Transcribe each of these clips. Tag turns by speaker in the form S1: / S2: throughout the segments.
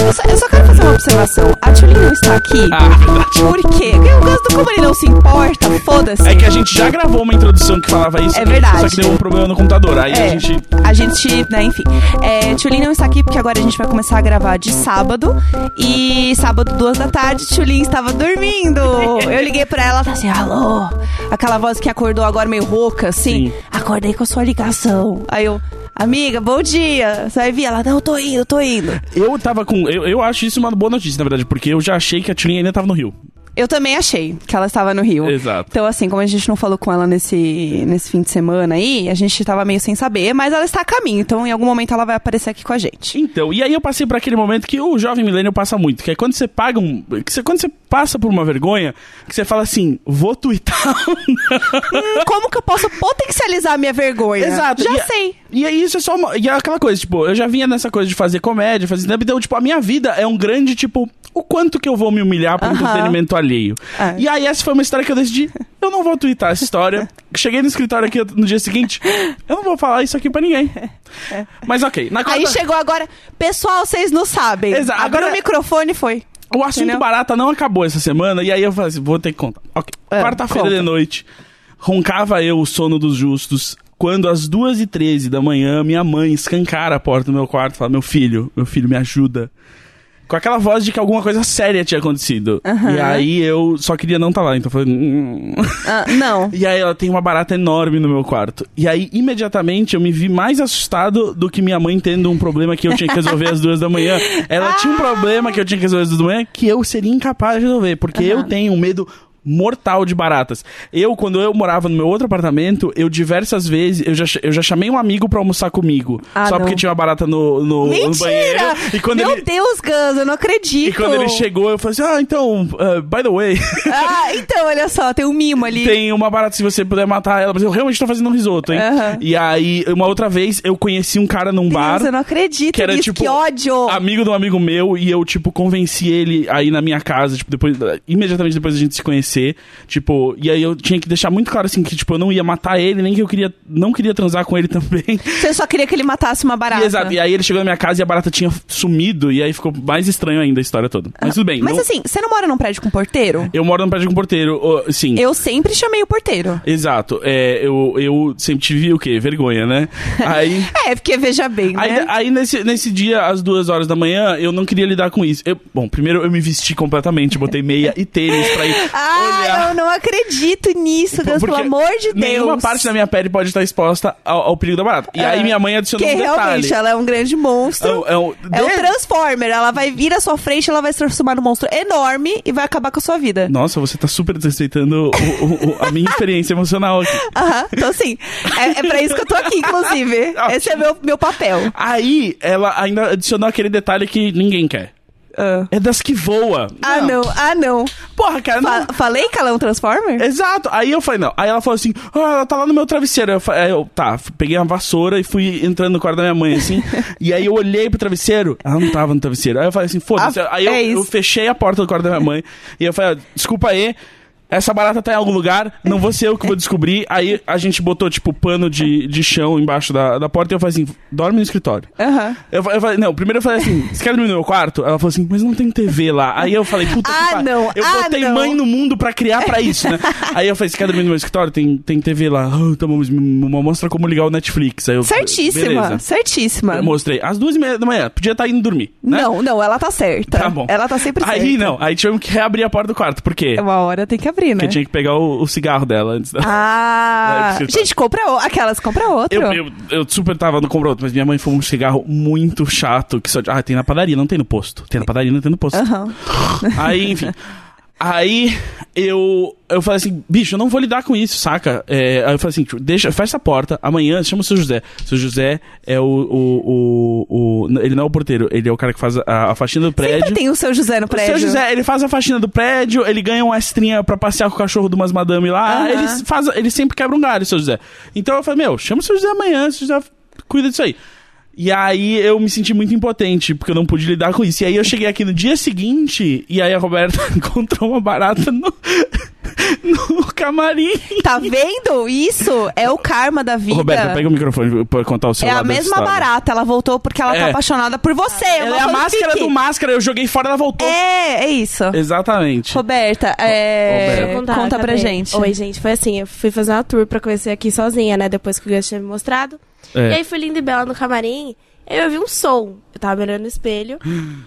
S1: Eu só, eu só quero fazer uma observação. A Tchulin não está aqui.
S2: Ah, verdade.
S1: Por quê? Porque o Gus do como ele não se importa, foda-se.
S2: É que a gente já gravou uma introdução que falava isso.
S1: É verdade.
S2: Só que deu um problema no computador. Aí
S1: É,
S2: a gente.
S1: a gente, né, enfim. É, Tchulin não está aqui porque agora a gente vai começar a gravar de sábado. E sábado, duas da tarde, Tchulin estava dormindo. Eu liguei pra ela, ela tá assim, alô? Aquela voz que acordou agora meio rouca, assim.
S2: Sim.
S1: Acordei com a sua ligação. Aí eu, amiga, bom dia. Você vai vir? Ela, não, eu tô indo, tô indo.
S2: Eu tava com. Eu, eu acho isso uma boa notícia, na verdade, porque eu já achei que a Tulin ainda tava no Rio.
S1: Eu também achei que ela estava no Rio.
S2: Exato.
S1: Então, assim, como a gente não falou com ela nesse, nesse fim de semana aí, a gente tava meio sem saber, mas ela está a caminho. Então, em algum momento, ela vai aparecer aqui com a gente.
S2: Então, e aí eu passei por aquele momento que o jovem milênio passa muito, que é quando você paga um. Que você, quando você passa por uma vergonha, que você fala assim, vou twittar.
S1: Hum, como que eu posso potencializar a minha vergonha?
S2: Exato.
S1: Já
S2: E a-
S1: sei.
S2: E aí isso é só uma, e é aquela coisa, tipo, eu já vinha nessa coisa de fazer comédia, fazer stand-up, então, tipo, a minha vida é um grande, tipo, o quanto que eu vou me humilhar por
S1: Aham.
S2: entretenimento alheio.
S1: É.
S2: E aí essa foi uma história que eu decidi, eu não vou twittar essa história. Cheguei no escritório aqui no dia seguinte, eu não vou falar isso aqui pra ninguém. Mas ok, na quarta...
S1: É. Aí chegou agora, pessoal, vocês não sabem.
S2: Exato.
S1: Agora
S2: Agora-
S1: o microfone foi.
S2: O assunto
S1: Entendeu?
S2: barata não acabou essa semana, e aí eu falei assim, vou ter que contar. Ok.
S1: É,
S2: Quarta-feira
S1: conta.
S2: de noite, roncava eu o sono dos justos, quando às 2h13 da manhã, minha mãe escancara a porta do meu quarto e fala, meu filho, meu filho, me ajuda. Com aquela voz de que alguma coisa séria tinha acontecido. E aí eu só queria não estar lá, então eu falei... "Hum."
S1: Ah, não.
S2: E aí ela tem uma barata enorme no meu quarto. E aí, imediatamente, eu me vi mais assustado do que minha mãe tendo um problema que eu tinha que resolver às duas da manhã. Ela
S1: Ah!
S2: tinha um problema que eu tinha que resolver às duas da manhã que eu seria incapaz de resolver, porque eu tenho um medo mortal de baratas. Eu, quando eu morava no meu outro apartamento, eu diversas vezes, eu já, ch- eu já chamei um amigo pra almoçar comigo.
S1: Ah,
S2: só
S1: não.
S2: porque tinha uma barata no, no, no banheiro.
S1: Mentira!
S2: E quando
S1: Meu
S2: ele...
S1: Deus, Gus, eu não acredito.
S2: E quando ele chegou, eu falei assim, ah, então, eh, by the way,
S1: Ah, então, olha só, tem um mimo ali.
S2: tem uma barata, se você puder matar ela, mas eu realmente tô fazendo um risoto, hein?
S1: Aham.
S2: E aí, uma outra vez, eu conheci um cara num
S1: Deus,
S2: bar.
S1: eu não acredito
S2: Que era
S1: nisso,
S2: tipo.
S1: que ódio.
S2: Amigo de um amigo meu, e eu, tipo, convenci ele aí na minha casa, tipo, depois. Imediatamente depois da gente se conhecer. Tipo, e aí eu tinha que deixar muito claro assim que, tipo, eu não ia matar ele, nem que eu queria. Não queria transar com ele também.
S1: Você só queria que ele matasse uma barata.
S2: E, exato. E aí ele chegou na minha casa e a barata tinha sumido, e aí ficou mais estranho ainda a história toda. Mas tudo bem.
S1: Mas
S2: não-
S1: assim, você não mora num prédio com porteiro?
S2: eu moro num prédio com porteiro. ô, sim.
S1: Eu sempre chamei o porteiro.
S2: Exato. É, eu, eu sempre tive o quê? Vergonha, né? Aí.
S1: É, porque veja bem,
S2: Aí,
S1: né?
S2: aí nesse, nesse dia, às duas horas da manhã, eu não queria lidar com isso. Eu- bom, primeiro eu me vesti completamente, botei meia e tênis pra ir
S1: Ah,
S2: olhar.
S1: eu não acredito nisso, Gus, pelo
S2: Então, Porque
S1: amor de Deus.
S2: Nenhuma parte da minha pele pode estar exposta ao, ao perigo da barata. E aí minha mãe adicionou
S1: Porque
S2: um detalhe.
S1: realmente ela é um grande monstro.
S2: É um- é um-
S1: É um
S2: de-
S1: Transformer. Ela vai vir à sua frente, ela vai se transformar num monstro enorme e vai acabar com a sua vida.
S2: Nossa, você tá super desrespeitando o- o- o- a minha experiência emocional aqui.
S1: Aham, então assim, é, é pra isso que eu tô aqui, inclusive.
S2: Ótimo.
S1: Esse é meu, meu papel.
S2: Aí ela ainda adicionou aquele detalhe que ninguém quer.
S1: Ah.
S2: É das que voa.
S1: Ah, não, ah, não.
S2: Porra, cara, não,
S1: Fa- falei que ela é um Transformer?
S2: Exato. Aí eu falei, não. Aí ela falou assim, ah, ela tá lá no meu travesseiro. Eu falei, aí eu, tá, f- peguei uma vassoura e fui entrando no quarto da minha mãe, assim. e aí eu olhei pro travesseiro, ela não tava no travesseiro. Aí eu falei assim, foda-se.
S1: Ah,
S2: aí eu,
S1: é isso.
S2: eu fechei a porta do quarto da minha mãe. e eu falei, ó, desculpa aí. Essa barata tá em algum lugar, não vou ser eu que vou descobrir. Aí a gente botou, tipo, pano de, de chão embaixo da, da porta e eu falei assim: dorme no escritório.
S1: Aham.
S2: Eu, fa- eu falei, não, primeiro eu falei assim, você quer dormir no meu quarto? Ela falou assim, mas não tem TV lá. Aí eu falei, puta
S1: Ah,
S2: que par-
S1: não,
S2: Eu
S1: ah,
S2: botei
S1: não.
S2: mãe no mundo pra criar pra isso, né? Aí eu falei, você quer dormir no meu escritório? Tem, tem TV lá. Ah, então vamos, me- me mostra como ligar o Netflix. Aí eu,
S1: Certíssima,
S2: Beleza.
S1: certíssima.
S2: Eu mostrei. Às duas e meia da manhã, podia estar indo dormir, né?
S1: Não, não, ela tá certa.
S2: Tá bom.
S1: Ela tá sempre certa.
S2: Aí não, aí tivemos que reabrir a porta do quarto, por quê?
S1: Uma hora tem que abrir, né?
S2: Porque tinha que pegar o, o cigarro dela antes da...
S1: Ah,
S2: Não, é que você
S1: gente, compra o... aquelas, compra outro.
S2: Eu, eu, eu super tava no compro outro, mas minha mãe fumou um cigarro muito chato que só. Ah, tem na padaria, não tem no posto.
S1: É.
S2: Tem na padaria, não tem no posto.
S1: Aham.
S2: Aí, enfim. Aí eu, eu falei assim, bicho, eu não vou lidar com isso, saca? É, aí eu falei assim, tipo, deixa, fecha a porta, amanhã chama o seu José. O seu José é o, o, o, o- n- Ele não é o porteiro, ele é o cara que faz a, a faxina do
S1: Sempre
S2: prédio.
S1: tem o seu José no prédio.
S2: O seu José, ele faz a faxina do prédio, ele ganha uma estrinha pra passear com o cachorro de umas madame lá.
S1: Aham.
S2: Ele, faz, ele sempre quebra um galho, seu José. Então eu falei, meu, chama o seu José amanhã, o seu José cuida disso aí. E aí eu me senti muito impotente, porque eu não pude lidar com isso. E aí eu cheguei aqui no dia seguinte, e aí a Roberta encontrou uma barata no, no camarim.
S1: Tá vendo? Isso é o karma da vida.
S2: Roberta, pega o microfone pra eu contar o seu
S1: é a
S2: lado dessa
S1: mesma
S2: história.
S1: barata, ela voltou porque ela tá
S2: É.
S1: apaixonada por você. eu
S2: Ela
S1: não
S2: é a
S1: tô no
S2: máscara
S1: pique.
S2: do máscara, eu joguei fora, ela voltou.
S1: É, é isso.
S2: Exatamente.
S1: Roberta, é,
S2: Roberta.
S3: contar
S1: conta pra
S3: também.
S1: gente.
S3: Oi, gente. Foi assim, eu fui fazer uma tour pra conhecer aqui sozinha, né? Depois que o Gus tinha me mostrado.
S2: É.
S3: E aí fui linda e bela no camarim. aí Eu ouvi um som. Eu tava olhando no espelho.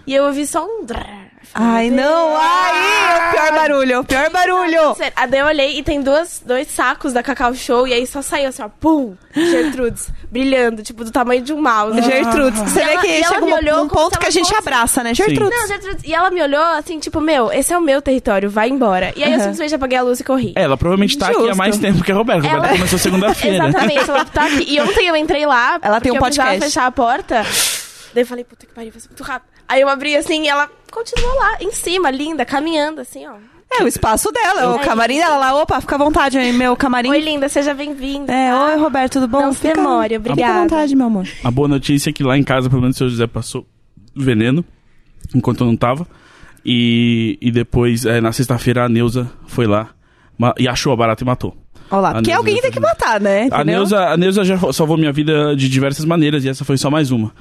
S3: e eu ouvi só um... drrr.
S1: Ai, não, ai, é o pior barulho, é o pior barulho.
S3: Sério, aí daí eu olhei e tem duas, dois sacos da Cacau Show. E aí só saiu assim, ó. Pum! Gertrudes. brilhando. Tipo, do tamanho de um mouse.
S1: Gertrudes, você
S3: E
S1: vê
S3: ela- e
S1: que
S3: ela
S1: chega
S3: me olhou
S1: um, um
S3: como
S1: ponto
S3: se
S1: que a
S3: ela
S1: gente
S3: fosse-
S1: aberça, né?
S3: Não,
S1: Gertrudes.
S3: Gertrudes. E ela me olhou assim, tipo, meu, esse é o meu território, vai embora. E aí eu simplesmente apaguei a luz e corri.
S2: Ela provavelmente tá aqui há
S1: Justo.
S2: mais tempo que a Roberta. A Roberta
S3: Ela-
S2: começou segunda-feira.
S3: Exatamente, ela tá aqui. E ontem eu entrei lá.
S1: Ela
S3: porque
S1: tem um
S3: eu precisava
S1: podcast.
S3: fechar a porta. Daí eu falei, puta que pariu, vai ser muito rápido. Aí eu abri assim e ela continuou lá, em cima, linda, caminhando, assim, ó.
S1: É o espaço dela, o
S3: É
S1: camarim dela lá. Opa, fica à vontade aí, meu camarim.
S3: Oi, linda, seja bem-vinda. "Ah,
S1: É, oi, Roberto, tudo bom?
S3: Não se demore,
S1: Fica à
S3: obrigada.
S1: vontade, meu amor.
S2: A boa notícia é que lá em casa, pelo menos o seu José passou veneno, enquanto eu não tava. E, e depois, eh, na sexta-feira, a Neuza foi lá ma- e achou a barata e matou.
S1: Olha lá,
S2: A
S1: porque
S2: Neuza
S1: alguém
S2: já
S1: tem que
S2: fez-
S1: matar, né?
S2: A
S1: Entendeu?
S2: Neuza, a Neuza já salvou minha vida de diversas maneiras, e essa foi só mais uma.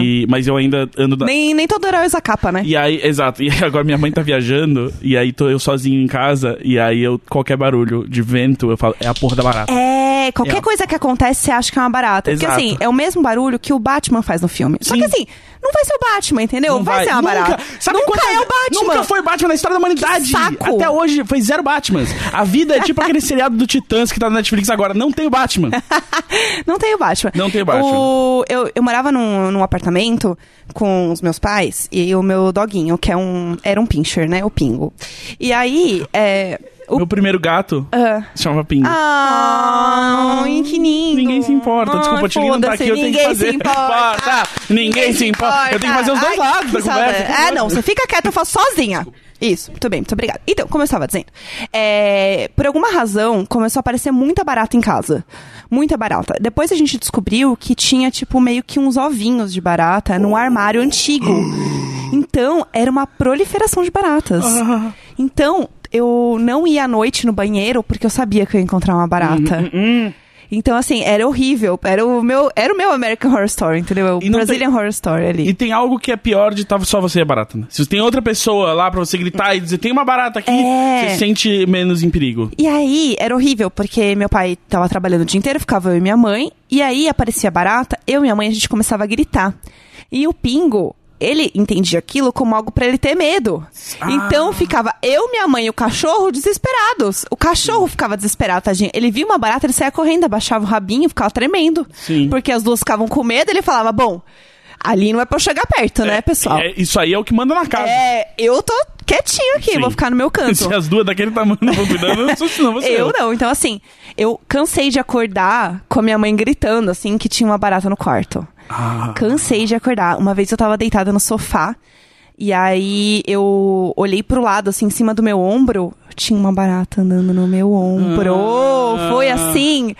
S2: E, mas eu ainda ando da,
S1: Nem, nem todo herói usa capa, né?
S2: E aí, exato. E aí agora minha mãe tá viajando, e aí tô eu sozinho em casa, e aí eu, qualquer barulho de vento, eu falo, é a porra da barata.
S1: É, qualquer
S2: É.
S1: coisa que acontece, você acha que é uma barata.
S2: Exato.
S1: Porque assim, é o mesmo barulho que o Batman faz no filme. Só que
S2: Sim.
S1: assim, não vai ser o Batman, entendeu?
S2: Não
S1: ser uma
S2: nunca,
S1: barata.
S2: Sabe
S1: nunca
S2: quantas-
S1: é o Batman.
S2: Nunca foi Batman na história da humanidade.
S1: Que saco.
S2: Até hoje foi zero Batmans. A vida é tipo aquele seriado do Titãs que tá na Netflix agora. Não tem o Batman.
S1: Não tem o Batman.
S2: Não tem o Batman.
S1: O- eu, eu morava num, num apartamento com os meus pais e o meu doguinho, que é um, era um pincher, né? O Pingo. E aí, é, o...
S2: Meu primeiro gato
S1: Ah.
S2: se chamava Pingo.
S1: Ah, ai, que lindo.
S2: Ninguém se importa. Desculpa,
S1: Ai,
S2: o Tilly não tá aqui,
S1: foda-se,
S2: eu tenho que
S1: ninguém
S2: fazer.
S1: Se importa.
S2: Importa. Ninguém se importa. Eu tenho que fazer os dois
S1: Ai,
S2: lados da
S1: que saudade.
S2: conversa.
S1: Ah, não, você fica quieta, eu faço sozinha. Isso, muito bem, muito obrigada. Então, como eu estava dizendo, é, por alguma razão começou a aparecer muita barata em casa. Muita barata. Depois a gente descobriu que tinha, tipo, meio que uns ovinhos de barata num armário antigo. Então, era uma proliferação de baratas.
S2: Ah,
S1: Então, eu não ia à noite no banheiro porque eu sabia que eu ia encontrar uma barata.
S2: Uhum,
S1: Então, assim, era horrível. Era o meu, era o meu American Horror Story, entendeu? É
S2: E
S1: O
S2: não
S1: Brazilian Horror Story ali.
S2: E tem algo que é pior de tava só você e a barata, né? Se tem outra pessoa lá pra você gritar e dizer, tem uma barata aqui,
S1: É.
S2: você se sente menos em perigo.
S1: E aí, era horrível, porque meu pai tava trabalhando o dia inteiro, ficava eu e minha mãe. E aí, aparecia barata, eu e minha mãe, a gente começava a gritar. E o Pingo, ele entendia aquilo como algo pra ele ter medo.
S2: Ah.
S1: Então, ficava eu, minha mãe e o cachorro desesperados. O cachorro ficava desesperado, tadinho. Ele via uma barata, ele saía correndo, abaixava o rabinho, ficava tremendo.
S2: Sim.
S1: Porque as duas ficavam com medo, ele falava, bom... Ali não é pra eu chegar perto, né, pessoal?
S2: É, isso aí é o que manda na casa.
S1: É, eu tô quietinho aqui,
S2: Sim.
S1: vou ficar no meu canto.
S2: Se as duas daquele tamanho não vão cuidando, não sou senão você. é
S1: Eu não, então assim, eu cansei de acordar com a minha mãe gritando, assim, que tinha uma barata no quarto.
S2: Ah.
S1: Cansei de acordar. Uma vez eu tava deitada no sofá, e aí eu olhei pro lado, assim, em cima do meu ombro, tinha uma barata andando no meu ombro.
S2: Ah.
S1: Foi assim.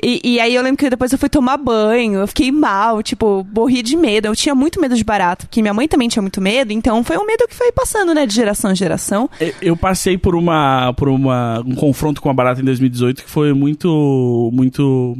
S1: E, e aí eu lembro que depois eu fui tomar banho, eu fiquei mal, tipo, morri de medo. Eu tinha muito medo de barata, porque minha mãe também tinha muito medo, então foi um medo que foi passando, né, de geração em geração.
S2: Eu- Eu passei por uma por uma um confronto com a barata em 2018 que foi muito muito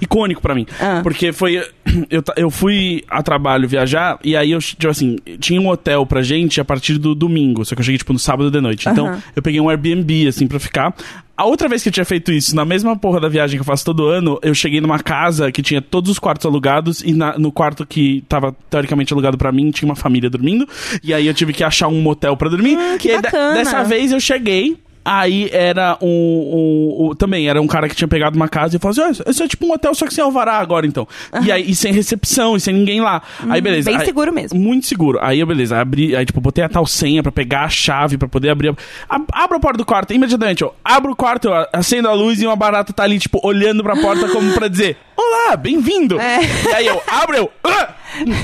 S2: icônico pra mim,
S1: Ah.
S2: porque foi eu, ta- eu fui a trabalho viajar e aí eu tipo assim, tinha um hotel pra gente a partir do domingo, só que eu cheguei tipo no sábado de noite. Então,
S1: Aham.
S2: eu peguei um Airbnb assim pra ficar. A outra vez que eu tinha feito isso, na mesma porra da viagem que eu faço todo ano, eu cheguei numa casa que tinha todos os quartos alugados e na- no quarto que tava teoricamente alugado pra mim tinha uma família dormindo, e aí eu tive que achar um motel pra dormir
S1: Ah, que
S2: e aí, de-
S1: bacana.
S2: dessa vez eu cheguei. Aí era um, um- um- Também era um cara que tinha pegado uma casa e falou assim: "Ó, Isso é tipo um hotel, só que sem alvará agora, então. E aí, e sem recepção, e sem ninguém lá. aí, beleza.
S1: Hum, bem
S2: aí-
S1: seguro mesmo.
S2: Muito seguro. Aí eu, beleza, abri, aí, tipo, botei a tal senha pra pegar a chave, pra poder abrir. A... ab- Abro a porta do quarto, imediatamente, eu abro o quarto, eu acendo a luz e uma barata tá ali, tipo, olhando pra porta como pra dizer: Olá, bem-vindo!
S1: É.
S2: E aí eu abro, eu. "Ah!"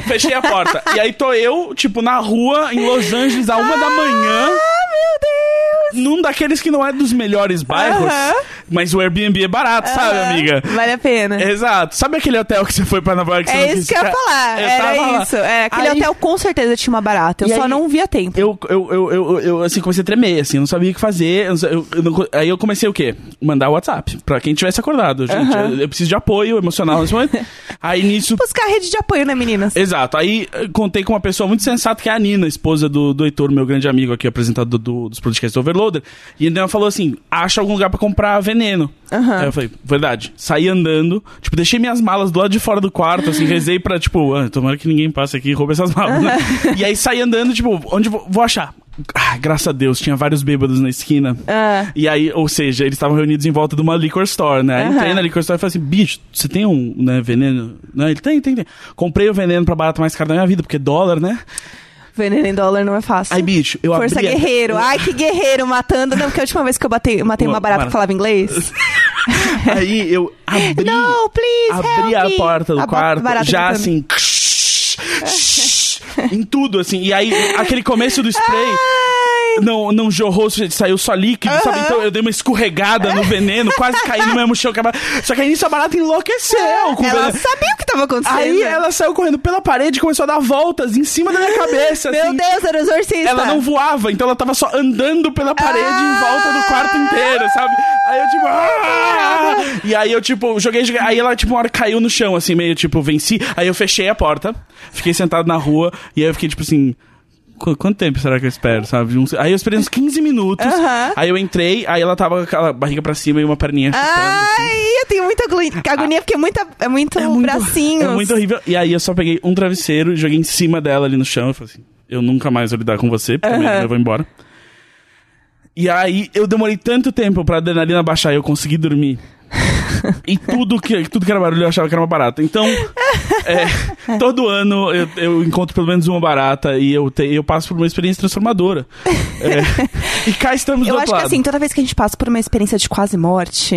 S2: Fechei a porta. E aí tô eu, tipo, na rua, em Los Angeles, à uma da manhã.
S1: Ah, meu Deus!
S2: num daqueles que não é dos melhores bairros,
S1: Aham.
S2: mas o Airbnb é barato, sabe, amiga?
S1: Vale a pena.
S2: Exato. Sabe aquele hotel que você foi pra Nova York? você
S1: É
S2: não
S1: isso
S2: quis
S1: que eu ia
S2: ficar?
S1: falar.
S2: Eu tava
S1: Era
S2: lá.
S1: isso. É, aquele
S2: Aí-
S1: hotel com certeza tinha uma barata. Eu
S2: E
S1: só
S2: aí-
S1: não via tempo.
S2: Eu, eu, eu, eu, eu, assim, comecei a tremer, assim, eu não sabia o que fazer. eu não sa- eu- eu não co- aí eu comecei o quê? Mandar WhatsApp, pra quem tivesse acordado, gente.
S1: Aham.
S2: Eu, eu preciso de apoio emocional nesse momento. aí nisso...
S1: Buscar rede de apoio, né, meninas?
S2: Exato. Aí eh, contei com uma pessoa muito sensata, que é a Nina, esposa do, do Heitor, meu grande amigo aqui, apresentador do- dos podcasts do Overloader. E ela falou assim, acha algum lugar pra comprar veneno.
S1: Aham.
S2: Aí eu falei, verdade. Saí andando, tipo, deixei minhas malas do lado de fora do quarto, assim, rezei pra, tipo, ah, tomara que ninguém passe aqui e roube essas malas. né? E aí saí andando, tipo, onde vou, vou achar? Ah, graças a Deus, tinha vários bêbados na esquina.
S1: Ah.
S2: E aí, ou seja, eles estavam reunidos em volta de uma liquor store, né? Aí
S1: Aham.
S2: Entrei na liquor store e falei assim, bicho, você tem um né, veneno? Né? Ele tem, tem, tem. Comprei o veneno pra barato mais caro da minha vida, porque é dólar, né?
S1: Veneno em dólar não é fácil.
S2: Aí, bicho, eu
S1: Força
S2: abri... a-
S1: guerreiro. Ai, que guerreiro matando. Não, porque a última vez que eu batei, matei uma
S2: Uma
S1: barata
S2: barata.
S1: que falava inglês.
S2: Aí eu abri...
S1: Não, please,
S2: abri
S1: help
S2: a
S1: me.
S2: porta do
S1: A ba-
S2: quarto,
S1: barata
S2: já
S1: gritando.
S2: assim. em tudo, assim. E aí, aquele começo do spray.
S1: Ah!
S2: Não, não jorrou, saiu só líquido, sabe? Então eu dei uma escorregada no veneno, quase caí no meu mochão. que a barata- Só que aí nisso a barata enlouqueceu com o
S1: Ela
S2: veneno.
S1: sabia o que tava acontecendo.
S2: Aí ela saiu correndo pela parede e começou a dar voltas em cima da minha cabeça,
S1: Meu
S2: assim.
S1: Deus, era o exorcista.
S2: Ela não voava, então ela tava só andando pela parede em volta do quarto inteiro, sabe? Aí eu tipo. "Ah!" E aí eu tipo, joguei, joguei. Aí ela tipo, uma hora caiu no chão, assim, meio tipo, venci. Aí eu fechei a porta, fiquei sentado na rua, e aí eu fiquei tipo assim. "Qu- Quanto tempo será que eu espero, sabe? Uns- Aí eu esperei uns 15 minutos.
S1: Aham. Ah,
S2: Aí eu entrei, aí ela tava com aquela barriga pra cima e uma perninha chutando.
S1: Ai, eu tenho muita agoni- agonia, porque é, muita, é muito bracinhos.
S2: É muito horrível. E aí eu só peguei um travesseiro e joguei em cima dela ali no chão. Eu falei assim, eu nunca mais vou lidar com você, porque amanhã eu vou embora. E aí eu demorei tanto tempo pra adrenalina baixar e eu consegui dormir. E tudo que, tudo que era barulho eu achava que era uma barata. Então, é, todo ano eu, eu encontro pelo menos uma barata e eu, te- eu passo por uma experiência transformadora. É, e cá estamos
S1: Eu acho
S2: do outro
S1: que
S2: lado.
S1: assim, toda vez que a gente passa por uma experiência de quase morte,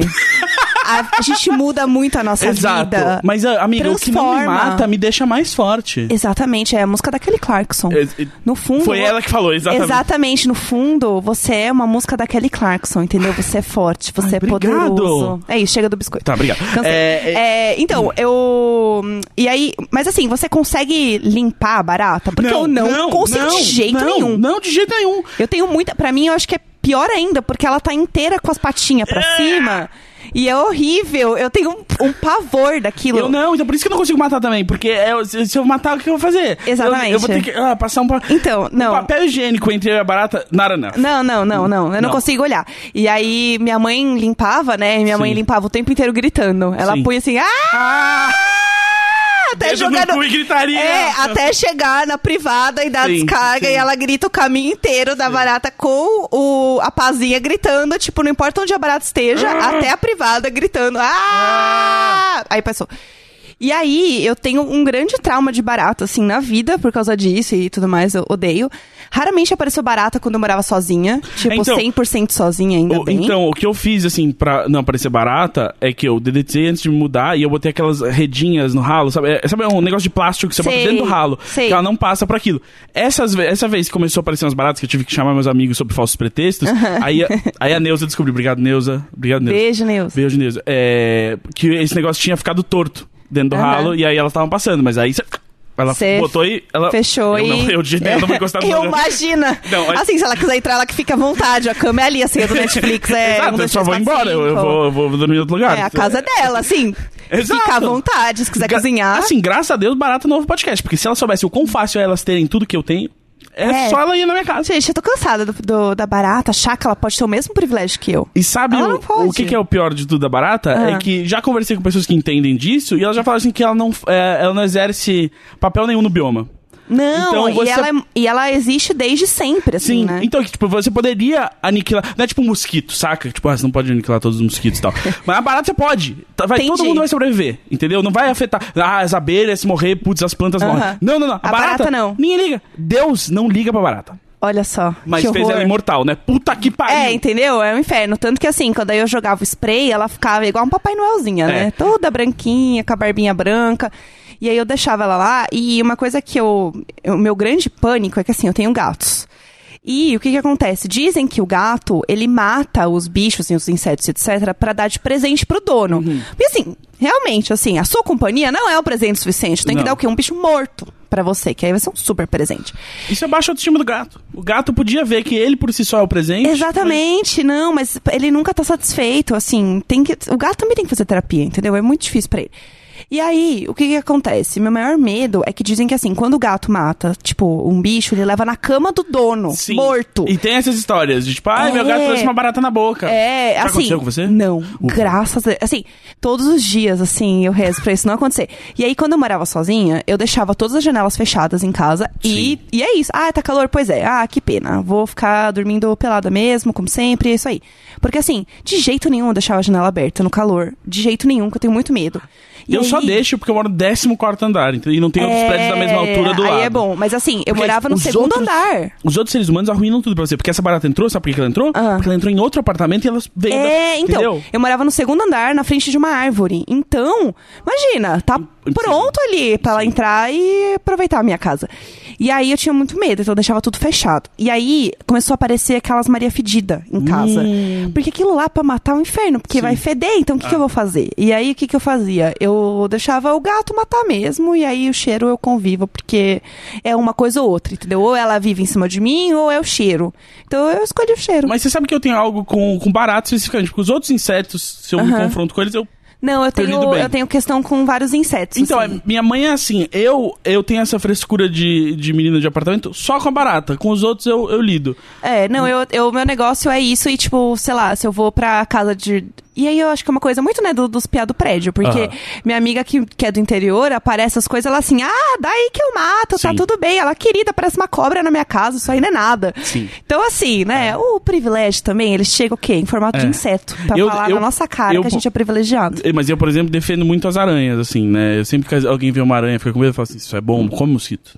S1: a, a gente muda muito a nossa
S2: Exato.
S1: vida.
S2: Mas, ah, amiga, o que não me
S1: transforma.
S2: mata me deixa mais forte.
S1: Exatamente, é a música da Kelly Clarkson.
S2: É- é-
S1: No fundo.
S2: Foi ela que falou, exatamente.
S1: Exatamente, no fundo, você é uma música da Kelly Clarkson, entendeu? Você é forte, você
S2: Ai,
S1: é
S2: obrigado.
S1: poderoso. É isso, chega do biscoito.
S2: Tá, obrigado.
S1: Cansei.
S2: É,
S1: É, então, eu. E aí. Mas assim, você consegue limpar a barata? Porque eu não, consigo de jeito
S2: não,
S1: nenhum.
S2: Não, de jeito nenhum.
S1: Eu tenho muita. Pra mim, eu acho que é pior ainda, porque ela tá inteira com as patinhas pra
S2: É.
S1: cima. E é horrível. Eu tenho um, um pavor daquilo.
S2: Eu não, então por isso que eu não consigo matar também. Porque é, se se eu matar, o que eu vou fazer?
S1: Exatamente.
S2: Eu, eu vou ter que ah, passar um, pa-
S1: Então, não.
S2: um papel higiênico entre eu e a barata. Nada, não.
S1: Não, não, não, não. Eu não,
S2: Não.
S1: consigo olhar. E aí, minha mãe limpava, né? E minha mãe
S2: Sim.
S1: limpava o tempo inteiro gritando. Ela
S2: Sim.
S1: punha assim, ah!
S2: Ah!
S1: Até
S2: Dedo no
S1: jogando.
S2: cu e gritaria.
S1: É, até chegar na privada e dar
S2: Sim,
S1: descarga.
S2: sim.
S1: E ela grita o caminho inteiro da barata com o, a pazinha gritando. Tipo, não importa onde a barata esteja,
S2: Ah.
S1: até a privada gritando. Ah! Aí passou. E aí, eu tenho um grande trauma de barata, assim, na vida, por causa disso e tudo mais, eu odeio. Raramente apareceu barata quando eu morava sozinha. Tipo,
S2: Então-
S1: 100% sozinha, ainda
S2: O-
S1: bem.
S2: então, o que eu fiz, assim, pra não aparecer barata, é que eu dedetei antes de me mudar e eu botei aquelas redinhas no ralo, sabe? É, sabe um negócio de plástico que você
S1: Sei,
S2: bota dentro do ralo,
S1: sei.
S2: que ela não passa pra aquilo. Essas, ve- essa vez que começou a aparecer umas baratas, que eu tive que chamar meus amigos sob falsos pretextos, aí, a- aí a Neuza descobriu. Obrigado, Neuza. Obrigado, Neuza.
S1: Beijo, Neus.
S2: Beijo, Neuza. É, que esse negócio tinha ficado torto dentro do
S1: Aham.
S2: ralo e aí elas estavam passando, mas aí cê- ela
S1: Cê
S2: botou e... Ela,
S1: fechou
S2: eu
S1: e-
S2: Não, eu de jeito nenhum, eu não vou encostar no né?
S1: Eu
S2: lugar.
S1: imagina.
S2: Não, mas-
S1: Assim, se ela quiser entrar, ela que fica à vontade. A cama é ali, assim, a do Netflix. É um,
S2: Exato, eu
S1: dois,
S2: só
S1: três,
S2: vou
S1: quatro,
S2: embora, eu, eu
S1: cinco.
S2: vou, eu vou dormir em outro lugar.
S1: É a casa dela, assim.
S2: Exato.
S1: Fica à vontade, se quiser
S2: Gra-
S1: cozinhar.
S2: Assim, graças a Deus, barato novo podcast. Porque se ela soubesse o quão fácil é elas terem tudo que eu tenho, é,
S1: É.
S2: só ela ir na minha casa.
S1: Gente, eu tô cansada do, do- da barata, achar que ela pode ter o mesmo privilégio que eu.
S2: E sabe
S1: Ela
S2: o,
S1: não pode.
S2: o que, que é o pior de tudo da barata?
S1: Ah.
S2: É que já conversei com pessoas que entendem disso e elas já falaram assim que ela não, é, ela não exerce papel nenhum no bioma.
S1: Não,
S2: Então,
S1: e,
S2: você-
S1: ela, é- e ela existe desde sempre, assim,
S2: Sim,
S1: né?
S2: então, que, tipo, você poderia aniquilar. Não é tipo um mosquito, saca? Tipo, ah, você não pode aniquilar todos os mosquitos e tal. Mas a barata você pode. Tá, Vai, todo
S1: Entendi.
S2: mundo vai sobreviver, entendeu? Não vai afetar. Ah, as abelhas se morrer, putz, as plantas
S1: Aham.
S2: morrem. Não, não, não. A,
S1: A barata, não.
S2: Ninguém liga. Deus não liga pra barata.
S1: Olha só,
S2: Mas
S1: que
S2: fez
S1: horror.
S2: ela imortal, né? Puta que pariu.
S1: É, entendeu? É um inferno. Tanto que assim, quando aí eu jogava o spray, ela ficava igual um Papai Noelzinha, né?
S2: É.
S1: Toda branquinha, com a barbinha branca. E aí eu deixava ela lá. E uma coisa que eu. O meu grande pânico é que assim, eu tenho gatos. E o que que acontece? Dizem que o gato, ele mata os bichos, assim, os insetos, etc, pra dar de presente pro dono.
S2: Uhum.
S1: E assim, realmente, assim, a sua companhia não é o presente suficiente. Tem
S2: Não.
S1: que dar o quê? Um bicho morto pra você, que aí vai ser um super presente.
S2: Isso é baixa autoestima do gato. O gato podia ver que ele por si só é o presente.
S1: Exatamente, não, mas ele nunca tá satisfeito, assim, tem que, o gato também tem que fazer terapia, entendeu? É muito difícil pra ele. E aí, o que que acontece? Meu maior medo é que dizem que assim, quando o gato mata, tipo, um bicho, ele leva na cama do dono,
S2: Sim.
S1: morto.
S2: E tem essas histórias de tipo, ai, meu
S1: É.
S2: gato trouxe uma barata na boca.
S1: É,
S2: Tá. Já
S1: assim.
S2: aconteceu com você?
S1: Não, graças a Assim, todos os dias, assim, eu rezo pra isso não acontecer. E aí, quando eu morava sozinha, eu deixava todas as janelas fechadas em casa e, e é isso. Ah, tá calor? Pois é. Ah, que pena. Vou ficar dormindo pelada mesmo, como sempre, é isso aí. Porque, assim, de jeito nenhum eu deixava a janela aberta no calor. De jeito nenhum, que eu tenho muito medo. E
S2: Eu só
S1: aí-
S2: deixo porque eu moro no 14 andar, entendeu? E não tem outros
S1: É,
S2: prédios da mesma altura do
S1: aí
S2: lado.
S1: é bom, mas assim, eu
S2: Porque
S1: morava no
S2: os
S1: segundo
S2: outros-
S1: andar.
S2: Os outros seres humanos arruinam tudo pra você. Porque essa barata entrou, sabe por que que ela entrou?
S1: Ah.
S2: Porque ela entrou em outro apartamento e ela veio. da-
S1: É, então.
S2: Entendeu?
S1: Eu morava no segundo andar, na frente de uma árvore. Então, imagina, tá pronto ali pra ela entrar e aproveitar a minha casa. E aí eu tinha muito medo, então eu deixava tudo fechado. E aí começou a aparecer aquelas Maria Fedida em casa. Porque aquilo lá pra matar é um inferno, porque vai feder, então o que, que eu vou fazer? E aí o que, que eu fazia? Eu deixava o gato matar mesmo, e aí o cheiro eu convivo, porque é uma coisa ou outra, entendeu? Ou ela vive em cima de mim, ou é o cheiro. Então eu escolhi o cheiro.
S2: Mas você sabe que eu tenho algo com, com barato especificamente. Porque os outros insetos, se eu me
S1: Aham.
S2: confronto com eles, eu
S1: Não, eu
S2: lido
S1: tenho,
S2: bem.
S1: eu tenho questão com vários insetos.
S2: Então,
S1: assim.
S2: é- minha mãe é assim, eu eu tenho essa frescura de, de menina de apartamento só com a barata, com os outros eu, eu lido.
S1: é. não, eu, eu, meu negócio é isso e, tipo, sei lá, se eu vou pra casa de. E aí eu acho que é uma coisa muito, né, do- dos piá do prédio, porque
S2: Aham.
S1: minha amiga que, que é do interior aparece as coisas, ela assim, ah, daí que eu mato, tá
S2: Sim.
S1: tudo bem. Ela, querida, parece uma cobra na minha casa, isso aí não é nada.
S2: Sim.
S1: Então, assim, né, o privilégio também, ele chega o quê? Em formato
S2: É.
S1: de inseto, pra
S2: Eu-
S1: falar
S2: eu-
S1: na nossa cara
S2: eu-
S1: que a gente é privilegiado.
S2: Eh, Mas eu, por exemplo, defendo muito as aranhas, assim, né? Eu sempre que alguém vê uma aranha, fica com medo, eu falo assim, isso é bom, come mosquito.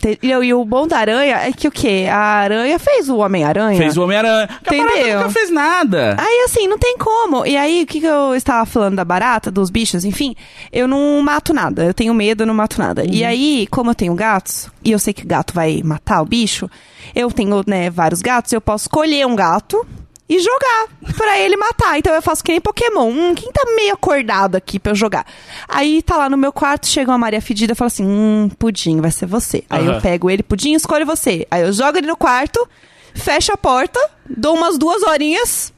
S1: Te- E, e o bom da aranha é que o quê? A aranha fez o Homem-Aranha.
S2: Fez o Homem-Aranha. Que A barata
S1: É. Entendeu?
S2: nunca fez nada.
S1: Aí, assim, não tem como. E aí, o que, que eu estava falando da barata, dos bichos, enfim, eu não mato nada. Eu tenho medo, eu não mato nada. E aí, como eu tenho gatos, e eu sei que gato vai matar o bicho, eu tenho, né, vários gatos, eu posso escolher um gato e jogar pra ele matar. Então eu faço que nem Pokémon. Hum, quem tá meio acordado aqui pra eu jogar? Aí tá lá no meu quarto, chega uma Maria Fedida e fala assim: hum, pudim, vai ser você. Aí
S2: Aham.
S1: eu pego ele, pudim, escolho você. Aí eu jogo ele no quarto, fecho a porta, dou umas duas horinhas.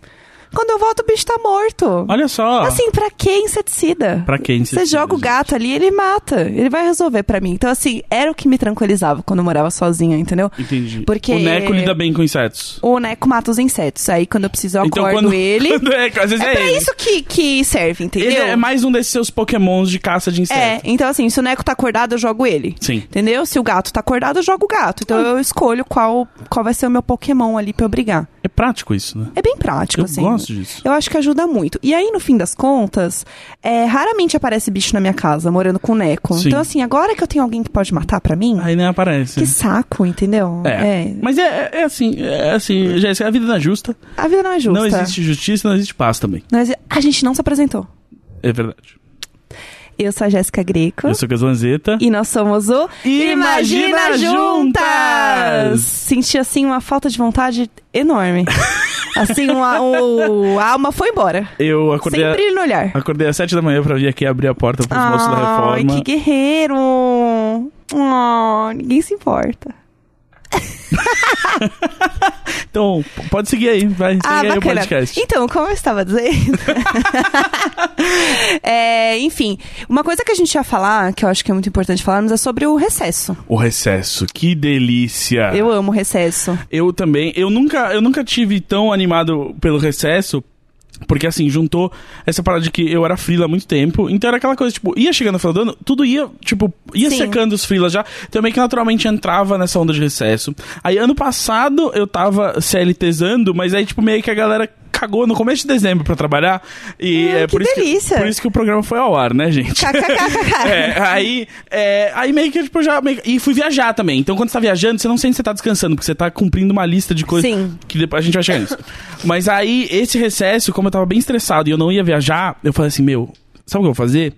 S1: Quando eu volto, o bicho tá morto.
S2: Olha só.
S1: Assim, pra que inseticida?
S2: Pra que inseticida,
S1: Você joga o
S2: gente?
S1: gato ali, ele mata. Ele vai resolver pra mim. Então, assim, era o que me tranquilizava quando eu morava sozinha, entendeu?
S2: Entendi.
S1: Porque-
S2: O Neco lida bem com insetos.
S1: O Neco mata os insetos. Aí, quando eu preciso, eu acordo
S2: Então, quando,
S1: ele.
S2: quando é, às vezes é,
S1: É pra
S2: ele.
S1: isso que, que serve, entendeu?
S2: Ele é mais um desses seus pokémons de caça de
S1: É,
S2: insetos.
S1: então assim, se o Neco tá acordado, eu jogo ele.
S2: Sim.
S1: Entendeu? Se o gato tá acordado, eu jogo o gato.
S2: Ah.
S1: Então eu escolho qual, qual vai ser o meu Pokémon ali pra eu brigar.
S2: É prático isso, né?
S1: É bem prático,
S2: Eu
S1: assim.
S2: gosto disso.
S1: Eu acho que ajuda muito. E aí, no fim das contas, é, raramente aparece bicho na minha casa, morando com o Neco.
S2: Sim.
S1: Então, assim, agora que eu tenho alguém que pode matar pra mim,
S2: Aí nem aparece.
S1: que saco, entendeu?
S2: É. Mas é, é- é assim, é assim, Jéssica, a vida não é justa.
S1: A vida não é justa.
S2: Não existe justiça, não existe paz também.
S1: Não exi- A gente não se apresentou.
S2: É verdade.
S1: Eu sou a Jéssica Greco.
S2: Eu sou Caslanzeta.
S1: E nós somos o
S2: Imagina Juntas!
S1: Senti assim uma falta de vontade enorme. assim, uma, o- a alma foi embora.
S2: Eu acordei,
S1: Sem brilho no olhar.
S2: acordei às sete da manhã pra vir aqui abrir a porta pros moços da
S1: Ai,
S2: reforma.
S1: que guerreiro! Ah, ninguém se importa.
S2: Então, p- pode seguir aí, vai. Segue
S1: Ah,
S2: aí o
S1: bacana.
S2: podcast.
S1: Então, como eu estava dizendo. É, enfim, uma coisa que a gente ia falar, que eu acho que é muito importante falarmos, é sobre o recesso.
S2: O recesso, que delícia.
S1: Eu amo o recesso.
S2: Eu também. Eu nunca, eu nunca tive tão animado pelo recesso. Porque assim, juntou essa parada de que eu era frila há muito tempo. Então era aquela coisa, tipo, ia chegando no final do ano, tudo ia, tipo, ia
S1: Sim.
S2: secando os frilas já. Também que naturalmente entrava nessa onda de recesso. Aí ano passado eu tava CLTzando, mas aí, tipo, meio que a galera cagou no começo de dezembro pra trabalhar. E
S1: Ai,
S2: é
S1: que
S2: por isso
S1: delícia.
S2: que por isso que o programa foi ao ar, né, gente?
S1: KKKKK.
S2: É, aí, é, aí meio que tipo, eu já. meio que- e fui viajar também. Então, quando você tá viajando, você não sente que você tá descansando, porque você tá cumprindo uma lista de coisas.
S1: Sim.
S2: Que depois a gente vai chegar nisso. Mas aí, esse recesso, como eu tava bem estressado e eu não ia viajar, eu falei assim, meu, sabe o que eu vou fazer?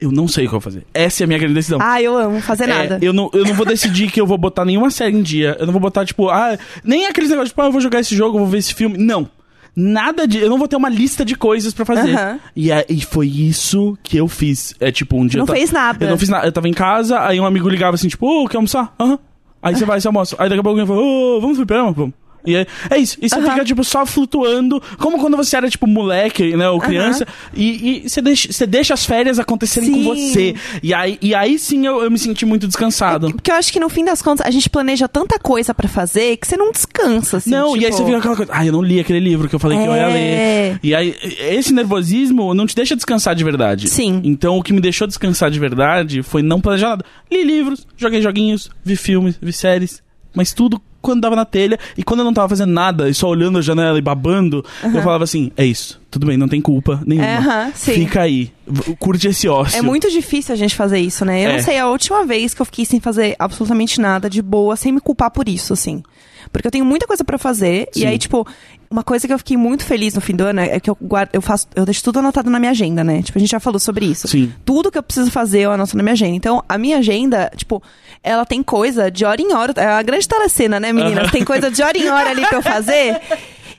S2: Eu não sei o que eu vou fazer. Essa é a minha grande decisão.
S1: Ah, eu amo fazer
S2: É,
S1: nada.
S2: eu, não, eu não vou decidir que eu vou botar nenhuma série em dia. Eu não vou botar, tipo, ah, nem aqueles negócios, tipo, ah, eu vou jogar esse jogo, eu vou ver esse filme. Não. Nada de. Eu não vou ter uma lista de coisas pra fazer.
S1: Aham.
S2: E, a- e foi isso que eu fiz. É tipo, um dia.
S1: Não
S2: eu ta-
S1: fez nada.
S2: Eu não fiz nada. Eu tava em casa, aí um amigo ligava assim, tipo, ô, quer almoçar? Aham. Aí você vai, você almoça. Aí daqui a pouco alguém fala, ô, vamos pro fliperama? Vamos. E aí, é isso. E você fica, tipo, só flutuando. Como quando você era, tipo, moleque, né? Ou criança. E, e você, deixa, você deixa as férias acontecerem
S1: Sim.
S2: com você. E aí, e aí sim eu, eu me senti muito descansado.
S1: Porque eu acho É que no fim das contas a gente planeja tanta coisa pra fazer que você não descansa, assim.
S2: não, e aí
S1: tipo-
S2: você fica aquela coisa, ah, eu não li aquele livro que eu falei que eu ia
S1: É.
S2: ler. E aí, esse nervosismo não te deixa descansar de verdade.
S1: Sim.
S2: Então, o que me deixou descansar de verdade foi não planejar nada. Li livros, joguei joguinhos, vi filmes, vi séries, mas tudo quando dava na telha. E quando eu não tava fazendo nada e só olhando a janela e babando, eu falava assim: é isso, tudo bem, não tem culpa nenhuma.
S1: Aham, sim.
S2: Fica aí, v- curte esse ócio.
S1: É muito difícil a gente fazer isso, né? Eu
S2: É.
S1: não sei, é a última vez que eu fiquei sem fazer absolutamente nada de boa, sem me culpar por isso, assim. Porque eu tenho muita coisa pra fazer.
S2: Sim.
S1: E aí, tipo, uma coisa que eu fiquei muito feliz no fim do ano é que eu guardo, eu faço, eu deixo tudo anotado na minha agenda, né? Tipo, a gente já falou sobre isso.
S2: Sim.
S1: Tudo que eu preciso fazer eu anoto na minha agenda. Então, a minha agenda, tipo, ela tem coisa de hora em hora. É a grande telecena, né, meninas?
S2: Aham.
S1: Tem coisa de hora em hora ali pra eu fazer.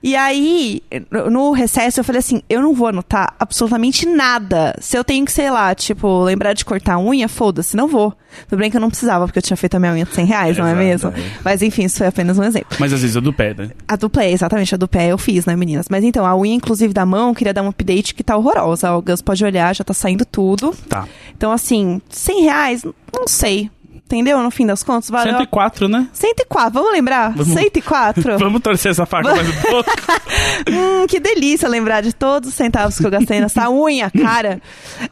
S1: E aí, no- no recesso, eu falei assim: eu não vou anotar absolutamente nada. Se eu tenho que, sei lá, tipo, lembrar de cortar a unha, foda-se, não vou. Tudo bem que eu não precisava, porque eu tinha feito a minha unha de 100 reais, não é
S2: Exato,
S1: mesmo?
S2: é.
S1: Mas enfim, isso foi apenas um exemplo.
S2: Mas às vezes eu do pé, né?
S1: A do pé, exatamente, a do pé eu fiz, né, meninas? Mas então, a unha, inclusive, da mão, eu queria dar um update que tá horrorosa. O Gus pode olhar, já tá saindo tudo.
S2: Tá.
S1: Então, assim, 100 reais, não sei. Entendeu? No fim das contas, valeu.
S2: 104, né?
S1: 104, vamos lembrar? 104?
S2: Vamos torcer essa faca mais um pouco.
S1: Hum, que delícia lembrar de todos os centavos que eu gastei nessa unha, cara.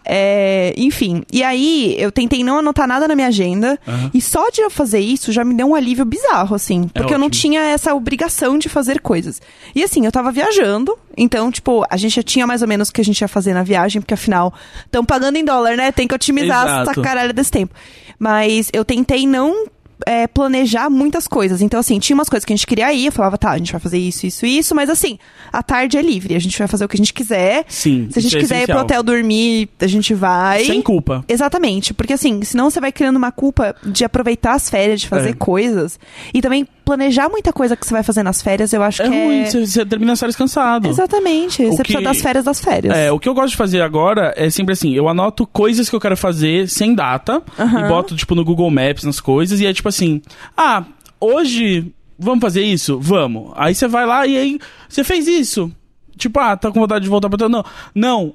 S1: É, enfim, e aí eu tentei não anotar nada na minha agenda.
S2: Aham. É
S1: E só de eu fazer isso já me deu um alívio bizarro, assim. Porque eu não
S2: ótimo.
S1: tinha essa obrigação de fazer coisas. E assim, eu tava viajando. Então, tipo, a gente já tinha mais ou menos o que a gente ia fazer na viagem. Porque afinal, estão pagando em dólar, né? Tem que otimizar
S2: Exato.
S1: essa caralho desse tempo. Mas eu tentei não é, planejar muitas coisas. Então, assim, tinha umas coisas que a gente queria ir. Eu falava, tá, a gente vai fazer isso, isso, isso. Mas, assim, a tarde é livre. A gente vai fazer o que a gente quiser.
S2: Sim.
S1: Se a gente
S2: isso é
S1: quiser ir pro
S2: essencial. é
S1: hotel dormir, a gente vai.
S2: Sem culpa.
S1: Exatamente, porque assim, senão você vai criando uma culpa de aproveitar as férias, de fazer
S2: É.
S1: coisas. E também planejar muita coisa que você vai fazer nas férias, eu acho
S2: É
S1: que
S2: ruim,
S1: é.
S2: você, você termina as férias cansado.
S1: Exatamente,
S2: O
S1: você
S2: que-
S1: precisa das férias das férias.
S2: É, o que eu gosto de fazer agora é sempre assim, eu anoto coisas que eu quero fazer sem data
S1: Aham.
S2: e boto, tipo, no Google Maps, nas coisas, e é tipo assim, ah, hoje vamos fazer isso? Vamos. Aí você vai lá e aí você fez isso. Tipo, ah, tá com vontade de voltar pra... Não, não.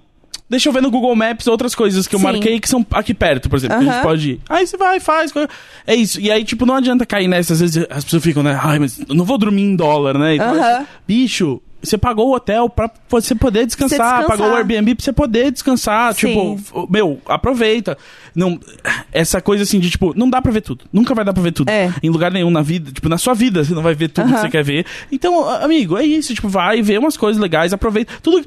S2: Deixa eu ver no Google Maps outras coisas que eu
S1: Sim.
S2: marquei que são aqui perto, por exemplo, que a gente
S1: Aham.
S2: pode ir. Aí você vai, faz. co- É isso. E aí, tipo, não adianta cair nessa. Às vezes as pessoas ficam, né? Ai, mas eu não vou dormir em dólar, né? E tal.
S1: Aham.
S2: Bicho, você pagou o hotel pra você poder descansar descansar,
S1: Você descansar.
S2: pagou o Airbnb pra você poder descansar.
S1: Sim.
S2: Tipo, f- meu, aproveita. Não, essa coisa assim de, tipo, não dá pra ver tudo. Nunca vai dar pra ver tudo.
S1: É.
S2: Em lugar nenhum na vida, tipo, na sua vida, você não vai ver tudo que
S1: Aham.
S2: você quer ver. Então, a- amigo, é isso. Tipo, vai, vê umas coisas legais, aproveita. Tudo.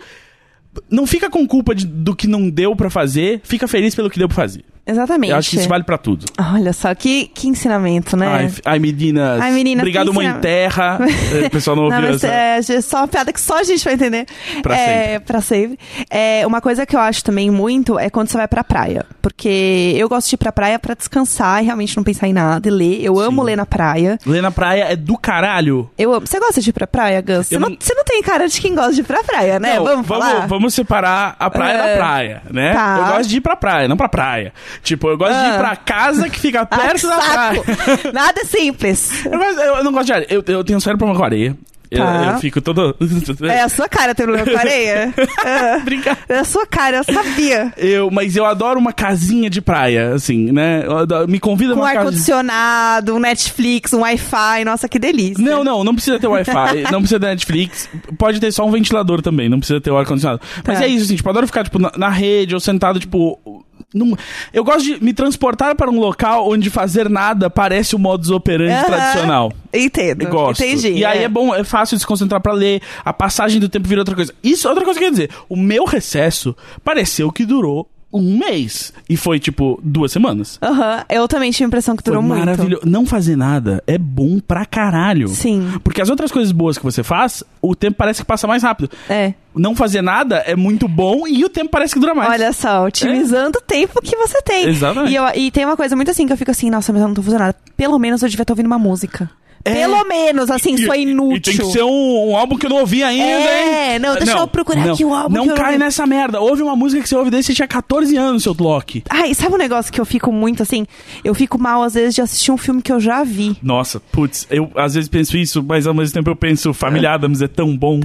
S2: Não fica com culpa de- do que não deu pra fazer, fica feliz pelo que deu pra fazer.
S1: Exatamente.
S2: Eu acho que isso vale pra tudo.
S1: Olha só, que, que ensinamento, né?
S2: Ai, f- ai, meninas.
S1: Ai, meninas,
S2: Obrigado,
S1: que
S2: Mãe
S1: ensina-
S2: Terra. É, O pessoal não ouviu
S1: Não, mas
S2: essa.
S1: é, é só uma piada que só a gente vai entender.
S2: Pra
S1: é, Pra sempre. É, uma coisa que eu acho também muito é quando você vai pra praia. Porque eu gosto de ir pra praia pra descansar e realmente não pensar em nada e ler. Eu amo ler na praia.
S2: Ler na praia é do caralho.
S1: Eu amo. Você gosta de ir pra praia, Gus? Você
S2: Eu
S1: não,
S2: não-
S1: você não tem cara de quem gosta de ir pra praia, né?
S2: Não,
S1: vamos, falar?
S2: vamos separar a praia
S1: Ah,
S2: da praia, né?
S1: tá.
S2: Eu gosto de ir pra praia, não pra praia. Tipo, eu gosto de ir
S1: Ah.
S2: pra casa que fica
S1: Ah,
S2: perto
S1: que
S2: da praia.
S1: saco. Nada é simples.
S2: Eu, gosto- eu- eu não gosto de areia. Eu, eu tenho sério problema com areia. Eu,
S1: Tá.
S2: eu fico todo...
S1: É a sua cara ter problema com areia. Ah,
S2: Brincar.
S1: É a sua cara, eu sabia.
S2: Eu, mas eu adoro uma casinha de praia, assim, né? Eu adoro- me convida
S1: Com
S2: uma casa...
S1: ar-condicionado, um Netflix, um Wi-Fi. Nossa, que delícia.
S2: Não, não, não precisa ter Wi-Fi, não precisa ter Netflix, pode ter só um ventilador também, não precisa ter o ar-condicionado. Mas
S1: Tá.
S2: é isso, assim, tipo, eu adoro ficar, tipo, na, na rede ou sentado, tipo. num- Eu gosto de me transportar para um local onde fazer nada parece o modus operandi
S1: Aham.
S2: tradicional.
S1: Entendo.
S2: Eu gosto.
S1: Entendi.
S2: E aí é bom, é fácil de se concentrar pra ler, a passagem do tempo vira outra coisa. Isso é outra coisa que eu ia dizer. O meu recesso pareceu que durou um mês. E foi, tipo, duas semanas.
S1: Aham, eu também tive a impressão que
S2: Foi
S1: durou muito.
S2: maravilhoso. Não fazer nada é bom pra caralho.
S1: Sim.
S2: Porque as outras coisas boas que você faz, o tempo parece que passa mais rápido.
S1: É.
S2: Não fazer nada é muito bom e o tempo parece que dura mais.
S1: Olha só, otimizando o tempo que você tem.
S2: Exatamente.
S1: E, eu- e tem uma coisa muito assim que eu fico assim, nossa, mas eu não tô fazendo nada. Pelo menos eu devia estar ouvindo uma música.
S2: É.
S1: Pelo menos, assim,
S2: E-
S1: sou inútil.
S2: E tem que ser um, um álbum que eu não ouvi ainda,
S1: É,
S2: hein?
S1: não, deixa eu procurar
S2: não,
S1: aqui o álbum
S2: Não
S1: que eu não
S2: cai
S1: ouvi.
S2: nessa merda. Ouve uma música que você ouve desde que você tinha 14 anos, seu Loki.
S1: Ai, sabe um negócio que eu fico muito assim? Eu fico mal, às vezes, de assistir um filme que eu já vi.
S2: Nossa, putz, eu às vezes penso isso, mas ao mesmo tempo eu penso, Família Adams é tão bom.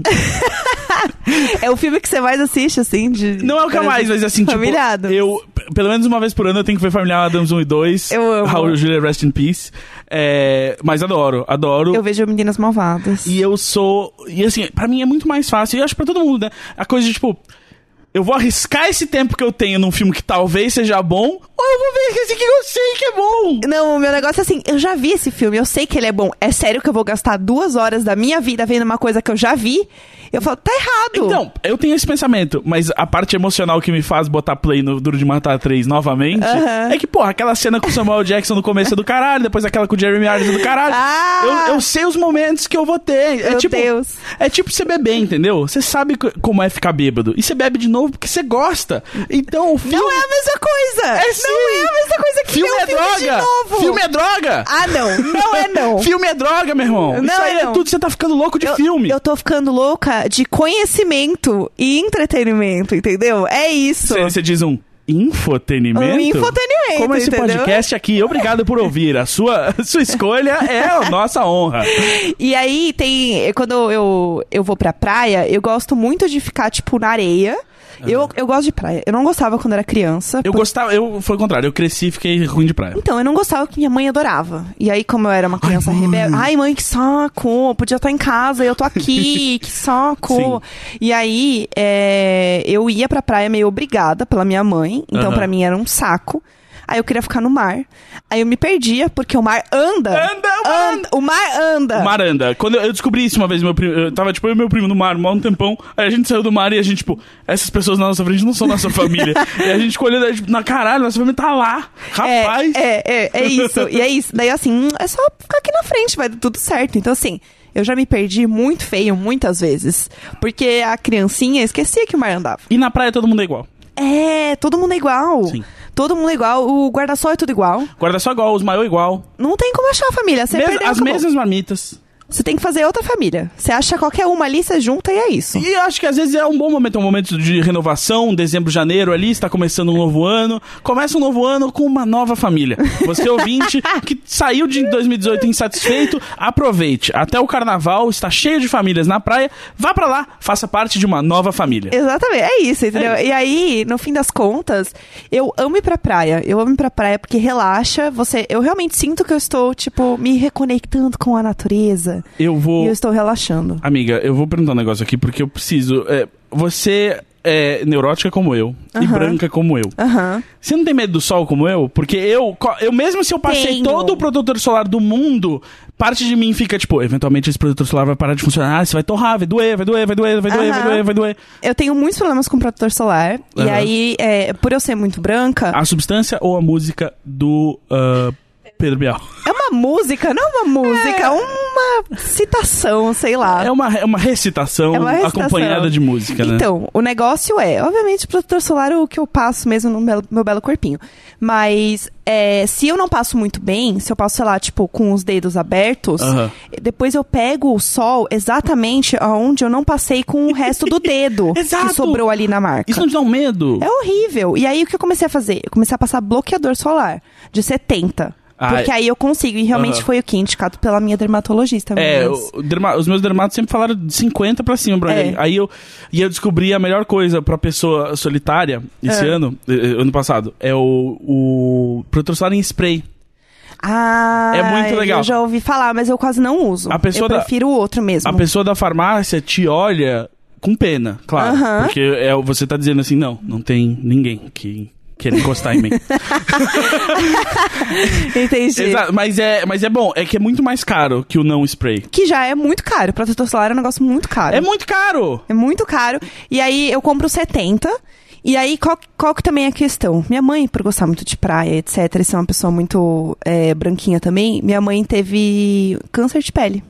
S1: É o filme que você mais assiste, assim, de.
S2: Não é o que é mais, mas assim, tipo,
S1: Família Addams.
S2: eu, p- pelo menos uma vez por ano, eu tenho que ver Família Adams 1 e 2.
S1: Eu amo.
S2: Raul Julia Rest in Peace. É, mas adoro, adoro.
S1: Eu vejo Meninas Malvadas.
S2: E eu sou. E assim, pra mim é muito mais fácil. E eu acho pra todo mundo, né? A coisa de tipo. Eu vou arriscar esse tempo que eu tenho num filme que talvez seja bom, ou eu vou ver esse que eu sei que é bom.
S1: Não, o meu negócio é assim, eu já vi esse filme, eu sei que ele é bom. É sério que eu vou gastar duas horas da minha vida vendo uma coisa que eu já vi? Eu falo, tá errado.
S2: Então, eu tenho esse pensamento, mas a parte emocional que me faz botar play no Duro de Matar 3 novamente
S1: Aham.
S2: é que, porra, aquela cena com o Samuel Jackson no começo é do caralho, depois aquela com o Jeremy Irons é do caralho.
S1: Ah!
S2: Eu, eu sei os momentos que eu vou ter. É
S1: Meu
S2: tipo,
S1: Deus.
S2: É tipo você beber, entendeu? Você sabe co- como é ficar bêbado. E você bebe de novo porque você gosta. Então, o filme.
S1: Não é a mesma coisa!
S2: É sim.
S1: não é a mesma coisa que
S2: Filme
S1: ver um
S2: é
S1: filme
S2: droga!
S1: de novo!
S2: Filme é droga!
S1: Ah, não, não é não.
S2: Filme é droga, meu irmão!
S1: Não
S2: Isso aí
S1: é
S2: é,
S1: não.
S2: tudo, você tá ficando louco de
S1: Eu-
S2: filme!
S1: Eu tô ficando louca de conhecimento e entretenimento, entendeu? É isso.
S2: Você você diz um infotenimento?
S1: Um infotenimento,
S2: Como esse
S1: entendeu?
S2: podcast aqui. Obrigado por ouvir. A sua, a sua escolha é a nossa honra.
S1: E aí tem. Quando eu, eu vou pra praia, eu gosto muito de ficar, tipo, na areia. Eu, eu gosto de praia. Eu não gostava quando era criança.
S2: Eu gostava, eu foi o contrário, eu cresci e fiquei ruim de praia.
S1: Então, eu não gostava que minha mãe adorava. E aí, como eu era uma criança rebelde, ai, mãe, que saco, podia estar em casa, eu tô aqui, que saco. E aí, é, eu ia pra praia meio obrigada pela minha mãe, então
S2: Aham.
S1: pra mim era um saco. Aí eu queria ficar no mar. Aí eu me perdia, porque o mar anda.
S2: Anda, o mar
S1: Anda, o mar anda.
S2: Maranda, quando eu, eu descobri isso uma vez, meu primo, eu tava tipo eu e meu primo no mar, mal um tempão, aí a gente saiu do mar e a gente, tipo, essas pessoas na nossa frente não são nossa família. e a gente ficou olhando, aí, tipo, na caralho, nossa família tá lá.
S1: É,
S2: Rapaz!
S1: É, é, é isso. E é isso. Daí, assim, hum, é só ficar aqui na frente, vai dar tudo certo. Então, assim, eu já me perdi muito feio muitas vezes. Porque a criancinha esquecia que o mar andava.
S2: E na praia todo mundo é igual.
S1: É, todo mundo é igual.
S2: Sim.
S1: Todo mundo é igual. O guarda-sol é tudo igual.
S2: Guarda só igual, os maior é igual.
S1: Não tem como achar a família. Você
S2: Mes-
S1: perdeu,
S2: as
S1: acabou.
S2: mesmas marmitas.
S1: Você tem que fazer outra família. Você acha qualquer uma ali, você junta e é isso.
S2: E eu acho que às vezes é um bom momento, é um momento de renovação, um dezembro, janeiro ali, está começando um novo ano. Começa um novo ano com uma nova família. Você ouvinte que saiu de 2018 insatisfeito, aproveite. Até o carnaval está cheio de famílias na praia. Vá pra lá, faça parte de uma nova família.
S1: Exatamente, é isso, entendeu? E aí, no fim das contas, eu amo ir pra praia. Eu amo ir pra praia porque relaxa. Você, eu realmente sinto que eu estou, tipo, me reconectando com a natureza.
S2: Eu
S1: E
S2: vou
S1: eu estou relaxando.
S2: Amiga, eu vou perguntar um negócio aqui porque eu preciso. é, você é neurótica como eu e
S1: Aham.
S2: branca como eu.
S1: Aham.
S2: Você não tem medo do sol como eu? Porque eu, co- eu mesmo se eu passei
S1: Tenho.
S2: todo o protetor solar do mundo, parte de mim fica tipo, eventualmente esse protetor solar vai parar de funcionar, Ah, você vai torrar, vai doer, vai doer, vai doer, vai doer, vai
S1: Aham.
S2: doer, vai doer.
S1: Eu tenho muitos problemas com protetor solar. E
S2: Aham.
S1: aí, é, por eu ser muito branca,
S2: A substância ou a música do ah, Pedro Bial?
S1: é uma música, não uma música, é uma citação, sei lá.
S2: É uma, é uma recitação
S1: Ah. É uma recitação.
S2: acompanhada de música, né?
S1: Então, o negócio é, obviamente, protetor solar é o que eu passo mesmo no meu, meu belo corpinho. Mas é, se eu não passo muito bem, se eu passo, sei lá, tipo, com os dedos abertos,
S2: Aham.
S1: depois eu pego o sol exatamente aonde eu não passei com o resto do dedo
S2: Exato.
S1: que sobrou ali na marca.
S2: Isso não te dá um medo?
S1: É horrível. E aí o que eu comecei a fazer? Eu comecei a passar bloqueador solar de 70.
S2: Ah,
S1: porque
S2: é.
S1: aí eu consigo. E realmente
S2: Aham.
S1: foi o que indicado pela minha dermatologista.
S2: É,
S1: meninas.
S2: o- o derma- os meus dermatos sempre falaram de 50 pra cima pra
S1: É.
S2: mim. Aí eu, e eu descobri a melhor coisa pra pessoa solitária esse
S1: Ah.
S2: ano, eh, eh, ano passado, é o, o protetor solar em spray.
S1: Ah,
S2: É muito legal.
S1: Eu já ouvi falar, mas eu quase não uso.
S2: A pessoa
S1: eu
S2: da-
S1: prefiro o outro mesmo.
S2: A pessoa da farmácia te olha com pena, claro.
S1: Aham.
S2: Porque é, o- você tá dizendo assim, não, não tem ninguém que queira encostar em mim.
S1: Entendi.
S2: Exato, mas é, mas é bom, é que é muito mais caro que o não spray.
S1: Que já é muito caro. Protetor solar é um negócio muito caro.
S2: É muito caro!
S1: É muito caro. E aí eu compro 70. E aí, qual, qual que também é a questão? Minha mãe, por gostar muito de praia, etc., e ser uma pessoa muito é, branquinha também, minha mãe teve câncer de pele.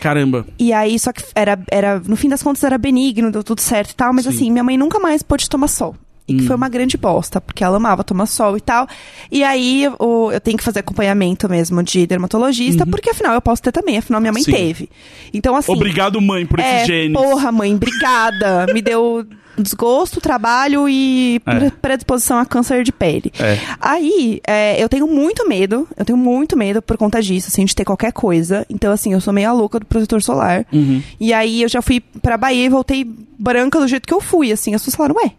S2: Caramba.
S1: E aí, só que era, era, no fim das contas, era benigno, deu tudo certo e tal, mas
S2: Sim.
S1: assim, minha mãe nunca mais pôde tomar sol. E que
S2: Hum.
S1: foi uma grande bosta, porque ela amava tomar sol e tal. E aí, o- eu tenho que fazer acompanhamento mesmo de dermatologista, porque afinal eu posso ter também, afinal minha mãe
S2: Uhum. Sim.
S1: teve. Então, assim.
S2: Obrigado, mãe, por
S1: é,
S2: esse gene.
S1: Porra, mãe, obrigada. Me deu desgosto, trabalho e
S2: É.
S1: pre- predisposição a câncer de pele.
S2: É.
S1: Aí, é, eu tenho muito medo, eu tenho muito medo por conta disso, assim, de ter qualquer coisa. Então, assim, eu sou meio a louca do protetor solar. E aí, eu já fui pra Bahia e voltei branca do jeito que eu fui, assim. As pessoas falaram, ué,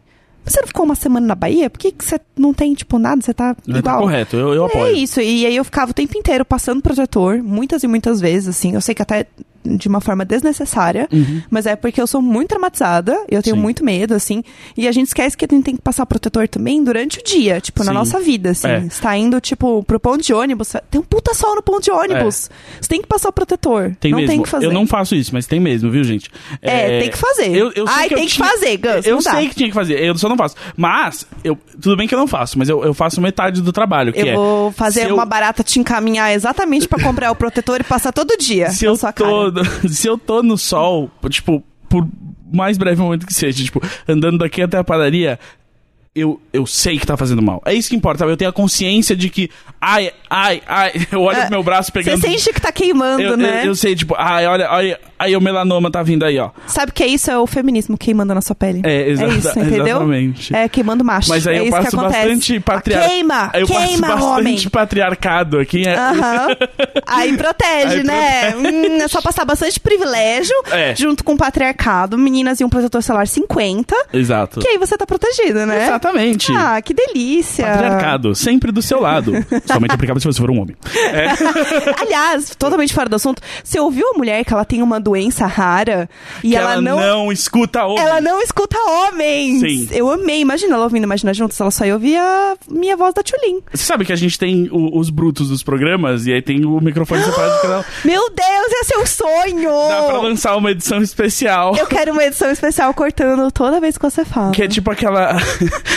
S1: você não ficou uma semana na Bahia? Por que que você não tem, tipo, nada? Você tá
S2: Tá
S1: igual?
S2: correto, eu, eu
S1: É
S2: apoio.
S1: isso, e aí eu ficava o tempo inteiro passando protetor, muitas e muitas vezes, assim, eu sei que até de uma forma desnecessária, mas é porque eu sou muito traumatizada, eu tenho
S2: Uhum. Sim.
S1: muito medo, assim, e a gente esquece que a gente tem que passar protetor também durante o dia, tipo, na
S2: Sim.
S1: nossa vida, assim,
S2: É.
S1: você tá indo, tipo, pro ponto de ônibus, tem um puta sol no ponto de ônibus, você tem que passar o protetor,
S2: É. Tem
S1: não
S2: mesmo.
S1: tem que fazer.
S2: Eu não faço isso, mas tem mesmo, viu, gente?
S1: É, tem que fazer.
S2: Eu, eu sei
S1: Ai,
S2: que eu
S1: tem que
S2: tinha-
S1: fazer, Gus,
S2: Eu
S1: não dá.
S2: sei que tinha que fazer, eu só não faço. Mas, eu, tudo bem que eu não faço, mas eu, eu faço metade do trabalho, que
S1: Eu
S2: é...
S1: vou fazer
S2: se
S1: uma
S2: eu-
S1: barata te encaminhar exatamente pra comprar o protetor e passar todo dia
S2: se
S1: na
S2: eu
S1: sua
S2: tô
S1: cara.
S2: se eu tô no sol tipo por mais breve momento que seja tipo andando daqui até a padaria eu, eu sei que tá fazendo mal. É isso que importa. sabe? Eu tenho a consciência de que. Ai, ai, ai. Eu olho
S1: É,
S2: pro meu braço
S1: Você
S2: pegando.
S1: sente que tá queimando,
S2: eu, eu-
S1: né?
S2: eu, sei, tipo, ai, olha, olha. Aí o melanoma tá vindo aí, ó.
S1: Sabe o que é isso? É o feminismo queimando na sua pele.
S2: É, exata-
S1: isso, entendeu?
S2: exatamente.
S1: É queimando macho.
S2: Mas aí
S1: é
S2: eu
S1: isso
S2: passo
S1: que acontece.
S2: bastante
S1: Ah,
S2: patriarcado.
S1: Queima!
S2: Eu
S1: queima,
S2: passo
S1: homem! Ah,
S2: bastante patriarcado aqui. é-
S1: Aham. Aí protege,
S2: Aí
S1: né? Hum, é só passar bastante privilégio
S2: É.
S1: junto com o patriarcado, meninas e um protetor solar 50,
S2: Exato.
S1: que aí você tá protegida, né?
S2: Exatamente.
S1: Ah, é. que delícia!
S2: Patriarcado, sempre do seu lado. Somente aplicável se você for um homem.
S1: Aliás, totalmente fora do assunto, você ouviu a mulher que ela tem uma doença rara e
S2: que
S1: ela, não
S2: escuta homem.
S1: Ela não escuta homens.
S2: Sim.
S1: Eu amei. Imagina ela ouvindo Imagina Juntos. Ela só ia ouvir a minha voz da Tchulin.
S2: Você sabe que a gente tem o- os brutos dos programas e aí tem o microfone separado do canal.
S1: Meu Deus, ia ser um sonho!
S2: Dá pra lançar uma edição especial.
S1: Eu quero uma edição especial cortando toda vez que você fala.
S2: Que é tipo aquela.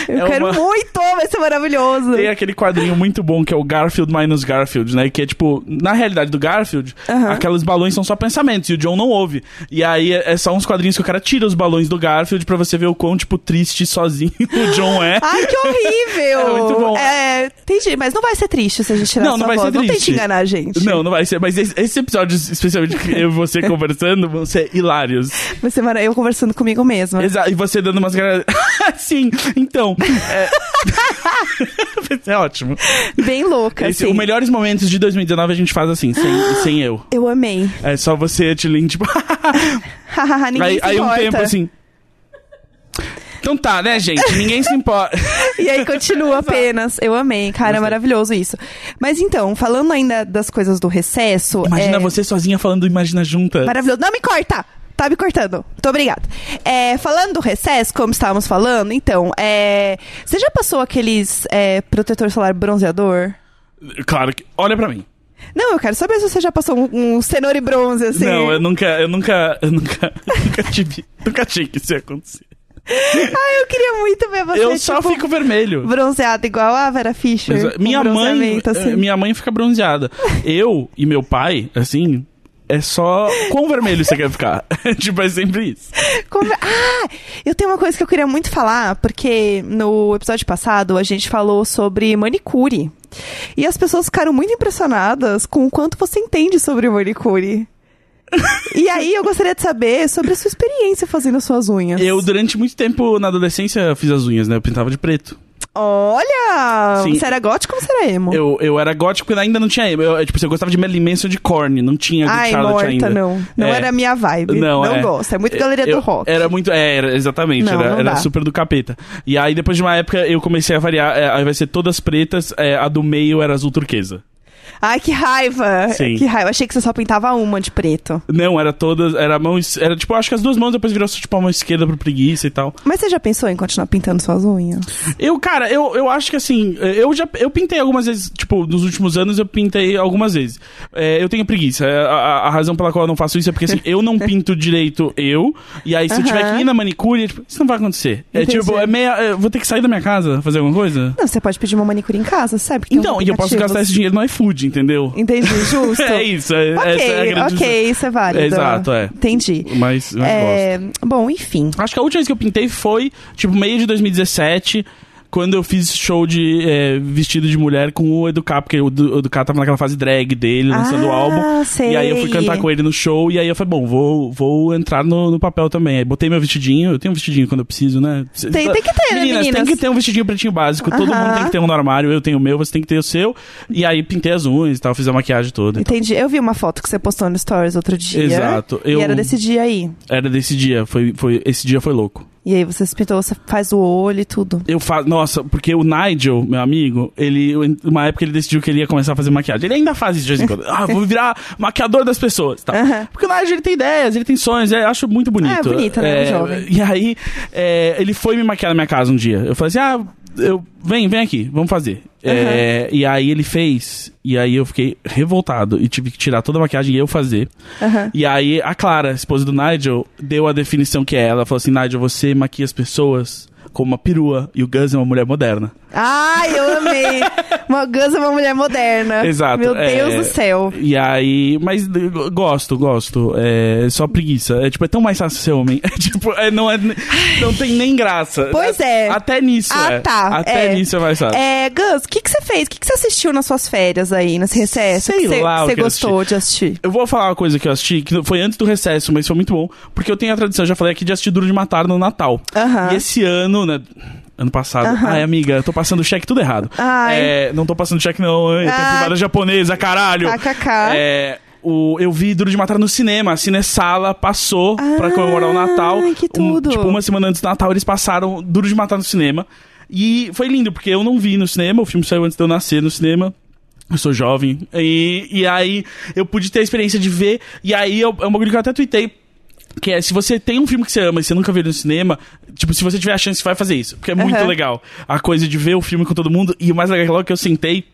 S1: Eu
S2: é
S1: quero
S2: uma-
S1: muito! Vai ser maravilhoso!
S2: Tem aquele quadrinho muito bom que é o Garfield minus Garfield, né? Que é tipo, na realidade do Garfield,
S1: Aham.
S2: aqueles balões são só pensamentos e o John não ouve. E aí é, é só uns quadrinhos que o cara tira os balões do Garfield pra você ver o quão, tipo, triste e sozinho o John é.
S1: Ai, que horrível!
S2: É muito bom.
S1: É, entendi, mas não vai ser triste se a gente tirar
S2: Não,
S1: sua
S2: não vai
S1: voz.
S2: ser
S1: não tem
S2: triste.
S1: que enganar a gente.
S2: Não, não vai ser. Mas esse, esse episódio, especialmente que eu e você conversando, vão ser hilários.
S1: Vai ser mara- eu conversando comigo mesma.
S2: Exa e você dando umas caras. Sim, então. É, é ótimo.
S1: Bem louca,
S2: Esse, é
S1: assim.
S2: Os melhores momentos de 2019 a gente faz assim, sem, sem eu.
S1: Eu amei.
S2: É só você, Tilin, tipo.
S1: Hahaha, ninguém
S2: aí
S1: se
S2: aí um
S1: importa.
S2: tempo assim. Então tá, né, gente? Ninguém se importa.
S1: E aí continua apenas. Eu amei, cara, é
S2: Gostei.
S1: maravilhoso isso. Mas então, falando ainda das coisas do recesso.
S2: Imagina
S1: é...
S2: você sozinha falando Imagina Junta.
S1: Maravilhoso. Não me corta! Tá me cortando. Muito obrigada. É, falando do recesso, como estávamos falando, então, é, você já passou aqueles é, protetor solar bronzeador?
S2: Claro que. Olha pra mim.
S1: Não, eu quero saber se você já passou um, um cenoura e bronze, assim.
S2: Não, eu nunca. Eu nunca. Eu nunca. nunca tive. Nunca achei que isso ia acontecer.
S1: Ai, Ah, eu queria muito ver você,
S2: eu só
S1: tipo,
S2: fico vermelho.
S1: bronzeada igual a Vera Fischer.
S2: Exa-
S1: com
S2: Minha mãe,
S1: bronzeamento, assim.
S2: eh, minha mãe fica bronzeada. Eu e meu pai, assim, é só quão vermelho você quer ficar. tipo, é sempre isso.
S1: Como- Ah, eu tenho uma coisa que eu queria muito falar, porque no episódio passado a gente falou sobre manicure. E as pessoas ficaram muito impressionadas com o quanto você entende sobre manicure. e aí eu gostaria de saber sobre a sua experiência fazendo as suas unhas.
S2: Eu, durante muito tempo, na adolescência, fiz as unhas, né? Eu pintava de preto.
S1: Olha!
S2: Sim.
S1: Você era gótico ou você era emo?
S2: Eu, eu era gótico e ainda não tinha emo. Eu, eu, tipo, assim, eu gostava de Marilyn Manson de corne, não tinha Good
S1: Ai,
S2: Charlotte
S1: morta,
S2: ainda.
S1: não. Não
S2: É.
S1: era a minha vibe.
S2: Não, é.
S1: gosto. É muito galeria
S2: Eu-
S1: do rock.
S2: Era muito. É, era, exatamente.
S1: Não,
S2: era
S1: não
S2: era
S1: dá.
S2: super do capeta. E aí, depois de uma época, eu comecei a variar. é, aí vai ser todas pretas, é, a do meio era azul turquesa.
S1: Ai, que raiva.
S2: Sim.
S1: Que raiva. Achei que você só pintava uma de preto.
S2: Não, era todas. Era a mão. es- Era tipo, acho que as duas mãos depois virou tipo a mão esquerda pro preguiça e tal.
S1: Mas você já pensou em continuar pintando suas unhas?
S2: Eu, cara, eu, eu acho que assim. Eu já. Eu pintei algumas vezes. Tipo, nos últimos anos eu pintei algumas vezes. É, eu tenho preguiça. É, A, a- a razão pela qual eu não faço isso é porque assim, eu não pinto direito eu. E aí se eu tiver
S1: Aham.
S2: que ir na manicure, é, tipo, isso não vai acontecer. É
S1: Entendi.
S2: tipo, é meia. é, vou ter que sair da minha casa fazer alguma coisa?
S1: Não, você pode pedir uma manicure em casa, sabe? Que tem
S2: Então,
S1: uns
S2: e eu posso
S1: aplicativos.
S2: gastar esse dinheiro no iFood, entendeu?
S1: Entendi, justo.
S2: É isso. É, essa é a
S1: Então, ok,
S2: grande
S1: ok, isso é válido.
S2: É, exato, é.
S1: Entendi.
S2: Mas, mas gosto.
S1: É, bom, enfim.
S2: Acho que a última vez que eu pintei foi, tipo, meio de 2017, quando eu fiz show de é, vestido de mulher com o Educar, porque o Edu- o Educar tava naquela fase drag dele, lançando
S1: ah,
S2: o álbum.
S1: Sei.
S2: E aí eu fui cantar com ele no show, e aí eu falei, bom, vou, vou entrar no, no papel também. Aí botei meu vestidinho, eu tenho um vestidinho quando eu preciso, né? Cê-
S1: Tem- tem que ter, né,
S2: meninas,
S1: meninas?
S2: tem que ter um vestidinho pretinho básico, todo
S1: Aham.
S2: mundo tem que ter um no armário, eu tenho o meu, você tem que ter o seu. E aí pintei as unhas e tal, fiz a maquiagem toda.
S1: Entendi. Eu vi uma foto que você postou no Stories outro dia.
S2: então. Exato.
S1: E
S2: Eu-
S1: era desse dia aí.
S2: Era desse dia, foi, foi, esse dia foi louco.
S1: E aí você se pintou, você faz o olho e tudo.
S2: Eu faço. Nossa, porque o Nigel, meu amigo, ele. Uma época ele decidiu que ele ia começar a fazer maquiagem. Ele ainda faz isso de vez em quando. Ah, vou virar maquiador das pessoas. Tá.
S1: Aham.
S2: Porque o Nigel ele tem ideias, ele tem sonhos. Eu acho muito bonito.
S1: É, bonito, né? Um jovem.
S2: E aí, é, ele foi me maquiar na minha casa um dia. Eu falei assim: ah, eu, vem, vem aqui, vamos fazer. É, e aí ele fez. E aí eu fiquei revoltado e tive que tirar toda a maquiagem e eu fazer.
S1: Aham.
S2: E aí a Clara, esposa do Nigel, deu a definição que é. Ela falou assim: Nigel, você maquia as pessoas como uma perua e o Gus é uma mulher moderna.
S1: Ai, eu amei. uma Gus é uma mulher moderna.
S2: Exato,
S1: Meu Deus
S2: é.
S1: do céu.
S2: E aí, mas d- gosto, gosto. É só preguiça. É tipo, é tão mais fácil ser homem. É tipo, é, não, é, não tem nem graça.
S1: Pois é.
S2: Até nisso.
S1: Ah,
S2: é.
S1: tá,
S2: Até
S1: é.
S2: nisso é mais fácil.
S1: É, Gus, o que, que você fez? O que, que você assistiu nas suas férias aí, nesse recesso?
S2: Sei
S1: que você,
S2: lá o
S1: você
S2: que eu
S1: gostou de assistir?
S2: Eu vou falar uma coisa que eu assisti, que foi antes do recesso, mas foi muito bom, porque eu tenho a tradição, eu já falei aqui, de assistir Duro de Matar no Natal.
S1: Aham.
S2: E esse ano, né? Ano passado.
S1: Aham.
S2: Ai, amiga, eu tô passando cheque tudo errado.
S1: Ai.
S2: É, não tô passando cheque, não. hein? Eu tô
S1: Ah.
S2: privada japonesa, caralho.
S1: KKK.
S2: É, o, eu vi Duro de Matar no cinema. A Cine Sala passou
S1: Ah,
S2: pra comemorar o Natal.
S1: que
S2: Um-
S1: tudo.
S2: tipo, uma semana antes do Natal, eles passaram Duro de Matar no cinema. E foi lindo, porque eu não vi no cinema. O filme saiu antes de eu nascer no cinema. Eu sou jovem. E, e aí eu pude ter a experiência de ver. E aí eu, é um bagulho que eu até tuitei. Que é, se você tem um filme que você ama e você nunca viu no cinema, tipo, se você tiver a chance, vai fazer isso. Porque é muito
S1: Aham.
S2: legal a coisa de ver o filme com todo mundo. E o mais legal é que logo que eu sentei,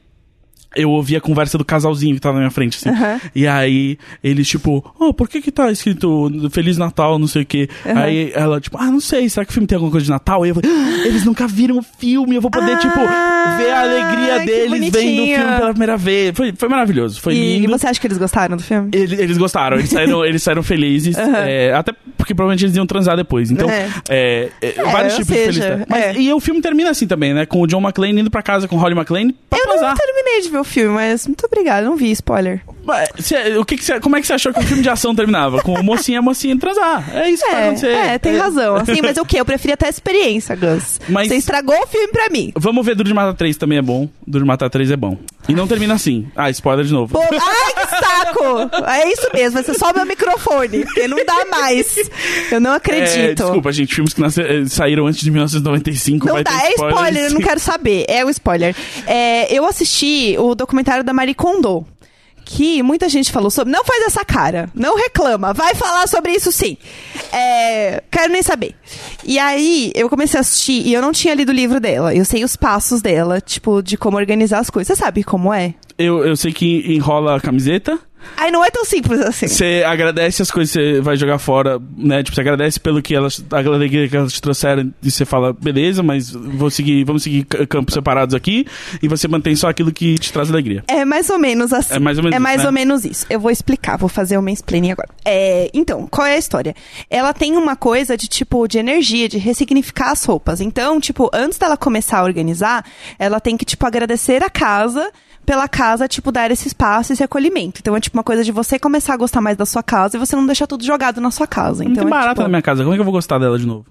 S2: eu ouvi a conversa do casalzinho que tava na minha frente, assim.
S1: Aham.
S2: E aí, eles, tipo, oh, por que que tá escrito Feliz Natal, não sei o quê? Aí ela, tipo, ah, não sei, será que o filme tem alguma coisa de Natal? E eu falei, "Ah, eles nunca viram o filme, eu vou poder,
S1: Ah,
S2: tipo, ver a alegria
S1: que
S2: deles vendo o
S1: bonitinho.
S2: filme pela primeira vez. Foi, foi maravilhoso, foi
S1: E, e
S2: lindo.
S1: você acha que eles gostaram do filme?
S2: Ele- Eles, gostaram, eles saíram, eles saíram felizes. é, até porque provavelmente eles iam transar depois. Então,
S1: É.
S2: é. é, vários
S1: ou
S2: tipos
S1: seja,
S2: de felicidade. Mas-
S1: é.
S2: E o filme termina assim também, né? Com o John McClane indo pra casa com o Holly McClane pra
S1: Eu não
S2: transar.
S1: terminei de ver o filme, mas muito obrigada, não vi, spoiler.
S2: Mas, cê- o que que cê- como é que você achou que o filme de ação terminava? Com o mocinho e a mocinha indo transar. É isso que vai acontecer.
S1: É, é, tem razão. Assim, mas o que? Eu prefiro até a experiência, Gus.
S2: Mas-
S1: Você estragou o filme pra mim.
S2: Vamos ver Duro de Matar 3 também é bom. Duro de Matar 3 é bom. E não termina assim. Ah, spoiler de novo.
S1: Pô, ai, que saco! É isso mesmo, vai ser só meu microfone, porque não dá mais. Eu não
S2: É,
S1: acredito.
S2: desculpa, gente. Filmes que nasce- eh, saíram antes de 1995
S1: Não
S2: vai
S1: dá,
S2: ter
S1: é
S2: spoiler.
S1: spoiler, eu não quero saber. É o spoiler. É, eu assisti o documentário da Marie Kondo, que muita gente falou sobre. Não faz essa cara, não reclama, vai falar sobre isso sim. É, quero nem saber. E aí, eu comecei a assistir e eu não tinha lido o livro dela. Eu sei os passos dela, tipo, de como organizar as coisas. Você sabe como é?
S2: Eu, eu sei que enrola a camiseta.
S1: Aí não é tão simples assim.
S2: Você agradece as coisas que você vai jogar fora, né? Tipo, você agradece pelo que elas, a alegria que elas te trouxeram e você fala, beleza, mas vou seguir, vamos seguir c- campos separados aqui e você mantém só aquilo que te traz alegria.
S1: É mais ou menos assim.
S2: É mais ou menos
S1: É
S2: isso,
S1: mais
S2: né?
S1: ou menos isso. Eu vou explicar, vou fazer uma explaining agora. É, então, qual é a história? Ela tem uma coisa de tipo de energia, de ressignificar as roupas. Então, tipo, antes dela começar a organizar, ela tem que tipo agradecer a casa pela casa, tipo, dar esse espaço, esse acolhimento. Então é tipo uma coisa de você começar a gostar mais da sua casa e você não deixar tudo jogado na sua casa.
S2: Não
S1: Então,
S2: tem
S1: é,
S2: barata
S1: tipo,
S2: na minha casa, como é que eu vou gostar dela de novo?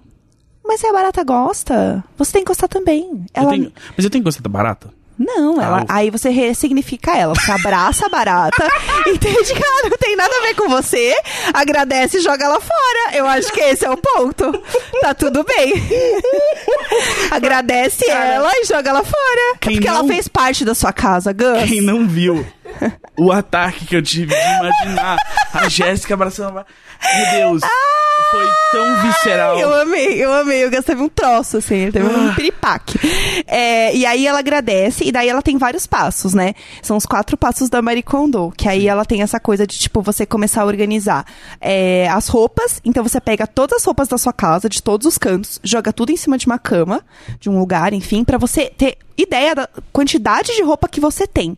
S1: Mas se a barata gosta, você tem que gostar também.
S2: Eu
S1: Ela
S2: tenho- mas eu tenho que gostar da barata?
S1: Não, ela,
S2: Ah, o-
S1: aí você ressignifica ela. Você abraça a barata, entende que ela não tem nada a ver com você, agradece e joga ela fora. Eu acho que esse é o ponto. Tá tudo bem. agradece ela e joga ela fora. É
S2: Quem
S1: porque ela
S2: não-
S1: fez parte da sua casa, Gus.
S2: Quem não viu o ataque que eu tive de imaginar a Jéssica abraçando. a Bárbara. Meu Deus, foi tão visceral.
S1: Eu amei, eu amei. O Gus teve um troço, assim, ele teve um piripaque. É, e aí ela agradece, e daí ela tem vários passos, né? São os quatro passos da Marie Kondo, que aí ela tem essa coisa de, tipo, você começar a organizar é, as roupas. Então você pega todas as roupas da sua casa, de todos os cantos, joga tudo em cima de uma cama, de um lugar, enfim, pra você ter ideia da quantidade de roupa que você tem.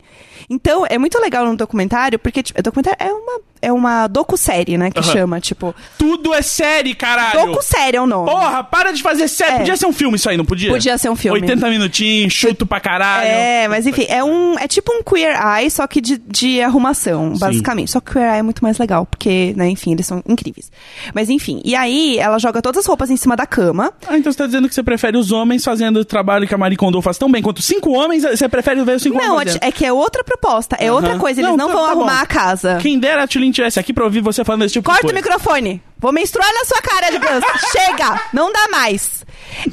S1: Então, é muito legal no documentário, porque tipo, documentário é uma, é uma docu-série, né, que
S2: Aham.
S1: chama, tipo...
S2: Tudo é série, caralho.
S1: Docu-série é o nome.
S2: Porra, para de fazer série.
S1: É.
S2: Podia ser um filme isso aí, não podia?
S1: Podia ser um filme.
S2: 80 minutinhos, chuto pra caralho.
S1: É, mas enfim, é um. É tipo um queer eye, só que de, de arrumação, basicamente. Só que queer eye é muito mais legal, porque, né, enfim, eles são incríveis. Mas enfim, e aí ela joga todas as roupas em cima da cama.
S2: Ah, então você tá dizendo que você prefere os homens fazendo o trabalho que a Marie Kondo faz tão bem quanto cinco homens, eh, você prefere ver os cinco
S1: Não, é,
S2: homens. fazendo.
S1: é que é outra proposta, é outra
S2: Aham.
S1: coisa. Eles não,
S2: tá-
S1: vão
S2: tá bom.
S1: arrumar a casa.
S2: Quem dera a Tulin tivesse aqui pra ouvir você falando esse tipo
S1: é. Corta
S2: de
S1: o
S2: coisa.
S1: microfone. Vou menstruar na sua cara, Gus. Chega, não dá mais.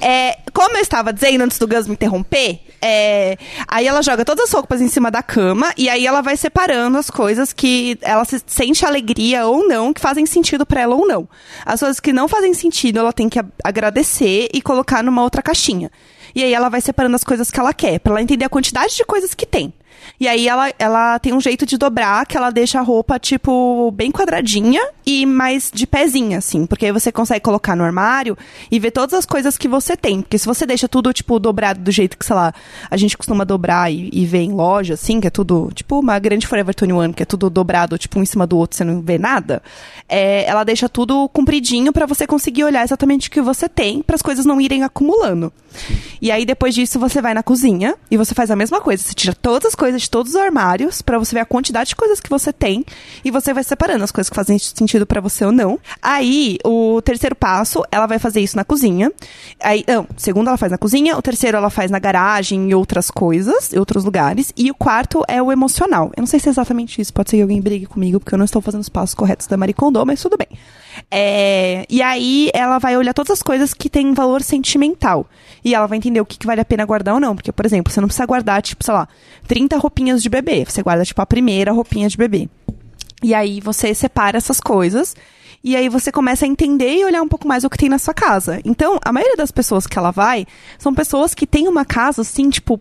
S1: É, como eu estava dizendo antes do Gus me interromper, é, aí ela joga todas as roupas em cima da cama e aí ela vai separando as coisas que ela se- sente alegria ou não, que fazem sentido pra ela ou não. As coisas que não fazem sentido, ela tem que a- agradecer e colocar numa outra caixinha. E aí ela vai separando as coisas que ela quer, pra ela entender a quantidade de coisas que tem. E aí ela, ela tem um jeito de dobrar que ela deixa a roupa, tipo, bem quadradinha e mais de pezinha, assim. Porque aí você consegue colocar no armário e ver todas as coisas que você tem. Porque se você deixa tudo, tipo, dobrado do jeito que, sei lá, a gente costuma dobrar e, e ver em loja, assim, que é tudo, tipo, uma grande Forever 21, que é tudo dobrado, tipo, um em cima do outro, você não vê nada. é, ela deixa tudo compridinho pra você conseguir olhar exatamente o que você tem, para as coisas não irem acumulando. E aí, depois disso, você vai na cozinha e você faz a mesma coisa. Você tira todas as coisas de todos os armários pra você ver a quantidade de coisas que você tem e você vai separando as coisas que fazem sentido pra você ou não. Aí, o terceiro passo, ela vai fazer isso na cozinha. Aí, não, o segundo ela faz na cozinha, o terceiro ela faz na garagem e outras coisas, e outros lugares. E o quarto é o emocional. Eu não sei se é exatamente isso, pode ser que alguém brigue comigo, porque eu não estou fazendo os passos corretos da Marie Kondo, mas tudo bem. É, e aí ela vai olhar todas as coisas que têm valor sentimental. E ela vai entender o que, que vale a pena guardar ou não. Porque, por exemplo, você não precisa guardar, tipo, sei lá, 30 roupinhas de bebê. Você guarda, tipo, a primeira roupinha de bebê. E aí você separa essas coisas. E aí você começa a entender e olhar um pouco mais o que tem na sua casa. Então, a maioria das pessoas que ela vai são pessoas que têm uma casa, assim, tipo,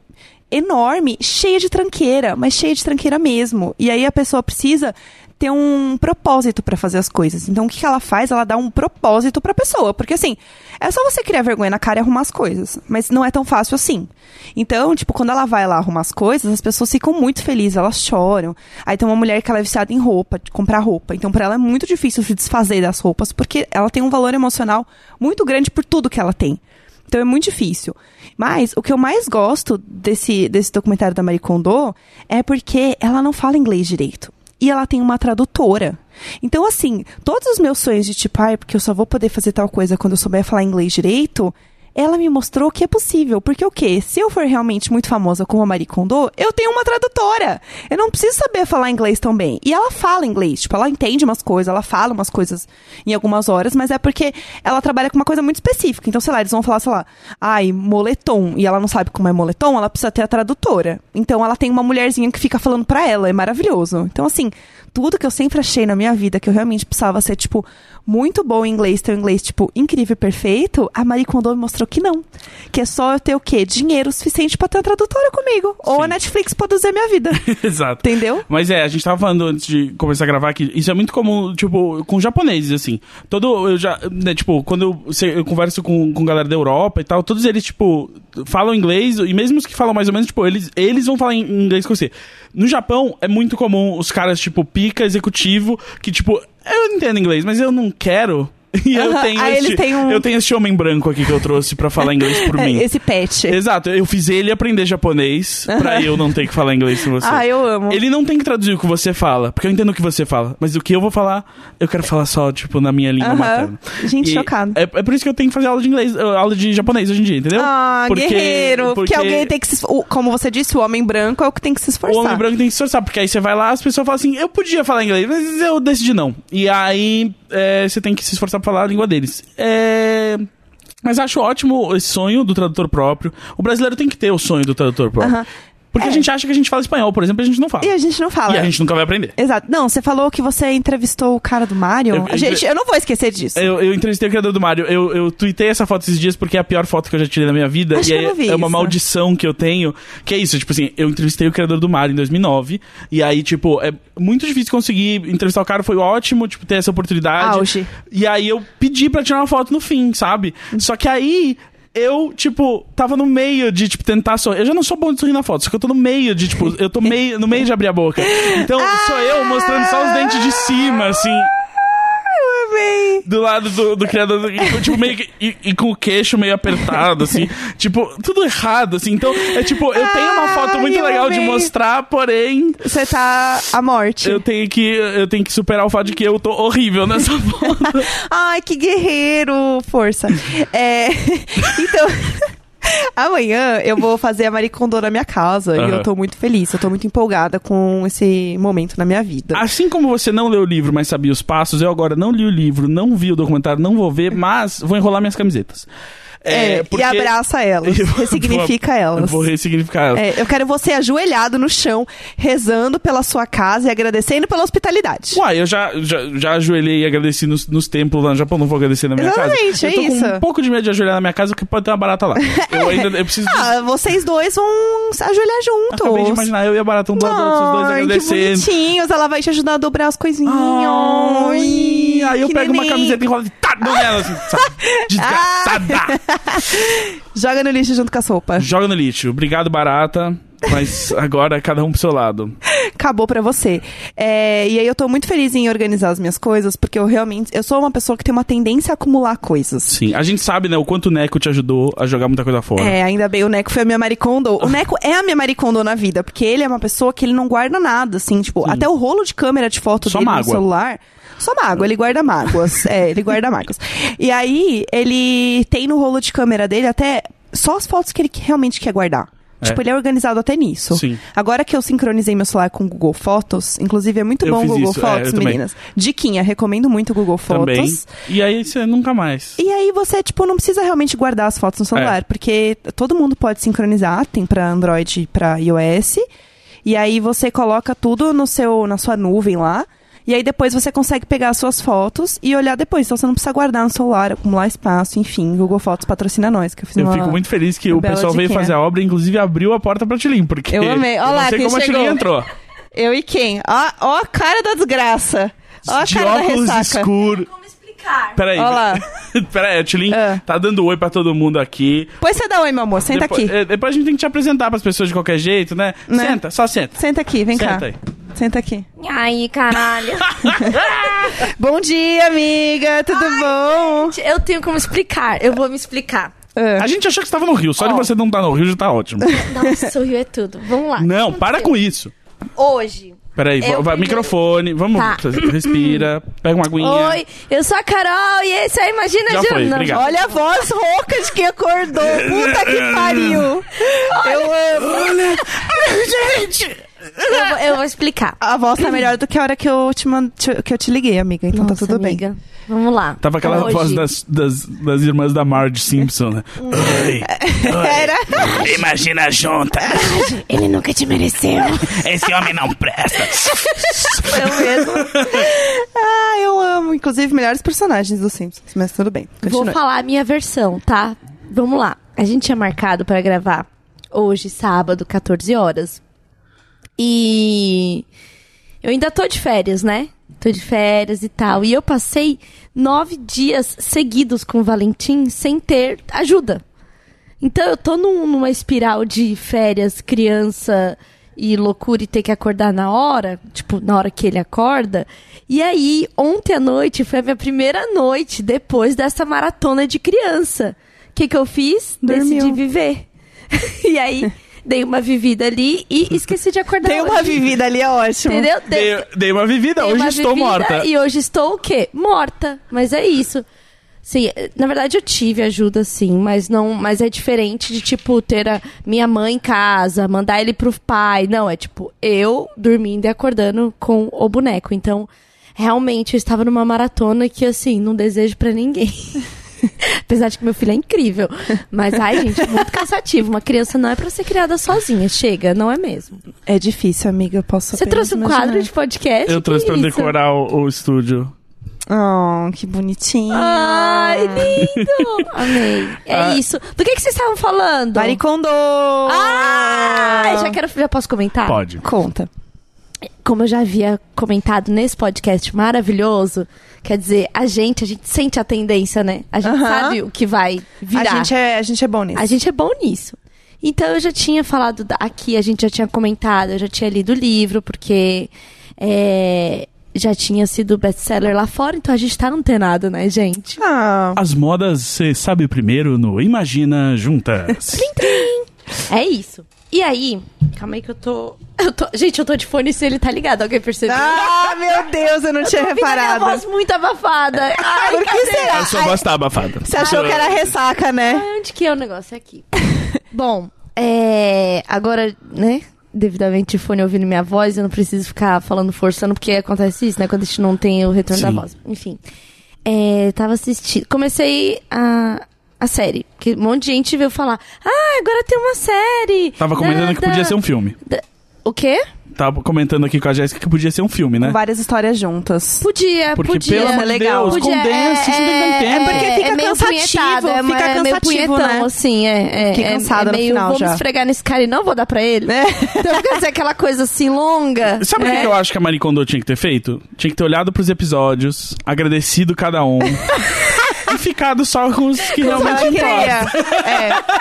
S1: enorme, cheia de tranqueira, mas cheia de tranqueira mesmo. E aí a pessoa precisa ter um propósito pra fazer as coisas. Então, o que que ela faz? Ela dá um propósito pra pessoa. Porque, assim, é só você criar vergonha na cara e arrumar as coisas. Mas não é tão fácil assim. Então, tipo, quando ela vai lá arrumar as coisas, as pessoas ficam muito felizes, elas choram. Aí tem uma mulher que ela é viciada em roupa, de comprar roupa. Então, pra ela é muito difícil se desfazer das roupas, porque ela tem um valor emocional muito grande por tudo que ela tem. Então é muito difícil. Mas o que eu mais gosto desse, desse documentário da Marie Kondo é porque ela não fala inglês direito. E ela tem uma tradutora. Então, assim, todos os meus sonhos de tipo, ai, porque eu só vou poder fazer tal coisa quando eu souber falar inglês direito, ela me mostrou que é possível. Porque o quê? Se eu for realmente muito famosa como a Marie Kondo, eu tenho uma tradutora. Eu não preciso saber falar inglês tão bem. E ela fala inglês, tipo, ela entende umas coisas, ela fala umas coisas em algumas horas, mas é porque ela trabalha com uma coisa muito específica. Então, sei lá, eles vão falar, sei lá, ai, moletom, e ela não sabe como é moletom, ela precisa ter a tradutora. Então, ela tem uma mulherzinha que fica falando pra ela, é maravilhoso. Então, assim, tudo que eu sempre achei na minha vida que eu realmente precisava ser, tipo, muito bom em inglês, ter um inglês, tipo, incrível e perfeito, a Marie Kondo me mostrou que não. Que é só eu ter o quê? Dinheiro suficiente pra ter uma tradutora comigo. Ou a Netflix produzir a minha vida.
S2: Exato.
S1: Entendeu?
S2: Mas é, a gente tava falando antes de começar a gravar que isso é muito comum, tipo, com japoneses, assim. Todo, eu já, né, tipo, quando eu, se- eu converso com, com galera da Europa e tal, todos eles, tipo, falam inglês, e mesmo os que falam mais ou menos, tipo, eles, eles vão falar em inglês com você. No Japão, é muito comum os caras, tipo, pica, executivo, que, tipo, eu entendo inglês, mas eu não quero... E eu
S1: Aham,
S2: tenho,
S1: aí
S2: este,
S1: ele tem um- É
S2: eu tenho este homem branco aqui que eu trouxe pra falar inglês por mim.
S1: Esse pet.
S2: Exato, eu fiz ele aprender japonês pra eu não ter que falar inglês com você.
S1: Ah, eu amo.
S2: Ele não tem que traduzir o que você fala, porque eu entendo o que você fala, mas o que eu vou falar, eu quero falar só, tipo, na minha língua
S1: Aham.
S2: materna.
S1: Gente,
S2: E
S1: chocado.
S2: É, é por isso que eu tenho que fazer aula de inglês, uh, aula de japonês hoje em dia, entendeu?
S1: Ah,
S2: Então, Porque-
S1: guerreiro. Porque...
S2: porque
S1: alguém tem que se... es- o- Como você disse, o homem branco é o que tem que se esforçar.
S2: O homem branco tem que se esforçar, porque aí você vai lá, as pessoas falam assim, eu podia falar inglês, mas eu decidi não. E aí é, você tem que se esforçar pra falar a língua deles. É, Mas acho ótimo esse sonho do tradutor próprio. O brasileiro tem que ter o sonho do tradutor próprio.
S1: Aham.
S2: Porque
S1: É.
S2: a gente acha que a gente fala espanhol, por exemplo, e a gente não fala.
S1: E a gente não fala.
S2: E a gente nunca vai aprender.
S1: Exato. Não, você falou que você entrevistou o cara do Mario.
S2: Eu- É. eu-
S1: gente, eu não vou esquecer disso.
S2: Eu, eu entrevistei o criador do Mario. Eu, eu tuitei essa foto esses dias porque é a pior foto que eu já tirei na minha vida.
S1: Acho
S2: e
S1: que
S2: é,
S1: eu não vi
S2: é uma
S1: isso.
S2: maldição que eu tenho. Que é isso, tipo assim, eu entrevistei o criador do Mario em 2009. E aí, tipo, é muito difícil conseguir entrevistar o cara. Foi ótimo, tipo, ter essa oportunidade.
S1: Auge. Hum.
S2: E aí eu pedi pra tirar uma foto no fim, sabe? Só que aí. Eu, tipo, tava no meio de, tipo, tentar sorrir. Eu já não sou bom de sorrir na foto, só que eu tô no meio de, tipo, eu tô meio, no meio de abrir a boca. Então,
S1: Ah!
S2: sou eu mostrando só os dentes de cima, assim
S1: Eu amei.
S2: do lado do, do criador, do- e, tipo, meio que, e, e com o queixo meio apertado, assim, tipo, tudo errado, assim, então, é tipo, eu tenho uma foto muito
S1: Ai, eu
S2: legal de
S1: amei.
S2: mostrar, porém,
S1: Você tá à morte.
S2: eu tenho que, eu tenho que superar o fato de que eu tô horrível nessa foto.
S1: Ai, que guerreiro! Força. É, então. Amanhã eu vou fazer a Maricondo na minha casa e
S2: Aham.
S1: eu tô muito feliz, eu tô muito empolgada com esse momento na minha vida.
S2: Assim como você não leu o livro, mas sabia os passos, eu agora não li o livro, não vi o documentário, não vou ver, mas vou enrolar minhas camisetas.
S1: É, E
S2: porque-
S1: abraça elas,
S2: Eu-
S1: ressignifica
S2: vou-
S1: elas.
S2: Vou ressignificar elas.
S1: É, eu quero você ajoelhado no chão, rezando pela sua casa e agradecendo pela hospitalidade.
S2: Uai, eu já, já, já ajoelhei e agradeci nos, nos templos lá no Japão, não vou agradecer na minha
S1: Exatamente,
S2: casa.
S1: é
S2: eu tô com
S1: isso.
S2: um pouco de medo de ajoelhar na minha casa, porque pode ter uma barata lá. Eu ainda eu preciso. de-
S1: Ah, vocês dois vão se ajoelhar juntos.
S2: acabei de imaginar eu e a barata um do lado do outro, os dois
S1: Ai, Que
S2: agradecendo.
S1: bonitinhos, ela vai te ajudar a dobrar as coisinhas.
S2: Ai, aí eu
S1: que
S2: pego uma
S1: neném.
S2: camiseta e enrolo e tá dou nela assim, sabe? Desgraçada!
S1: Ah. Joga no lixo junto com as roupas.
S2: Joga no lixo. Obrigado, barata. Mas agora cada um pro seu lado.
S1: Acabou pra você. É, e aí eu tô muito feliz em organizar as minhas coisas, porque eu realmente. Eu sou uma pessoa que tem uma tendência a acumular coisas.
S2: Sim, a gente sabe, né, o quanto o Neco te ajudou a jogar muita coisa fora.
S1: É, ainda bem, o Neco foi a minha maricondo. O Neco é a minha maricondo na vida, porque ele é uma pessoa que ele não guarda nada, assim, tipo, até o rolo de câmera de foto
S2: Só
S1: dele no
S2: mágoa.
S1: celular. Só mágoa, ele guarda mágoas. é, ele guarda mágoas. E aí, ele tem no rolo de câmera dele até só as fotos que ele que- realmente quer guardar.
S2: É.
S1: Tipo, ele é organizado até nisso.
S2: Sim.
S1: Agora que eu sincronizei meu celular com o Google Fotos, inclusive é muito
S2: Eu
S1: bom o
S2: fiz
S1: Google
S2: isso, é,
S1: Fotos,
S2: eu também.
S1: meninas. Diquinha, recomendo muito o Google Fotos.
S2: Também. E aí você nunca mais.
S1: E aí você, tipo, não precisa realmente guardar as fotos no celular,
S2: É.
S1: porque todo mundo pode sincronizar, tem pra Android e pra iOS. E aí você coloca tudo no seu na sua nuvem lá. E aí depois você consegue pegar as suas fotos e olhar depois. Então você não precisa guardar no celular, acumular espaço, enfim. Google Fotos patrocina nós, que eu fiz
S2: Eu
S1: uma-
S2: fico muito feliz que
S1: uma
S2: o
S1: bela
S2: pessoal veio
S1: diquinha.
S2: fazer a obra, inclusive abriu a porta pra Tilin, porque
S1: Eu amei. Olha
S2: eu
S1: lá,
S2: não sei
S1: quem
S2: como
S1: chegou.
S2: a Tilin entrou.
S1: Eu e quem? Ó, ó a cara da desgraça. Ó a
S2: de
S1: cara da
S2: óculos
S1: ressaca.
S2: escuros.
S3: Como explicar?
S2: Peraí.
S1: Olha lá.
S2: Peraí, a Tilin
S1: Ah.
S2: tá dando oi pra todo mundo aqui.
S1: Pois você dá um oi, meu amor. Senta
S2: depois,
S1: aqui.
S2: é, depois a gente tem que te apresentar pras pessoas de qualquer jeito, né?
S1: Né?
S2: Senta, só senta.
S1: Senta aqui, vem
S2: Senta
S1: cá.
S2: aí.
S1: Senta aqui.
S4: Ai, caralho.
S1: Bom dia, amiga. Tudo bom?
S4: Eu tenho como explicar. Eu vou me explicar.
S1: Ah.
S2: A gente achou que você tava no Rio,
S1: Oh.
S2: só de você não estar no Rio já tá ótimo.
S4: Nossa, sorriu é tudo. Vamos lá.
S2: não, para com isso.
S4: Hoje.
S2: Peraí,
S4: Eu
S2: va- vai,
S4: primeiro.
S2: microfone, vamos,
S4: Tá.
S2: respira, pega uma aguinha.
S4: Oi, eu sou a Carol e esse é Imagina
S2: Já foi,
S4: Jana.
S2: obrigado.
S1: Olha a voz rouca de quem acordou. Puta que pariu. Eu amo.
S4: Eu, vou- eu vou explicar.
S1: A voz tá melhor do que a hora que eu te, man- te- que eu te liguei, amiga. Então
S4: Nossa,
S1: tá tudo bem.
S4: amiga. Vamos lá.
S2: Tava aquela
S4: Hoje.
S2: voz das, das, das irmãs da Marge Simpson, né? Oi, oi. Imagina junta.
S4: Ele nunca te mereceu.
S2: Esse homem não presta.
S1: Eu mesmo. ah, eu amo. Inclusive, melhores personagens do Simpsons. Mas tudo bem.
S4: Vou
S1: Continua.
S4: falar a minha versão, tá? Vamos lá. A gente tinha marcado pra gravar hoje, sábado, 14 horas. E eu ainda tô de férias, né? Tô de férias e tal. E eu passei nove dias seguidos com o Valentim sem ter ajuda. Então eu tô num- numa espiral de férias, criança e loucura e ter que acordar na hora, tipo, na hora que ele acorda. E aí, ontem à noite foi a minha primeira noite depois dessa maratona de criança. O que, que eu fiz?
S1: Dormiu.
S4: Decidi viver. e aí, dei uma vivida ali e esqueci de acordar.
S1: Tem uma
S4: hoje.
S1: vivida ali, é ótimo.
S4: Entendeu? Dei-
S2: Dei, dei uma vivida, Então,
S4: dei
S2: hoje
S4: uma
S2: estou
S4: vivida
S2: morta.
S4: E hoje estou o quê? Morta. Mas é isso. Sim, na verdade eu tive ajuda, sim, mas não, mas é diferente de tipo ter a minha mãe em casa, mandar ele pro pai. Não, é tipo eu dormindo e acordando com o boneco. Então, realmente eu estava numa maratona que assim, não desejo pra ninguém. Apesar de que meu filho é incrível. Mas, ai, gente, é muito cansativo. Uma criança não é pra ser criada sozinha. Chega, não é mesmo.
S1: É difícil, amiga. Eu posso
S4: Você
S1: apenas
S4: trouxe um
S1: imaginar.
S4: quadro de podcast?
S2: Eu trouxe
S4: Que
S2: pra
S4: isso?
S2: decorar o, o estúdio.
S1: Oh, que bonitinho.
S4: Ah, Ai, lindo! Amei. É
S2: Ah.
S4: isso. Do que, que vocês estavam falando?
S1: Maricondo!
S4: Ah, já quero, já posso comentar?
S2: Pode.
S1: Conta.
S4: Como eu já havia comentado nesse podcast maravilhoso, quer dizer, a gente, a gente sente a tendência, né? A gente
S1: Aham.
S4: sabe o que vai virar.
S1: A gente é, a gente é bom nisso.
S4: A gente é bom nisso. Então eu já tinha falado da- aqui, a gente já tinha comentado, eu já tinha lido o livro, porque é, já tinha sido best-seller lá fora, então a gente tá antenado, né, gente?
S1: Ah,
S2: As modas, você sabe primeiro no Imagina Juntas.
S4: Então, É isso. E aí, calma aí que eu tô. Eu tô... Gente, eu tô de fone se ele tá ligado, alguém percebeu?
S1: Ah, meu Deus, eu não tinha
S4: Ouvi da minha
S1: reparado.
S4: voz muito abafada. Ai,
S1: Por que
S4: cadê?
S1: será?
S2: A sua voz tá abafada.
S1: Você achou que era ressaca, né?
S4: Ai, Onde que é o negócio É aqui? Bom, é, agora, né? Devidamente fone ouvindo minha voz, eu não preciso ficar falando forçando, porque acontece isso, né? Quando a gente não tem o retorno
S2: Sim.
S4: da voz. Enfim. É, tava assistindo. Comecei a, a série. Que um monte de gente veio falar. Ah, agora tem uma série.
S2: Tava comentando que podia ser um filme.
S4: um. O quê?
S2: Tava comentando aqui com a Jéssica que podia ser um filme, né?
S1: Várias histórias juntas.
S4: Podia,
S2: Porque,
S4: podia.
S2: pelo amor de
S1: legal.
S2: Deus,
S4: Podia, é,
S2: condensa, isso não tem tempo.
S1: porque fica cansativo,
S4: punhetado,
S1: fica
S4: é, é meio
S1: cansativo,
S4: punhetão,
S1: né?
S4: assim, é. é
S1: Fiquei
S4: é-
S1: cansada
S4: é
S1: no
S4: meio,
S1: final
S4: vou
S1: já.
S4: me esfregar nesse cara e não vou dar pra ele.
S1: É.
S4: Então fica assim, aquela coisa assim, longa.
S2: Sabe o que
S4: né?
S2: que eu acho que a Marie Kondo tinha que ter feito? Tinha que ter olhado pros episódios, agradecido cada um. e ficado só com os que realmente
S1: Sabe o que eu
S2: importam.
S1: queria? É.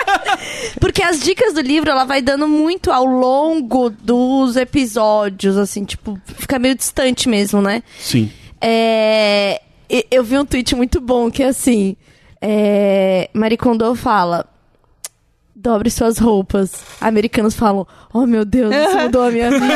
S4: Porque as dicas do livro, ela vai dando muito ao longo dos episódios, assim, tipo, fica meio distante mesmo, né?
S2: Sim.
S4: É, e- eu vi um tweet muito bom que é assim. É, Marie Kondo fala. Dobre suas roupas. Americanos falam: Oh meu Deus, isso mudou a minha vida.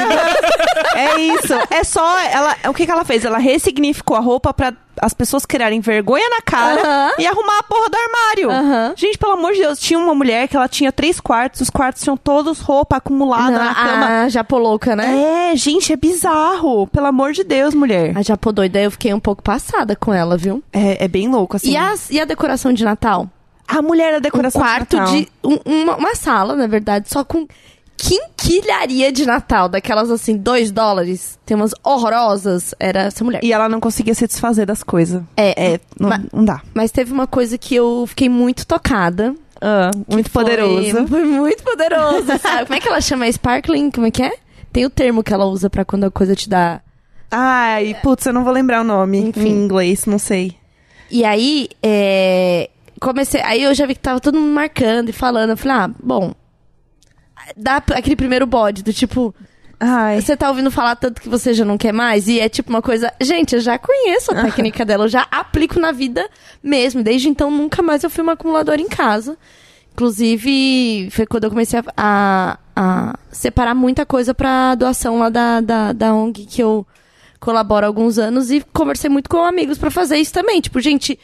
S1: É isso. É só. Ela, o que, que ela fez? Ela ressignificou a roupa pra as pessoas criarem vergonha na cara
S4: Aham.
S1: e arrumar a porra do armário.
S4: Aham.
S1: Gente, pelo amor de Deus, tinha uma mulher que ela tinha três quartos, os quartos tinham todos roupa acumulada
S4: Não,
S1: na cama.
S4: Ah, a Japolouca, né?
S1: É, gente, é bizarro. Pelo amor de Deus, mulher.
S4: A Japodoida, eu fiquei um pouco passada com ela, viu?
S1: É, é bem louco, assim.
S4: E, as- e a decoração de Natal?
S1: A mulher é da
S4: Um
S1: decoração
S4: quarto
S1: Natal.
S4: de. um- uma, uma sala, na verdade, só com quinquilharia de Natal. Daquelas assim, dois dólares. Tem umas horrorosas. Era essa mulher.
S1: E ela não conseguia se desfazer das coisas.
S4: É,
S1: É, não,
S4: Ma-
S1: não dá.
S4: Mas teve uma coisa que eu fiquei muito tocada.
S1: muito
S4: Ah, Foi-
S1: poderoso.
S4: Foi muito poderoso, sabe? Como é que ela chama? É Sparkling? Como é que é? Tem o termo que ela usa pra quando a coisa te dá.
S1: Ai, putz, eu não vou lembrar o nome
S4: Enfim.
S1: em inglês, não sei.
S4: E aí, é, comecei. Aí eu já vi que tava todo mundo marcando e falando. Eu falei, ah, bom. Dá p- aquele primeiro bode do tipo,
S1: Ai.
S4: você tá ouvindo falar tanto que você já não quer mais? E é tipo uma coisa, gente, eu já conheço a técnica dela, eu já aplico na vida mesmo. Desde então, nunca mais eu fui uma acumuladora em casa. Inclusive, foi quando eu comecei a, a- a separar muita coisa pra doação lá da, da, da ONG que eu colaboro há alguns anos e conversei muito com amigos pra fazer isso também. Tipo, gente,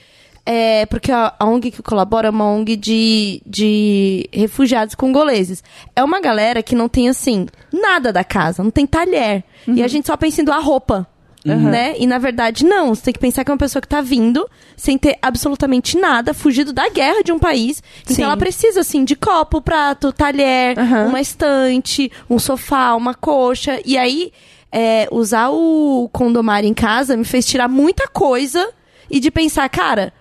S4: é, porque a, a ONG que eu colaboro é uma ONG de, de refugiados congoleses. É uma galera que não tem, assim, nada da casa, não tem talher. E a gente só pensa em doar roupa. Né? E na verdade, não. Você tem que pensar que é uma pessoa que tá vindo sem ter absolutamente nada, fugido da guerra de um país.
S1: Sim.
S4: Então ela precisa, assim, de copo, prato, talher,
S1: Aham.
S4: uma estante, um sofá, uma coxa. E aí, é, usar o condomário em casa me fez tirar muita coisa e de pensar, cara,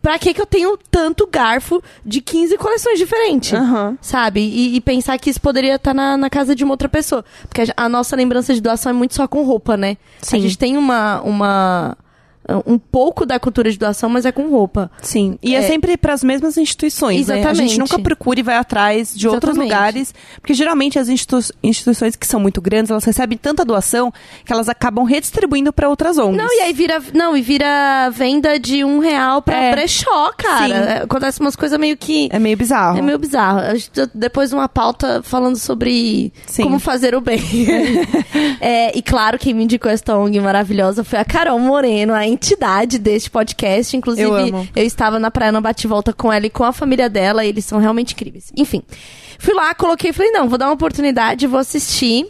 S4: pra que que eu tenho tanto garfo de 15 coleções diferentes?
S1: Aham.
S4: Sabe? E, e pensar que isso poderia estar na, na casa de uma outra pessoa. Porque a, a nossa lembrança de doação é muito só com roupa, né?
S1: Sim.
S4: A gente tem uma... uma um pouco da cultura de doação, mas é com roupa.
S1: Sim. E é,
S4: É.
S1: sempre para as mesmas instituições, né? A gente
S4: Exatamente.
S1: nunca procura e vai atrás de outros
S4: Exatamente.
S1: lugares, porque geralmente as institu- instituições que são muito grandes, elas recebem tanta doação que elas acabam redistribuindo para outras ONGs.
S4: Não, e aí vira. Não, e vira venda de um real pra
S1: É.
S4: brechó, cara.
S1: Sim.
S4: É, Acontece umas coisas meio que.
S1: É meio bizarro.
S4: É meio bizarro. A gente- tá Depois uma pauta falando sobre
S1: Sim.
S4: como fazer o bem. É, e claro, quem me indicou esta ONG maravilhosa foi a Carol Moreno, a entidade deste podcast. Inclusive,
S1: Eu amo.
S4: eu estava na praia no bate-volta com ela e com a família dela. E eles são realmente incríveis. Enfim, fui lá, coloquei e falei, não, vou dar uma oportunidade, vou assistir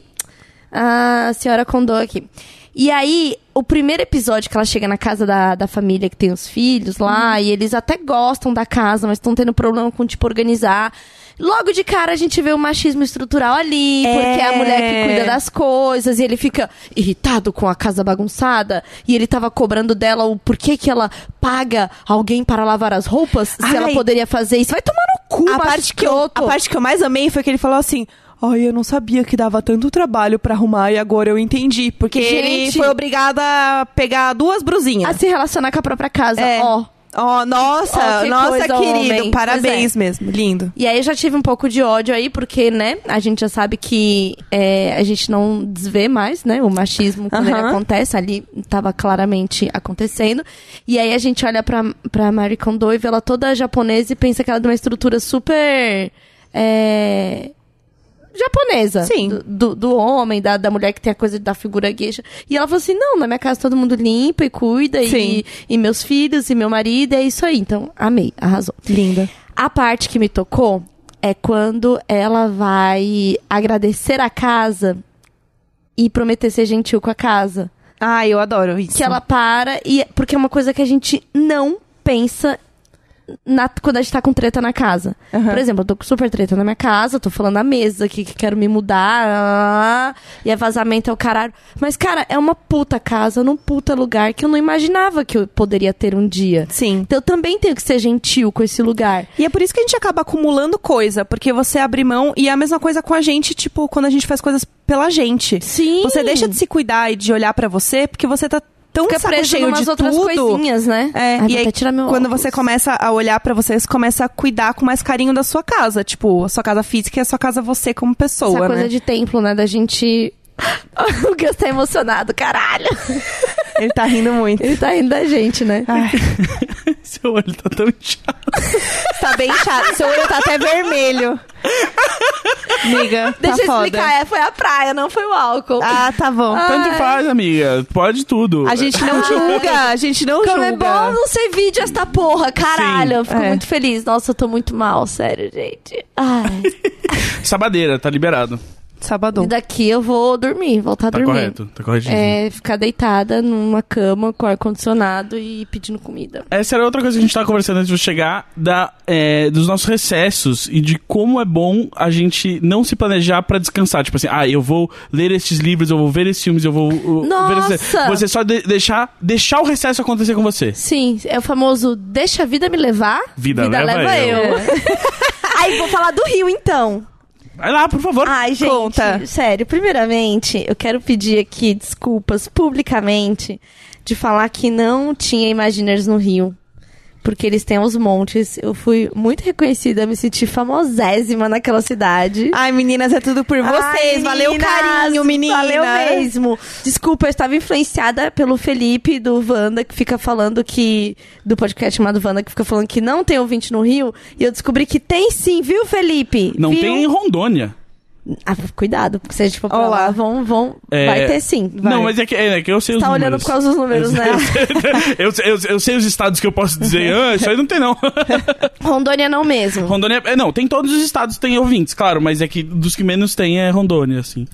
S4: a senhora Condô aqui. E aí, o primeiro episódio que ela chega na casa da, da família que tem os filhos
S1: Uhum.
S4: lá, e eles até gostam da casa, mas estão tendo problema com, tipo, organizar. Logo de cara a gente vê o machismo estrutural ali, porque é a mulher que cuida das coisas, e ele fica irritado com a casa bagunçada, e ele tava cobrando dela o porquê que ela paga alguém para lavar as roupas, se ela
S1: Ai.
S4: poderia fazer isso. Vai tomar no cu,
S1: a
S4: macho
S1: parte que eu, a
S4: escroto.
S1: parte que eu mais amei foi que ele falou assim: "Ai, eu não sabia que dava tanto trabalho pra arrumar e agora eu entendi, porque ele
S4: Gente.
S1: foi obrigado a pegar duas brusinhas".
S4: A se relacionar com a própria casa,
S1: É.
S4: ó.
S1: Ó, nossa,
S4: Ó, que
S1: nossa,
S4: coisa,
S1: querido.
S4: homem. é.
S1: Parabéns mesmo. Lindo.
S4: E aí eu já tive um pouco de ódio aí, porque, né, a gente já sabe que é, a gente não desvê mais, né, o machismo quando ele
S1: Aham.
S4: acontece, ali tava claramente acontecendo. E aí a gente olha pra, pra Marie Kondo e vê ela toda japonesa e pensa que ela é de uma estrutura super... é, japonesa.
S1: Sim.
S4: Do, do, do homem, da, da mulher que tem a coisa da figura gueixa. E ela falou assim, não, na minha casa todo mundo limpa e cuida,
S1: Sim.
S4: e, e meus filhos, e meu marido, é isso aí. Então, amei, arrasou.
S1: Linda.
S4: A parte que me tocou é quando ela vai agradecer a casa e prometer ser gentil com a casa.
S1: Ai, eu adoro isso.
S4: Que ela para e. Porque é uma coisa que a gente não pensa na- quando a gente tá com treta na casa.
S1: Aham.
S4: Por exemplo, eu tô com super treta na minha casa, tô falando na mesa que, que quero me mudar, ah, e é vazamento é o caralho. Mas, cara, é uma puta casa, num puta lugar que eu não imaginava que eu poderia ter um dia.
S1: Sim.
S4: Então eu também tenho que ser gentil com esse lugar.
S1: E é por isso que a gente acaba acumulando coisa, porque você abre mão e é a mesma coisa com a gente, tipo, quando a gente faz coisas pela gente.
S4: Sim.
S1: Você deixa de se cuidar e de olhar pra você, porque você tá tão
S4: fica
S1: saco
S4: preso
S1: cheio
S4: numas
S1: de
S4: outras
S1: tudo.
S4: coisinhas, né?
S1: É, e
S4: Ai, vou
S1: aí,
S4: até tirar meu
S1: quando
S4: óculos.
S1: você começa a olhar pra você, você começa a cuidar com mais carinho da sua casa. Tipo, a sua casa física e a sua casa você como pessoa,
S4: Essa
S1: né?
S4: coisa de templo, né? Da gente... o Gus tá emocionado, caralho.
S1: Ele tá rindo muito.
S4: Ele tá rindo da gente, né?
S2: Seu olho tá tão inchado.
S1: Tá bem chato. Seu olho tá até vermelho. Amiga,
S4: Deixa
S1: tá
S4: eu
S1: foda.
S4: explicar. É, foi a praia, não foi o álcool.
S1: Ah, tá bom.
S2: Tanto faz, amiga. Pode tudo.
S1: A gente não julga, a gente não
S4: Como
S1: julga.
S4: é bom não ser vídeo esta porra, caralho.
S2: Sim.
S4: eu fico
S1: É.
S4: muito feliz. Nossa, eu tô muito mal, sério, gente. Ai,
S2: Sabadeira, tá liberado.
S1: Sabadão.
S4: e daqui eu vou dormir, voltar a
S2: Tá
S4: dormir.
S2: correto. Tá corretinho.
S4: É, ficar deitada numa cama com ar-condicionado e pedindo comida.
S2: Essa era outra coisa que a gente tava conversando antes de chegar, da, é, dos nossos recessos e de como é bom a gente não se planejar pra descansar. Tipo assim, ah, eu vou ler estes livros, eu vou ver esses filmes, eu vou. uh,
S4: Nossa!
S2: ver esses- Você só de- deixar, deixar o recesso acontecer com você.
S4: Sim, é o famoso deixa a vida me levar,
S2: Vida leva eu.
S4: É. Aí vou falar do Rio então.
S2: Vai lá, por favor.
S4: Ai, gente,
S1: Conta.
S4: sério, primeiramente, eu quero pedir aqui desculpas publicamente de falar que não tinha Imaginers no Rio. Porque eles têm os montes. Eu fui muito reconhecida, me senti famosésima naquela cidade.
S1: Ai, meninas, é tudo por vocês.
S4: Ai,
S1: Valeu o
S4: meninas,
S1: carinho, meninas.
S4: Valeu mesmo. Desculpa, eu estava influenciada pelo Felipe do Wanda, que fica falando que. Do podcast chamado Wanda, que fica falando que não tem ouvinte no Rio. E eu descobri que tem sim, viu, Felipe?
S2: Não
S4: Viu?
S2: tem em Rondônia.
S4: Ah, cuidado, porque se a gente for pra
S1: Olá.
S4: lá, vão, vão.
S2: É,
S4: Vai ter sim.
S2: Não,
S4: vai.
S2: mas é que, é que eu sei
S4: Você
S2: os
S4: tá olhando
S2: números.
S4: por causa dos números, né?
S2: eu, eu, eu sei os estados que eu posso dizer, ah, isso aí não tem não.
S4: Rondônia não mesmo.
S2: Rondônia. É, não, tem todos os estados tem ouvintes, claro, mas é que dos que menos tem é Rondônia, assim.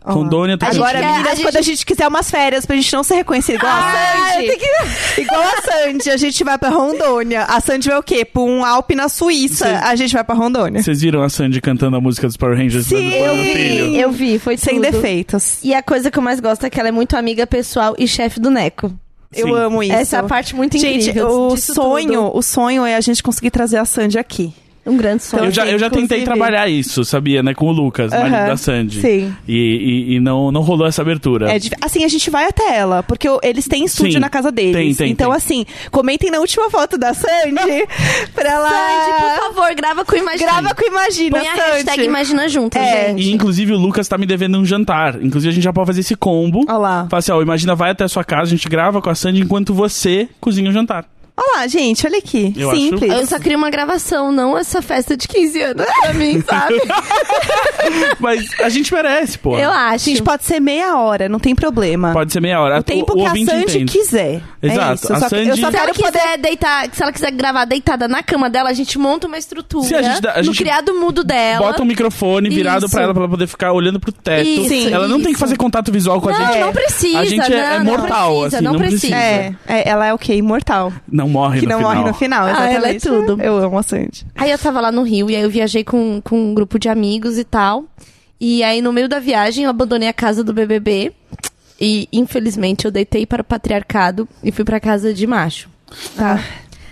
S2: Rondônia tá tem
S1: Agora,
S4: quer- a
S1: meninas,
S4: gente-
S1: quando a gente quiser umas férias pra gente não ser reconhecida
S4: Ah,
S1: igual a Sandy. Igual a Sandy, a gente vai pra Rondônia. A Sandy vai o quê? Pra um Alpe na Suíça.
S2: Sim.
S1: A gente vai pra Rondônia.
S2: Vocês viram a Sandy cantando a música dos Power Rangers
S1: Sim,
S2: do Pai do Filho?
S4: Eu vi, foi
S1: Sem
S4: tudo.
S1: defeitos.
S4: E a coisa que eu mais gosto é que ela é muito amiga pessoal e chefe do Neco.
S2: Sim.
S1: Eu amo isso.
S4: Essa é a parte muito incrível.
S1: Gente, o
S4: disso
S1: sonho, o sonho é a gente conseguir trazer a Sandy aqui.
S4: tudo. Um grande sonho.
S2: Eu já, eu já tentei
S1: inclusive-
S2: trabalhar isso, sabia, né? Com o Lucas, marido
S1: Aham,
S2: da Sandy.
S1: sim.
S2: E, e, e não, não rolou essa abertura.
S1: É dif- assim, a gente vai até ela, porque o- eles têm estúdio
S2: Tá. Sim,
S1: na casa deles.
S2: tem, tem,
S1: então,
S2: tem.
S1: assim, comentem na última foto da Sandy pra ela.
S4: Sandy, por favor, grava com Imagina.
S1: Ah! Grava com Imagina,
S4: Põe a hashtag
S1: Sandy.
S4: Imagina Juntas,
S1: É.
S4: gente.
S2: E inclusive o Lucas tá me devendo um jantar. Inclusive a gente já pode fazer esse combo.
S1: Olha lá.
S2: Fala assim, ó, imagina, vai até a sua casa, a gente grava com a Sandy enquanto você cozinha o jantar.
S1: Olha lá, gente, olha aqui.
S2: Eu acho-
S1: Simples.
S4: Eu só queria uma gravação, não essa festa de 15 anos pra mim, sabe?
S2: Mas a gente merece, pô.
S4: Eu acho.
S1: Gente, pode ser meia hora, não tem problema.
S2: Pode ser meia hora.
S1: O tempo
S2: o,
S1: que a
S2: ouvinte
S1: Sandy
S2: entende.
S1: quiser.
S2: Exato,
S1: É isso. Eu
S2: a
S1: só, eu
S2: Sandy-
S1: só
S4: Se ela
S1: quero
S4: quiser
S1: poder...
S4: deitar, se ela quiser gravar deitada na cama dela, a gente monta uma estrutura
S2: Se a gente dá- a
S4: no
S2: gente
S4: criado mudo dela.
S2: Bota um microfone virado
S4: Isso.
S2: pra ela, pra ela poder ficar olhando pro teto.
S4: Isso, Sim.
S2: ela não tem que
S4: isso.
S2: fazer contato visual com a
S4: Não,
S2: gente.
S4: não precisa,
S2: A gente é, é
S4: não, não
S2: mortal,
S4: precisa,
S2: assim,
S4: não precisa.
S1: É, é, ela é o que Imortal.
S2: Não morre
S1: Que
S2: no
S1: não
S2: final.
S1: morre no final,
S4: Ah,
S1: exatamente.
S4: ela é tudo.
S1: Eu amo a Sandy.
S4: Aí eu tava lá no Rio e aí eu viajei com, com um grupo de amigos e tal. E aí no meio da viagem eu abandonei a casa do BBB e infelizmente eu deitei para o patriarcado e fui pra casa de macho.
S1: Tá.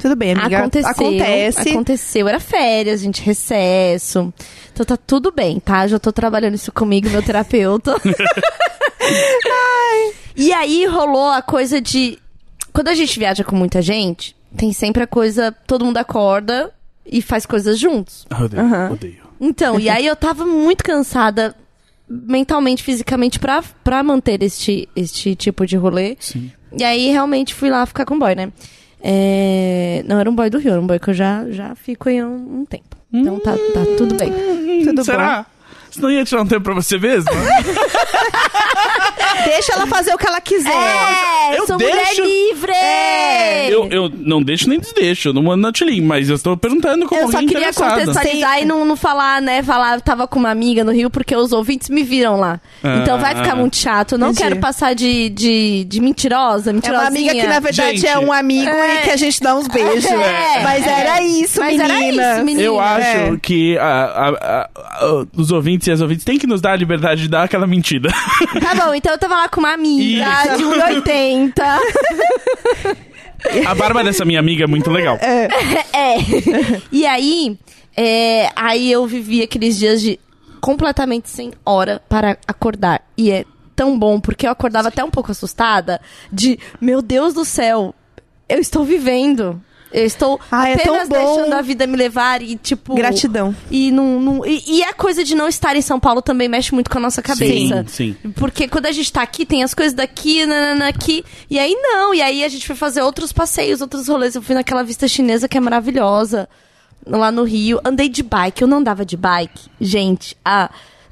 S1: Tudo bem, amiga.
S4: Ah. aconteceu,
S1: Acontece.
S4: aconteceu, era férias, gente, recesso. Então tá tudo bem, tá? Já tô trabalhando isso comigo, meu terapeuta. Ai. e aí rolou a coisa de quando a gente viaja com muita gente, tem sempre a coisa todo mundo acorda e faz coisas juntos.
S2: Ah, odeio,
S1: Aham.
S2: odeio.
S4: Então, e aí eu tava muito cansada mentalmente, fisicamente, pra, pra manter este, este tipo de rolê.
S2: Sim.
S4: E aí realmente fui lá ficar com boy, né? É, Não era um boy do Rio, era um boy que eu já, já fico aí há um, um tempo. Então tá, tá tudo bem.
S1: Hum. Tudo
S2: Será? Você não ia tirar um tempo pra você mesmo?
S1: Deixa ela fazer o que ela quiser.
S4: É,
S2: eu
S4: sou
S2: deixo-
S4: mulher livre!
S1: É.
S4: É.
S2: eu, eu não deixo nem desdeixo, eu não mando na Tilin, mas eu estou perguntando como
S4: Eu só
S2: alguém
S4: queria
S2: interessada.
S4: contextualizar e não, não falar, né? Falar, eu tava com uma amiga no Rio porque os ouvintes me viram lá.
S2: Ah,
S4: então vai ficar muito chato. Eu Não
S1: entendi.
S4: quero passar de, de, de mentirosa,
S1: É
S4: mentirosinha.
S1: uma amiga que, na verdade,
S2: Gente.
S1: é um amigo
S4: É.
S1: e que a gente dá uns beijos.
S4: É.
S1: Mas era isso,
S4: Mas era
S1: menina.
S4: isso, menina.
S2: Eu acho
S1: É.
S2: que a- a- a- a- os ouvintes e as ouvintes têm que nos dar a liberdade de dar aquela mentira.
S4: Tá bom, então eu tava lá com uma amiga
S2: Isso.
S4: de 1,80.
S2: a barba dessa minha amiga é muito legal.
S4: é. E aí, é, aí eu vivi aqueles dias de completamente sem hora para acordar. E é tão bom, porque eu acordava até um pouco assustada de, meu Deus do céu, eu estou vivendo. Eu estou
S1: Ah, é tão
S4: apenas
S1: bom.
S4: deixando a vida me levar e, tipo...
S1: Gratidão.
S4: E, não, não- e, e a coisa de não estar em São Paulo também mexe muito com a nossa cabeça.
S2: Sim, sim.
S4: Porque quando a gente tá aqui, tem as coisas daqui, nanana, aqui. E aí não, e aí a gente foi fazer outros passeios, outros rolês. Eu fui naquela vista chinesa que é maravilhosa, lá no Rio. Andei de bike, eu não andava de bike. Gente, a.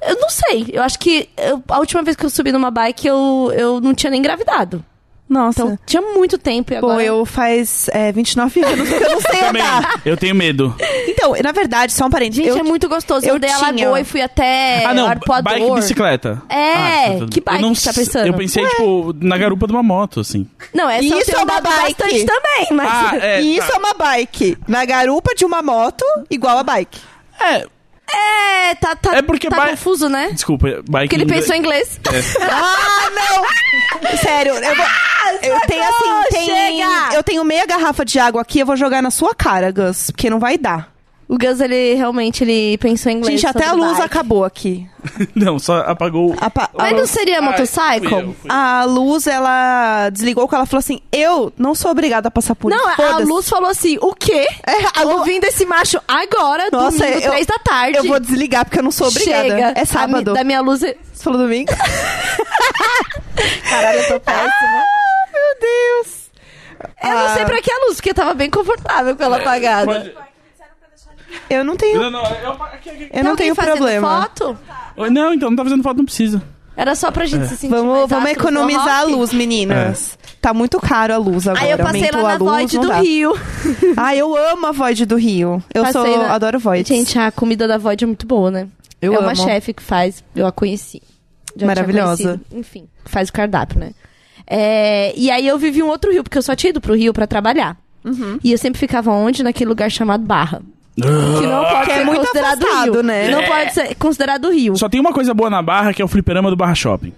S4: Eu não sei, eu acho que eu- a última vez que eu subi numa bike eu, eu não tinha nem engravidado.
S1: Nossa.
S4: Então tinha muito tempo e agora.
S1: Bom, eu faz é, 29 anos que eu não
S4: É, tá.
S1: sei
S2: Também,
S1: andar.
S2: eu tenho medo.
S1: Então, na verdade, só um parênteses.
S4: Gente,
S1: eu
S4: é muito gostoso.
S1: eu
S4: Eu andei a
S1: tinha.
S4: lagoa e fui até
S2: ah, não,
S4: Arpoador.
S2: bike e bicicleta.
S4: É,
S2: tá tudo
S4: que
S2: bem. eu
S4: bike
S2: não
S4: que você tá
S2: s-
S4: pensando?
S2: Eu pensei, tipo, na garupa de uma moto, assim.
S4: Não, essa eu
S1: Isso
S4: tenho
S1: é uma
S4: andado
S1: bike.
S4: bastante também, mas...
S2: Ah, é.
S1: e isso
S2: tá.
S1: é uma bike. Na garupa de uma moto, igual a bike.
S2: É,
S4: É, tá, tá,
S2: É porque
S4: tá
S2: ba-
S4: confuso, né?
S2: desculpa, bike...
S4: Porque ele pensou em inglês.
S1: Ah, não! Sério, eu vou. Eu tenho assim, tem-
S4: Ah, chega!
S1: Eu tenho meia garrafa de água aqui, eu vou jogar na sua cara, Gus, porque não vai dar.
S4: O Gus, ele realmente ele pensou em inglês.
S1: Gente, até a
S4: sobre
S1: luz
S4: bike.
S1: acabou aqui.
S2: Não, só apagou...
S1: A, pa-
S4: Mas não seria
S2: Ai,
S4: motorcycle?
S2: fui eu, fui eu.
S1: a luz, ela desligou que ela falou assim: Eu não sou obrigada a passar por
S4: Não,
S1: isso.
S4: a
S1: Foda-se.
S4: Luz falou assim, o quê?
S1: É, a Lu-
S4: Ouvindo esse macho agora,
S1: Nossa,
S4: domingo,
S1: eu-
S4: três da tarde.
S1: Eu vou desligar porque eu não sou obrigada.
S4: Chega.
S1: É
S4: A mi-
S1: sábado.
S4: Da minha luz... é-
S1: Você falou domingo?
S4: Caralho, eu tô péssima.
S1: Ah, Meu Deus.
S4: Eu não
S1: Ah.
S4: sei pra que a luz, porque eu tava bem confortável com ela apagada.
S2: Pode-
S1: Eu não tenho.
S2: Não, é, não, eu... aqui, aqui, aqui.
S1: Eu
S4: Tem
S1: não
S4: alguém
S1: tenho
S4: fazendo
S1: problema.
S4: foto?
S2: Oi, Não, então, não tá fazendo foto, não precisa.
S4: Era só pra gente se sentir
S1: Vamos,
S4: mais
S1: vamos
S4: ácidos no
S1: economizar a
S4: rock.
S1: luz, meninas.
S2: É.
S1: Tá muito caro a luz agora.
S4: Aí eu passei
S1: Aumentou
S4: lá
S1: a
S4: na
S1: luz,
S4: Void
S1: não
S4: do
S1: dá.
S4: Rio.
S1: Ah, eu amo a Void do Rio. Eu
S4: Passei
S1: sou,
S4: na-
S1: adoro Void.
S4: Gente, a comida da Void é muito boa, né?
S1: Eu
S4: é uma
S1: amo.
S4: chefe que faz, eu a conheci. tinha
S1: Maravilhosa.
S4: conhecido. Enfim, faz o cardápio, né? É, e aí eu vivi um outro Rio, porque eu só tinha ido pro Rio pra trabalhar.
S1: Uhum.
S4: E eu sempre ficava onde? Naquele lugar chamado Barra. Que não pode
S1: Que é
S4: ser
S1: muito
S4: considerado
S1: afastado,
S4: Rio.
S1: né?
S4: Não
S2: É.
S4: pode ser considerado Rio.
S2: Só tem uma coisa boa na Barra, que é o fliperama do Barra Shopping.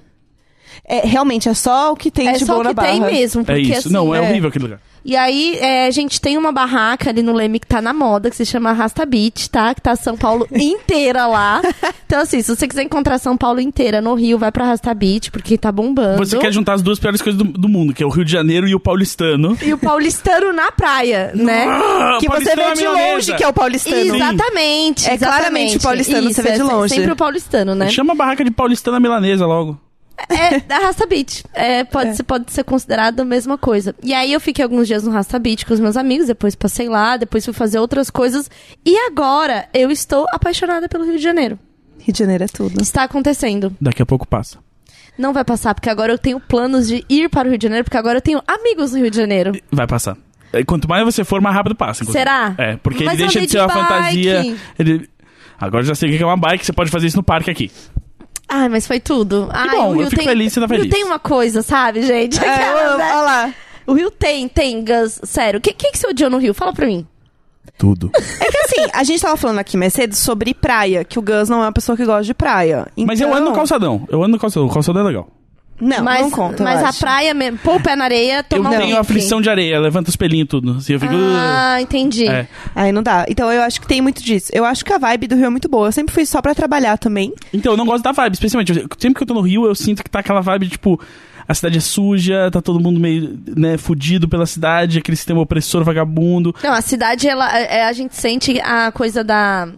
S1: É, realmente, é só o que tem
S4: é
S1: de
S4: só
S1: boa
S4: o
S1: na
S4: que
S1: barra.
S4: tem mesmo.
S2: É
S4: Porque,
S2: isso.
S4: assim,
S2: não, é,
S1: é.
S2: horrível aquele lugar.
S4: E aí, é, gente, tem uma barraca ali no Leme que tá na moda, que se chama Rasta Beach, tá? Que tá São Paulo inteira lá. Então, assim, se você quiser encontrar São Paulo inteira no Rio, vai pra Rasta Beach, porque tá bombando.
S2: Você quer juntar as duas piores coisas do, do mundo, que é o Rio de Janeiro e o paulistano.
S4: E o paulistano na praia, né?
S2: Ah,
S1: Que
S2: o
S1: você
S2: paulistano é
S1: vê
S2: a
S1: de
S2: milanesa.
S1: longe que é o paulistano.
S4: Exatamente.
S1: É claramente
S4: exatamente.
S1: paulistano,
S4: Isso,
S1: você vê de
S4: é
S1: longe.
S4: Sempre o paulistano, né?
S2: Chama a barraca de paulistana milanesa logo.
S4: É, arrasta beat. É, pode, Ser, pode ser considerado a mesma coisa. E aí eu fiquei alguns dias no Rasta Beat com os meus amigos, depois passei lá, depois fui fazer outras coisas. E agora eu estou apaixonada pelo Rio de Janeiro.
S1: Rio de Janeiro é tudo.
S4: Está acontecendo.
S2: Daqui a pouco passa.
S4: Não vai passar, porque agora eu tenho planos de ir para o Rio de Janeiro, porque agora eu tenho amigos no Rio de Janeiro.
S2: Vai passar. É, Quanto mais você for, mais rápido passa. inclusive.
S4: Será?
S2: É, porque
S4: Mas
S2: ele
S4: eu
S2: deixa
S4: andei
S2: de ser uma
S4: de
S2: fantasia.
S4: bike.
S2: ele- Agora eu já sei o que é uma bike, você pode fazer isso no parque aqui.
S4: Ai, mas foi tudo. Ai,
S2: bom,
S4: o Rio
S2: eu fico
S4: tem...
S2: feliz, você tá
S4: O
S2: feliz.
S4: Rio tem uma coisa, sabe, gente?
S1: É, eu
S4: Aquelas,
S1: amo.
S4: né?
S1: Olha lá.
S4: O Rio tem, tem, Gus. Sério, o que, que, que você odiou no Rio? Fala pra mim.
S2: Tudo.
S1: É que assim, a gente tava falando aqui mais cedo sobre praia, que o Gus não é uma pessoa que gosta de praia.
S2: Mas eu
S1: Então-
S2: ando no calçadão. Eu ando no calçadão. O calçadão é legal.
S1: Não,
S4: mas
S1: não conta.
S4: mas
S1: eu
S4: a
S1: acho.
S4: praia mesmo, pôr o pé na areia,
S2: Eu
S4: tomar um
S2: tenho
S4: drink.
S2: aflição de areia, levanta os pelinhos e tudo. Assim, eu fico.
S4: Ah, entendi.
S2: É.
S1: Aí não dá. Então eu acho que tem muito disso. Eu acho que a vibe do Rio é muito boa. Eu sempre fui só pra trabalhar também.
S2: Então, eu não gosto da vibe, especialmente. eu- Sempre que eu tô no Rio, eu sinto que tá aquela vibe, tipo, a cidade é suja, tá todo mundo meio, né, fudido pela cidade, aquele sistema opressor, vagabundo.
S4: Não, a cidade, ela, é, a gente sente a coisa da...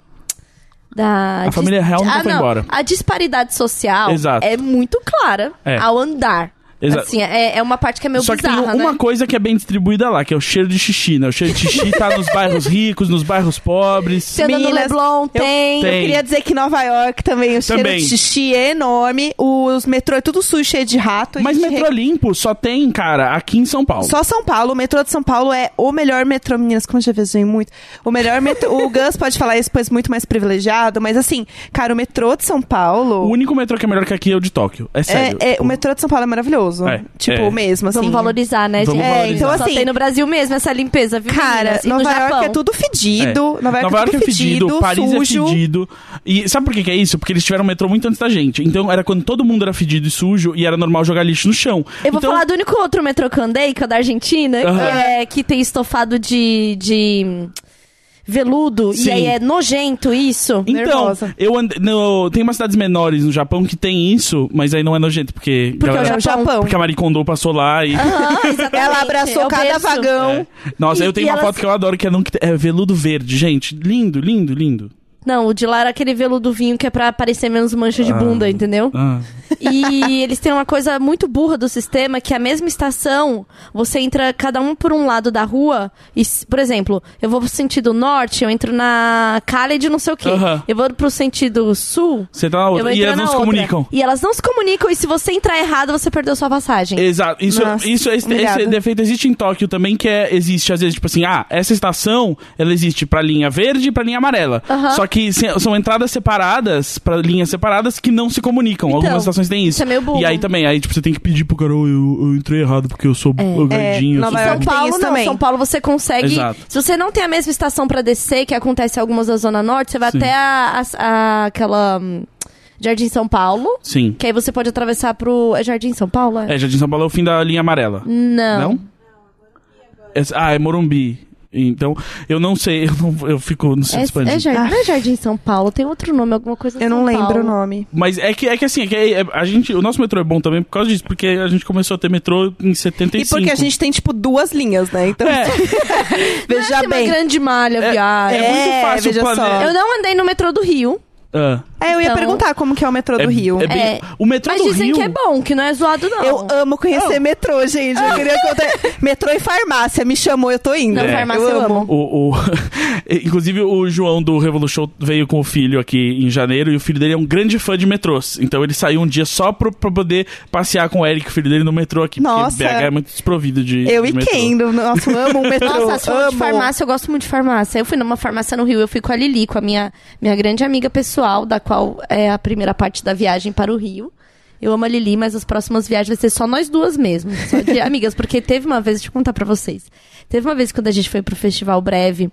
S4: da
S2: A família real nunca
S4: ah,
S2: foi
S4: não.
S2: embora.
S4: A disparidade social
S2: Exato.
S4: é muito clara
S2: É.
S4: ao andar.
S2: Exato.
S4: Assim, é, é uma parte que é meio
S2: Só que
S4: bizarra,
S2: tem uma
S4: né?
S2: coisa que é bem distribuída lá, que é o cheiro de xixi, né? O cheiro de xixi tá nos bairros ricos, nos bairros pobres.
S4: Você anda no
S1: Minas,
S4: Leblon,
S1: eu-
S2: Tem.
S4: tem...
S1: Eu queria dizer que Nova York também, o cheiro
S2: Também.
S1: de xixi é enorme. Os metrô é tudo sujo, cheio de rato.
S2: Mas
S1: e de
S2: metrô limpo só tem, cara, aqui em São Paulo.
S1: Só São Paulo, o metrô de São Paulo é o melhor metrô, meninas, como eu já viajei muito. O melhor metrô, o Gus pode falar isso, pois muito mais privilegiado, mas assim, cara, o metrô de São Paulo...
S2: O único metrô que é melhor que aqui é o de Tóquio. É sério.
S1: É, é, o metrô de São Paulo é maravilhoso.
S2: É,
S1: tipo,
S2: é.
S1: mesmo, assim.
S4: Vamos valorizar, né,
S2: Vamos
S4: gente?
S2: valorizar.
S1: É, então,
S4: Só
S1: assim-
S4: tem no Brasil mesmo essa limpeza, viu?
S1: Cara,
S4: meninas? E no
S1: Nova York
S4: Japão.
S1: é tudo fedido. Nova York é tudo fedido,
S2: Paris
S1: sujo.
S2: é fedido. E sabe por que, que é isso? Porque eles tiveram metrô muito antes da gente. Então era quando todo mundo era fedido e sujo e era normal jogar lixo no chão.
S4: Eu vou
S2: então,
S4: falar do único outro metrô que eu andei, que é o da Argentina,
S2: Aham.
S4: que, é, que tem estofado de, de veludo.
S2: Sim.
S4: E aí é nojento isso.
S2: Então,
S1: Nervosa.
S2: eu ande- no- tem umas cidades menores no Japão que tem isso, mas aí não é nojento, porque.
S4: Porque
S1: É
S4: o
S1: o
S4: Japão.
S1: Japão.
S2: porque a Maricondo passou lá e.
S4: Ah, exatamente,
S1: Ela
S4: é
S1: abraçou
S4: o
S1: cada
S4: berço.
S1: vagão.
S2: É. Nossa,
S4: E-
S2: eu tenho
S4: e
S2: uma
S4: elas-
S2: foto que eu adoro, que é, num- é veludo verde, gente. Lindo, lindo, lindo.
S4: Não, o de lá era aquele veludo vinho que é pra parecer menos mancha de bunda, entendeu?
S2: Ah.
S4: E eles têm uma coisa muito burra do sistema, que é a mesma estação, você entra cada um por um lado da rua. E, s- por exemplo, eu vou pro sentido norte, eu entro na Cali de não sei o quê.
S2: Aham.
S4: Eu vou pro sentido sul,
S2: Você tá na
S4: eu vou
S2: outra. E
S4: entrar
S2: elas
S4: na
S2: não se
S4: outra.
S2: comunicam.
S4: E elas não se comunicam, e se você entrar errado, você perdeu sua passagem.
S2: Exato. Isso,
S1: Nossa,
S2: isso esse,
S1: obrigada.
S2: esse defeito existe em Tóquio também, que é, existe às vezes, tipo assim, ah, essa estação, ela existe pra linha verde e pra linha amarela.
S4: Aham.
S2: Só que se- são entradas separadas, pra linhas separadas, que não se comunicam. Algumas estações têm isso.
S4: isso é meio burro.
S2: E aí também, aí tipo, você tem que pedir pro cara, "Ô, eu, eu entrei errado porque eu sou
S4: É,
S2: gordinho. eu
S1: Nova York
S2: sou
S4: São
S2: gordo."
S1: tem
S4: Paulo
S1: isso
S4: não,
S1: também.
S4: São Paulo você consegue.
S2: É. Exato.
S4: Se você não tem a mesma estação pra descer, que acontece em algumas da Zona Norte, você vai
S2: Sim.
S4: até a, a- a- aquela hum, Jardim São Paulo,
S2: Sim.
S4: que aí você pode atravessar pro. É Jardim São Paulo?
S2: É, Jardim São Paulo é o fim da linha amarela.
S4: Não.
S2: Não? Essa- Ah, é Morumbi. Então, eu não sei, eu, não- eu fico no
S4: É,
S2: centro expandido.
S4: é Jardim, não é Jardim São Paulo, tem outro nome, alguma coisa
S1: Eu
S4: É. São
S1: não lembro o
S4: Paulo.
S1: nome.
S2: Mas é que, é que assim, é que é- é- a gente, o nosso metrô é bom também por causa disso, porque a gente começou a ter metrô em 75.
S1: E porque a gente tem, tipo, duas linhas, né? Então,
S2: É,
S4: Deve
S1: veja
S4: ser
S1: bem.
S4: assim uma grande malha, viado.
S2: é muito fácil
S1: veja
S2: planejar.
S1: só.
S4: Eu não andei no metrô do Rio.
S2: Ah,
S1: É, eu ia
S4: Então-
S1: perguntar como que é o metrô
S2: é-
S1: do Rio.
S2: é bem-
S4: É.
S2: O metrô
S4: Mas
S2: do
S4: dizem
S2: Rio.
S4: que é bom, que não é zoado, não.
S1: Eu amo conhecer metrô, gente. Eu queria contar. metrô e farmácia. Me chamou, eu tô indo.
S4: Não,
S2: É.
S4: farmácia eu amo.
S2: O, o- Inclusive, o João do Revolution veio com o filho aqui em janeiro e o filho dele é um grande fã de metrôs. Então ele saiu um dia só pro, pra poder passear com o Eric, o filho dele, no metrô aqui.
S1: Nossa.
S2: Porque BH é muito desprovido de.
S1: Eu
S2: de
S1: e
S2: metrô.
S1: quem? Nossa, eu amo o metrô.
S4: Nossa, se falou
S1: amo.
S4: de farmácia, eu gosto muito de farmácia. Eu fui numa farmácia no Rio, eu fui com a Lili, com a minha, minha grande amiga pessoal, da qual é a primeira parte da viagem para o Rio. Eu amo a Lili, mas as próximas viagens vai ser só nós duas mesmo. Só de amigas, porque teve uma vez, deixa eu contar pra vocês. Teve uma vez quando a gente foi pro festival breve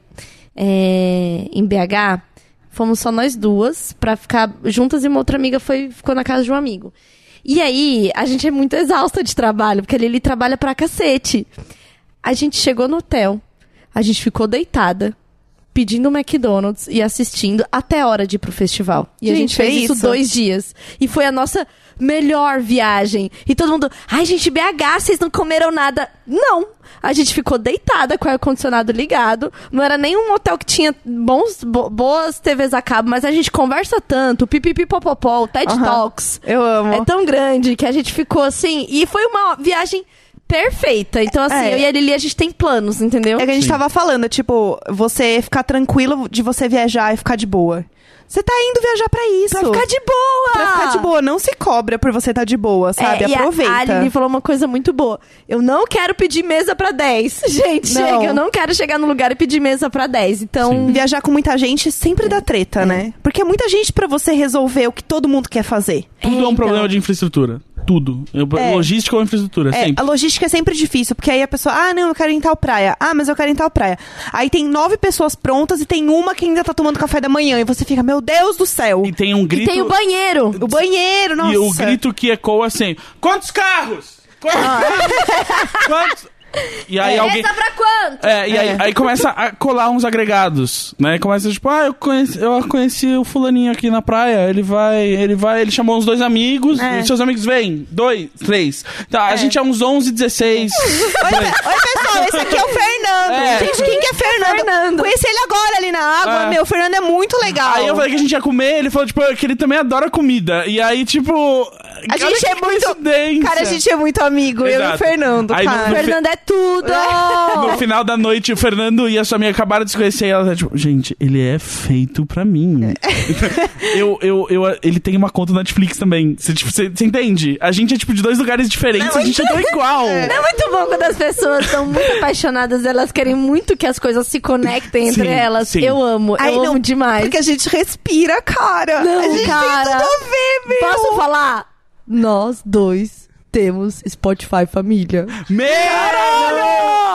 S4: é, em BH, fomos só nós duas pra ficar juntas e uma outra amiga foi, ficou na casa de um amigo. E aí, a gente é muito exausta de trabalho, porque a Lili trabalha pra cacete. A gente chegou no hotel, a gente ficou deitada. pedindo um McDonald's e assistindo até a hora de ir pro festival. E a
S1: Gente,
S4: gente fez
S1: é
S4: isso.
S1: isso.
S4: dois dias. E foi a nossa melhor viagem. E todo mundo, ai gente, BH, vocês não comeram nada. Não! A gente ficou deitada com o ar-condicionado ligado. Não era nenhum hotel que tinha bons, bo- boas TVs a cabo, mas a gente conversa tanto, pipipipopopó, o TED
S1: Aham.
S4: Talks.
S1: Eu amo.
S4: É tão grande que a gente ficou assim. E foi uma viagem perfeita. Então, assim,
S1: É.
S4: eu e a Lili, a gente tem planos, entendeu?
S1: É que a gente tava falando, tipo, você ficar tranquilo de você viajar e ficar de boa. Você tá indo viajar pra isso.
S4: Pra ficar de boa!
S1: Pra ficar de boa. Não se cobra por você estar de boa, sabe?
S4: É, e a-
S1: Aproveita.
S4: A Lili falou uma coisa muito boa. Eu não quero pedir mesa pra 10. Gente,
S1: Não.
S4: chega. Eu não quero chegar num lugar e pedir mesa pra 10. Então,
S2: Sim.
S1: Viajar com muita gente sempre dá treta, né? Porque é muita gente pra você resolver o que todo mundo quer fazer.
S2: Tudo é, um
S4: então.
S2: problema de infraestrutura. Tudo. Eu-
S1: É.
S2: Logística ou infraestrutura,
S1: É, a
S2: sempre.
S1: logística é sempre difícil, porque aí a pessoa, ah, não, eu quero ir em tal praia. Ah, mas eu quero ir em tal praia. Aí tem nove pessoas prontas e tem uma que ainda tá tomando café da manhã. E você fica, meu Deus do céu!
S2: E tem um
S4: e
S2: grito.
S4: tem o banheiro.
S1: O banheiro, nossa.
S2: E o grito que ecoa assim: Quantos carros? Quantos
S1: Ah.
S2: carros? Quantos? E aí alguém.
S4: Mesa pra quanto?
S2: É, e aí,
S1: É.
S2: aí começa a colar uns agregados, né? Começa tipo, ah, eu conheci, eu conheci o fulaninho aqui na praia, ele vai, ele vai, ele chamou uns dois amigos,
S1: É.
S2: e seus amigos vêm, dois, três. Tá, a gente é uns 11, 16.
S1: Oi, pe- oi, pessoal, esse aqui é o Fernando.
S2: É.
S1: Gente, quem que é Fernando?
S4: Fernando.
S1: Conheci ele agora ali na água.
S2: É.
S1: Meu, o Fernando é muito legal.
S2: Aí eu falei que a gente ia comer, ele falou, tipo, que ele também adora comida. E aí, tipo.
S1: A
S2: cara,
S1: gente
S2: que
S1: é muito.
S2: coincidência.
S1: Cara, a gente é muito amigo. Eu e o
S2: Exato.
S1: Fernando,
S2: Aí no-
S1: cara.
S2: no fi-
S4: Fernando é tudo!
S2: No final da noite, o Fernando e a sua amiga acabaram de se conhecer e ela tá tipo, gente, ele é feito pra mim.
S4: É.
S2: eu, eu, eu, ele tem uma conta na Netflix também. Você tipo, você- você entende? A gente é tipo de dois lugares diferentes, a gente é tão igual.
S4: Não é muito bom quando as pessoas são muito apaixonadas, elas querem muito que as coisas se conectem entre
S2: Sim,
S4: elas.
S2: sim.
S4: Eu amo,
S1: Ai,
S4: eu
S1: não,
S4: amo demais.
S1: Porque a gente respira, cara.
S4: Não,
S1: a gente tem
S4: cara.
S1: tudo a ver, meu.
S4: Posso falar? Nós dois temos Spotify família.
S2: Meu!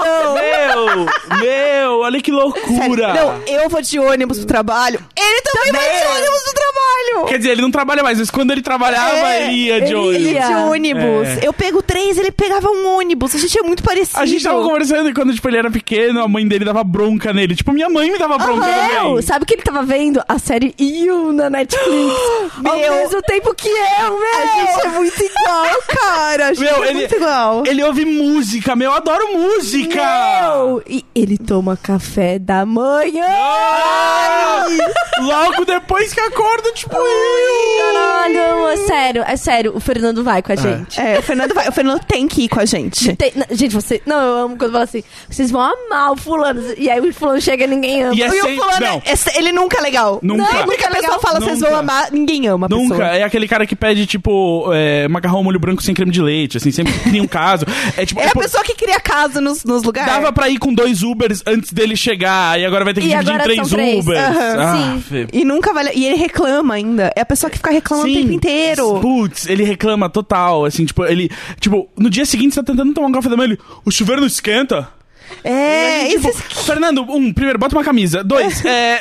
S2: Meu! Meu! Olha que
S1: Sério,
S2: loucura!
S1: Não, eu vou de ônibus pro trabalho. Ele também vai de ônibus pro trabalho.
S2: Quer dizer, ele não trabalha mais, mas quando ele trabalhava,
S1: É,
S2: ele ia de
S4: ele
S2: olho.
S4: ia.
S1: De ônibus.
S2: É.
S1: Eu pego três, ele pegava um ônibus. A gente é muito parecido.
S2: A gente tava conversando e quando tipo, ele era pequeno, a mãe dele dava bronca nele. Tipo, minha mãe me dava
S1: Tá
S2: bronca
S4: Meu,
S2: também.
S4: sabe o que ele tava vendo? A série You na Netflix.
S1: Meu.
S4: Ao mesmo tempo que eu,
S1: A gente é
S4: meu!
S1: muito igual, cara. A gente
S2: Meu,
S1: é
S2: ele-
S1: muito igual.
S2: Ele ouve música, meu, eu adoro música!
S4: Meu! E ele toma café da manhã.
S2: Ah! Logo depois que acorda, tipo,
S4: Caralho, é sério, é sério. O Fernando vai com a gente.
S1: É, o Fernando, vai, o Fernando tem que ir com a gente.
S4: Tem- não, gente, você. Não, eu amo quando fala assim. Vocês vão amar o fulano. E aí o fulano chega e ninguém ama.
S2: E é
S1: E o
S2: sem-
S1: fulano,
S2: não.
S1: é- é- ele nunca é legal.
S2: Nunca.
S1: Não, porque a
S4: Nunca é
S1: pessoa
S4: legal.
S1: fala, vocês vão
S2: Nunca.
S1: amar. Ninguém ama a
S2: Nunca.
S1: pessoa.
S2: É aquele cara que pede, tipo, é, macarrão molho branco sem creme de leite, assim, sempre cria um caso. É tipo.
S1: É a
S2: tipo,
S1: pessoa é. que cria casa nos, nos lugares.
S2: Dava pra ir com dois Ubers antes dele chegar, e agora vai ter que
S4: E
S2: dividir em
S4: agora
S2: três,
S4: são três.
S2: Ubers.
S4: Aham,
S2: Ah,
S4: sim.
S2: fe-
S1: E nunca vale. E ele reclama ainda. É a pessoa que fica reclamando o tempo inteiro.
S2: Putz, ele reclama total, assim, tipo, ele. Tipo, no dia seguinte você tá tentando tomar um café da manhã, ele. O chuveiro não esquenta?
S1: É,
S2: Ele, tipo,
S1: esses-
S2: Fernando, um, primeiro, bota uma camisa. Dois, é.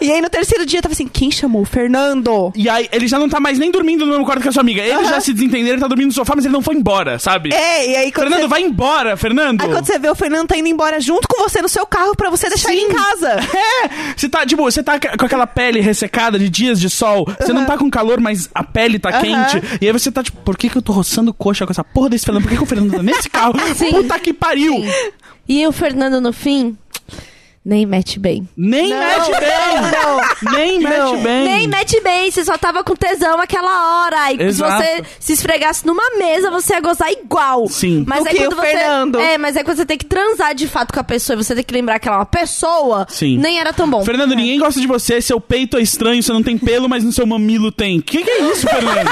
S1: E aí no terceiro dia eu tava assim: quem chamou? O Fernando.
S2: E aí, ele já não tá mais nem dormindo no mesmo quarto que a sua amiga. Ele já se desentendeu, ele tá dormindo no sofá, mas ele não foi embora, sabe?
S1: É, e aí quando
S2: Fernando,
S1: você...
S2: vai embora, Fernando!
S1: Aí quando você vê o Fernando tá indo embora junto com você no seu carro pra você deixar ele em casa.
S2: É! Você tá, tipo, você tá ca- com aquela pele ressecada de dias de sol, você não tá com calor, mas a pele tá quente. E aí você tá, tipo, por que, que eu tô roçando coxa com essa porra desse Fernando? Por que, que o Fernando tá nesse carro?
S4: Sim.
S2: Puta que pariu!
S4: E o Fernando, no fim, nem mete bem.
S2: Nem mete bem! Nem mete bem!
S4: Nem mete bem, você só tava com tesão aquela hora. E
S2: Exato.
S4: se você se esfregasse numa mesa, você ia gozar igual.
S2: Sim.
S4: Mas
S1: Do
S4: é
S1: que
S4: quando
S1: o
S4: você.
S1: Fernando.
S4: É, mas é quando você tem que transar de fato com a pessoa e você tem que lembrar que ela é uma pessoa,
S2: Sim.
S4: nem era tão bom.
S2: Fernando, ninguém gosta de você, seu peito é estranho, você não tem pelo, mas no seu mamilo tem. Que que é isso, Fernando?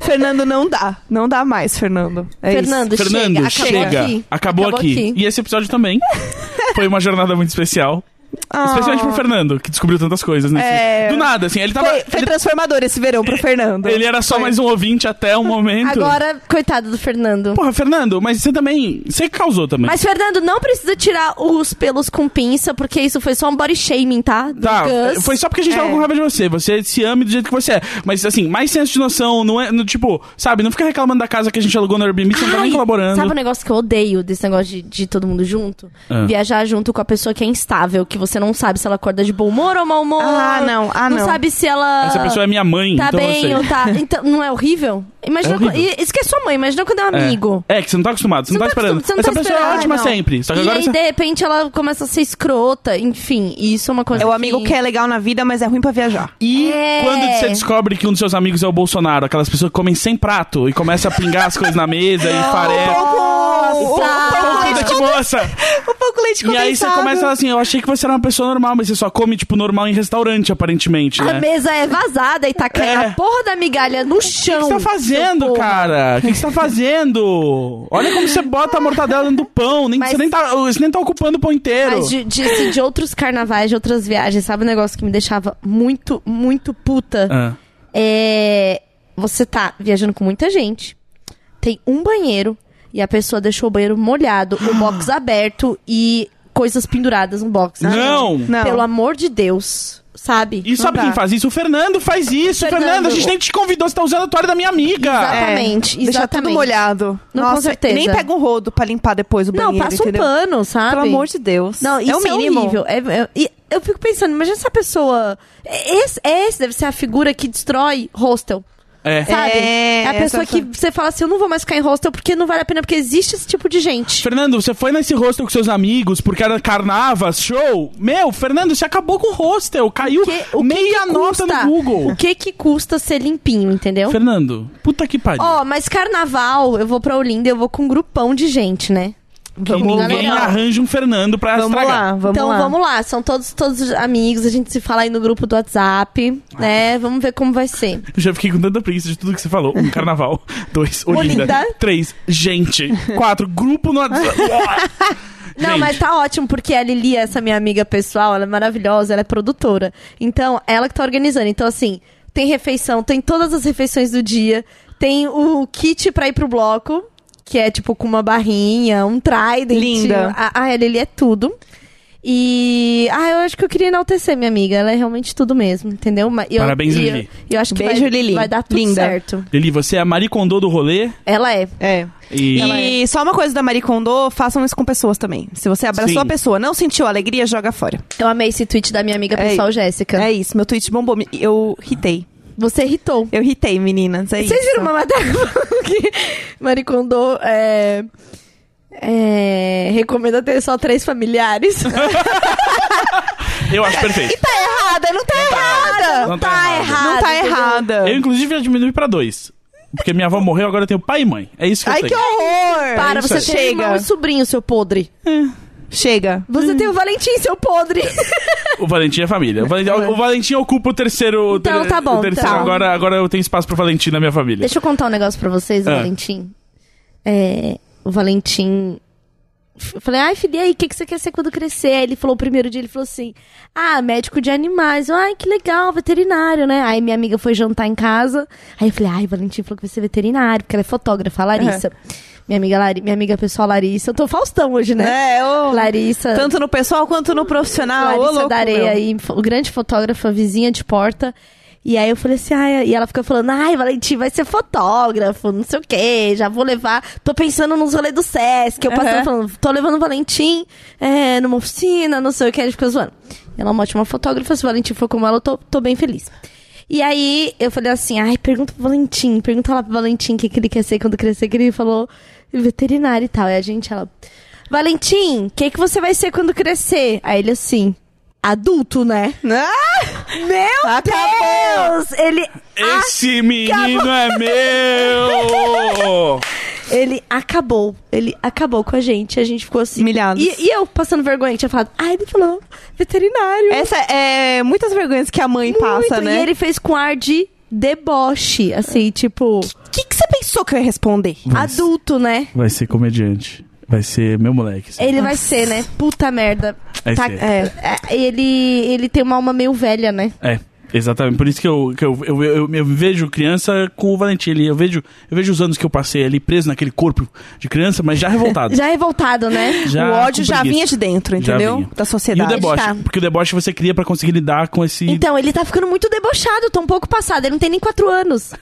S1: Fernando não dá. Não dá mais, Fernando. É isso.
S4: Fernando,
S2: Fernando,
S4: chega. Acabou aqui.
S2: Acabou, aqui. E esse episódio também. Foi uma jornada muito especial.
S1: Ah,
S2: Especialmente
S4: Ah.
S2: pro Fernando, que descobriu tantas coisas nesse.
S1: É.
S2: Do nada, assim, ele tava.
S1: Foi, foi
S2: ele,
S1: transformador esse verão pro Fernando.
S2: ele era só
S1: Foi.
S2: mais um ouvinte até o momento.
S4: Agora, coitado do Fernando.
S2: Porra, Fernando, mas você também. Você causou também.
S4: Mas, Fernando, não precisa tirar os pelos com pinça, porque isso foi só um body shaming, tá? Do
S2: Tá,
S4: Gus.
S2: foi só porque a gente tava
S1: É.
S2: com raiva de você. Você se ama do jeito que você é. Mas assim, mais senso de noção, não é. No, tipo, sabe, não fica reclamando da casa que a gente alugou no Airbnb, você não tá
S4: Ai,
S2: nem colaborando.
S4: Sabe o negócio que eu odeio desse negócio de, de todo mundo junto?
S2: Ah.
S4: Viajar junto com a pessoa que é instável, que você não sabe se ela acorda de bom humor ou mau humor.
S1: Ah, não. Ah, não.
S4: sabe se ela.
S2: Essa pessoa é minha mãe,
S4: Tá
S2: então eu sei.
S4: bem ou tá. Então, não é horrível? Imagina.
S2: É
S4: quando-
S2: horrível.
S4: e- Isso que é sua mãe, imagina quando é um
S2: É.
S4: amigo.
S2: É, que você não tá acostumado, você não tá esperando.
S4: acostum- você não
S2: Essa
S4: tá
S2: pessoa é
S4: esperando,
S2: ótima
S4: não.
S2: sempre. Só que
S4: e
S2: agora
S4: aí,
S2: você.
S4: de repente, ela começa a ser escrota. Enfim, isso é uma coisa.
S1: É o amigo que é legal na vida, mas é ruim pra viajar.
S2: E
S4: É.
S2: quando você descobre que um dos seus amigos é o Bolsonaro, aquelas pessoas que comem sem prato e começa a pingar as coisas na mesa e farelo.
S1: Um pouco,
S4: Nossa!
S1: leite,
S2: Puta que moça!
S1: um pouco leite
S2: E aí você
S1: condensado.
S2: começa assim, eu achei que você era uma pessoa normal, mas você só come, tipo, normal em restaurante, aparentemente,
S4: A
S2: né?
S4: mesa é vazada e tá caindo
S2: É.
S4: a porra da migalha no
S2: O que
S4: chão.
S2: você tá
S4: seu
S2: fazendo,
S4: porra.
S2: cara? O que você tá fazendo? Olha como você bota a mortadela dentro do pão. Nem,
S4: Mas-
S2: você, nem tá, você nem tá ocupando o pão inteiro.
S4: Mas de, de, assim, de outros carnavais, de outras viagens, sabe um negócio que me deixava muito, muito puta?
S2: Ah.
S4: É. Você tá viajando com muita gente, tem um banheiro e a pessoa deixou o banheiro molhado, o box
S2: Ah.
S4: aberto e coisas penduradas no box.
S2: Não!
S1: Não.
S4: Pelo amor de Deus, sabe?
S2: E sabe
S1: dá.
S2: quem faz isso? O Fernando faz isso. Fernando,
S4: Fernando.
S2: a gente nem te convidou, você tá usando a toalha da minha amiga.
S4: Exato.
S1: É,
S4: Exatamente,
S1: Deixar tudo
S4: exatamente.
S1: molhado.
S4: Não, com
S1: Nossa,
S4: certeza.
S1: nem pega um rodo pra limpar depois o
S2: é
S1: banheiro,
S4: Não, passa um
S1: entendeu?
S4: pano, sabe?
S1: Pelo amor de Deus.
S4: Não, isso
S1: é o mínimo.
S4: horrível. É, é- e eu fico pensando, imagina essa pessoa. é Esse, esse deve ser a figura que destrói hostel.
S2: É.
S4: Sabe?
S1: É,
S4: a pessoa
S1: essa-
S4: que você fala assim, eu não vou mais ficar em hostel porque não vale a pena, porque existe esse tipo de gente.
S2: Fernando, você foi nesse hostel com seus amigos porque era carnavas, show? Meu, Fernando, você acabou com o hostel. Caiu
S4: Que- o que
S2: meia
S4: que
S2: nota
S4: custa?
S2: no Google.
S4: O que que custa ser limpinho, entendeu?
S2: Fernando, puta que pariu.
S4: Ó, mas carnaval, eu vou pra Olinda, eu vou com um grupão de gente, né?
S2: que ninguém
S4: galera.
S2: arranja um Fernando pra
S1: Vamos
S2: estragar.
S1: lá, vamos
S4: então
S1: lá.
S4: vamos lá, são todos todos amigos, a gente se fala aí no grupo do WhatsApp, né? Vamos ver como vai ser.
S2: Eu já fiquei com tanta preguiça de tudo que você falou. Um, carnaval. Dois, um Olinda.
S4: Olinda.
S2: Três, gente. Quatro, grupo no WhatsApp.
S4: Não,
S2: Gente.
S4: mas tá ótimo, porque a Lili, essa minha amiga pessoal, ela é maravilhosa, ela é produtora. Então, ela que tá organizando. Então, assim, tem refeição, tem todas as refeições do dia, tem o kit pra ir pro bloco, que é tipo com uma barrinha, um trident.
S1: Linda.
S4: A, a Lili é tudo. E. Ah, eu acho que eu queria enaltecer minha amiga. Ela é realmente tudo mesmo, entendeu? Mas eu-
S2: Parabéns,
S4: e eu,
S2: Lili.
S4: Eu acho que
S1: Beijo,
S4: vai,
S1: Lili.
S4: vai dar tudo
S1: Linda.
S4: certo.
S2: Lili, você é a Maricondô do rolê.
S4: Ela é.
S1: É.
S2: E...
S1: E só uma coisa da Marie Kondo, façam isso com pessoas também. Se você abraçou
S2: Sim.
S1: a pessoa, não sentiu alegria, joga fora.
S4: Eu amei esse tweet da minha amiga
S1: É
S4: pessoal,
S1: isso.
S4: Jéssica.
S1: É isso, meu tweet bombou. me- Eu ritei.
S4: Você irritou.
S1: Eu ritei, meninas. É
S4: Vocês
S1: isso.
S4: viram uma matéria falando que Maricondo é, é, recomenda ter só três familiares?
S2: Eu acho perfeito.
S4: tá errada, não tá errada!
S2: Não tá errada.
S1: Não tá errada.
S2: Eu, inclusive, já diminui pra dois. Porque minha avó morreu, agora eu tenho pai e mãe. É isso que eu
S1: Ai,
S2: tenho.
S1: que horror!
S4: Para, você tem
S1: chega.
S4: é irmão e sobrinho, seu podre.
S1: Chega.
S4: Você tem o Valentim, seu podre.
S2: O Valentim é família. O Valentim, o Valentim ocupa o terceiro. o
S4: Então,
S2: ter-
S4: tá bom,
S2: o terceiro.
S4: então.
S2: Agora, agora eu tenho espaço pro Valentim na minha família.
S4: Deixa eu contar um negócio pra vocês, o
S2: Ah.
S4: Valentim. É, o Valentim. Eu falei, ai, filha, e aí, o que, que você quer ser quando crescer? Aí ele falou o primeiro dia, ele falou assim: Ah, médico de animais. Eu, ai, que legal, veterinário, né? Aí minha amiga foi jantar em casa. Aí eu falei, ai, o Valentim falou que vai ser veterinário, porque ela é fotógrafa, a Larissa. Minha amiga, Lari- minha amiga pessoal, Larissa. Eu tô Faustão hoje, né?
S1: É, ô.
S4: Larissa.
S1: Tanto no pessoal quanto no profissional. ô,
S4: Larissa
S1: louco,
S4: da Areia,
S1: meu.
S4: aí, fo- grande fotógrafa, vizinha de porta. E aí eu falei assim, ai, e ela fica falando, ai, Valentim vai ser fotógrafo, não sei o quê, já vou levar. Tô pensando nos rolês do Sesc, eu passando
S1: Uhum.
S4: falando, tô levando o Valentim é, numa oficina, não sei o que, a gente fica zoando. Ela é uma ótima fotógrafa, se o Valentim for como ela, eu tô, tô bem feliz. E aí eu falei assim, ai, pergunta pro Valentim, pergunta lá pro Valentim o que, que ele quer ser quando crescer, que ele falou veterinário e tal. E a gente, ela, Valentim, o que, que você vai ser quando crescer? Aí ele assim, adulto, né?
S1: Ah!
S4: Meu
S1: Acabou!
S4: Deus! Ele, a-
S2: Esse menino é meu!
S4: ele acabou. Ele acabou com a gente. A gente ficou assim.
S1: Humilhados.
S4: E, e eu passando vergonha, tinha falado, ai, ele falou, veterinário.
S1: Essa é muitas vergonhas que a mãe passa,
S4: Muito.
S1: né?
S4: E ele fez com ar de deboche, assim, tipo,
S1: O que, que você pensou que eu ia responder?
S2: Nossa.
S4: adulto, né?
S2: Vai ser comediante. Vai ser meu moleque.
S4: Ele vai ser, né? Puta merda.
S2: É,
S4: Tá-
S2: sim.
S4: é, é, ele, ele tem uma alma meio velha, né?
S2: É, exatamente. Por isso que, eu, que eu, eu, eu, eu vejo criança com o Valentim ali. Eu vejo, eu vejo os anos que eu passei ali preso naquele corpo de criança, mas já revoltado.
S4: Já revoltado, né?
S2: Já
S1: o ódio
S2: com
S1: já
S2: preguiça.
S1: vinha de dentro,
S2: Já
S1: entendeu?
S2: vinha.
S1: Da
S2: E o
S1: sociedade.
S2: deboche,
S4: Tá.
S2: porque o deboche você cria pra conseguir lidar com esse...
S4: Então, ele tá ficando muito debochado, tão pouco passado. Ele não tem nem quatro anos.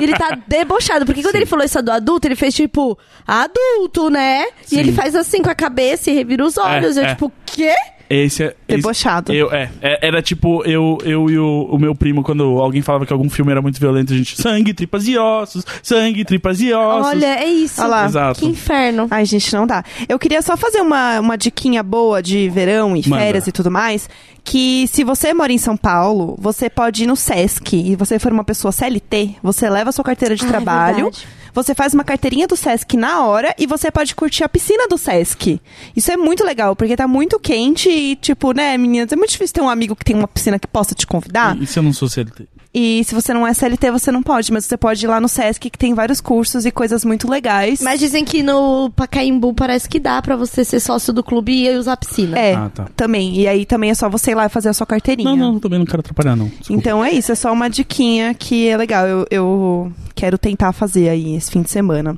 S4: Ele tá debochado, porque quando ele falou isso do adulto, ele fez tipo, adulto, né?
S2: Sim.
S4: E ele faz assim com a cabeça e revira os olhos. eu,
S2: é.
S4: tipo, quê?
S2: Esse, é- esse-
S1: Debochado.
S2: eu, é, é, era tipo eu, eu e o, o meu primo, quando alguém falava que algum filme era muito violento, a gente... Sangue, tripas e ossos, sangue, tripas e ossos.
S4: Olha, é isso.
S1: Olha lá.
S2: Exato.
S4: Que inferno.
S1: Ai, gente, não dá. Eu queria só fazer uma, uma diquinha boa de verão e
S2: Manda.
S1: férias e tudo mais. Que se você mora em São Paulo, você pode ir no Sesc e você for uma pessoa CLT, você leva sua carteira de
S4: Ah, é
S1: trabalho.
S4: verdade.
S1: você faz uma carteirinha do Sesc na hora e você pode curtir a piscina do Sesc. Isso é muito legal, porque tá muito quente e, tipo, né, meninas, é muito difícil ter um amigo que tem uma piscina que possa te
S4: ah.
S1: convidar.
S2: E se eu não sou CLT?
S1: E se você não é CLT, você não pode, mas você pode ir lá no Sesc, que tem vários cursos e coisas muito legais.
S4: Mas dizem que no Pacaembu parece que dá pra você ser sócio do clube e usar a piscina.
S1: É,
S2: Ah, tá.
S1: também. E aí também é só você ir lá fazer a sua carteirinha.
S2: Não, não, também não quero atrapalhar, não. Desculpa.
S1: Então é isso, é só uma diquinha que é legal. Eu, eu quero tentar fazer aí esse fim de semana.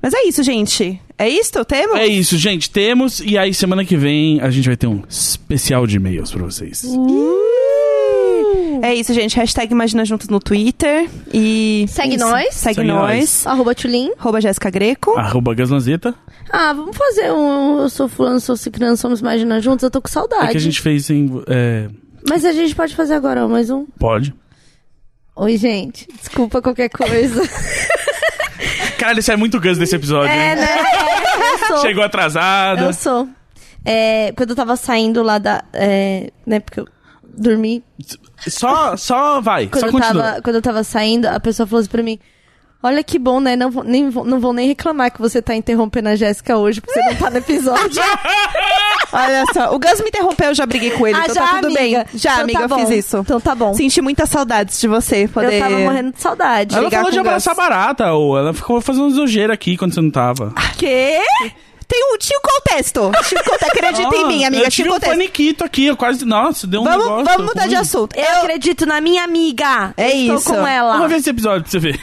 S1: Mas é isso, gente. É isso o tema?
S4: Então-
S2: É isso, gente. Temos. E aí, semana que vem, a gente vai ter um especial de e-mails pra vocês.
S4: Uh.
S1: É isso, gente. Hashtag Imagina Juntos no Twitter. E.
S4: Segue
S1: isso.
S4: nós.
S1: Segue,
S2: Segue
S1: nós.
S2: nós.
S4: Arroba Tulin.
S1: Arroba Jéssica Greco.
S2: Arroba é Gaslanzeta.
S4: Ah, vamos fazer um Eu Sou Fulano, Sou Ciclano, Somos Imagina Juntos. Eu tô com
S2: É
S4: saudade.
S2: que a gente fez em. é,
S4: Mas a gente pode fazer agora ó, mais um.
S2: pode.
S4: Oi, gente. Desculpa qualquer coisa.
S2: Caralho, isso é muito Gus desse episódio,
S4: é,
S2: hein?
S4: né? É, eu sou.
S2: Chegou né? atrasada.
S4: Eu sou. É, quando eu tava saindo lá da. é, né, porque eu dormi.
S2: Só, só vai.
S4: Quando,
S2: só
S4: eu
S2: continua.
S4: tava, quando eu tava saindo, a pessoa falou assim pra mim: Olha que bom, né? Não vou nem, vou- não vou nem reclamar que você tá interrompendo a Jéssica hoje, porque você não tá no episódio.
S1: Olha só. O Gus me interrompeu, eu já briguei com ele. então tá tudo
S4: Ah, amiga?
S1: bem. Já,
S4: Então
S1: amiga,
S4: tá
S1: eu
S4: bom.
S1: fiz isso.
S4: Então tá bom.
S1: Senti muitas saudades de você poder.
S4: Eu tava morrendo de saudade.
S2: Ela
S1: brigar
S2: falou
S1: com
S2: de
S1: o
S2: abraçar
S1: Gus. Ah,
S2: barata, ou ela ficou fazendo zoeira aqui quando você não tava.
S1: Quê? Tem um, tinha um contexto. Tinha um contexto. Acredita em
S2: Ah,
S1: mim, amiga. Tinha
S2: Eu tive
S1: um
S2: um
S1: contexto.
S2: paniquito aqui, eu quase. Nossa, deu um
S1: Vamos,
S2: negócio.
S1: vamos mudar de
S2: ruim.
S1: assunto.
S4: Eu, acredito na minha amiga.
S1: É isso.
S4: eu Estou com ela.
S2: Vamos ver esse episódio pra você ver.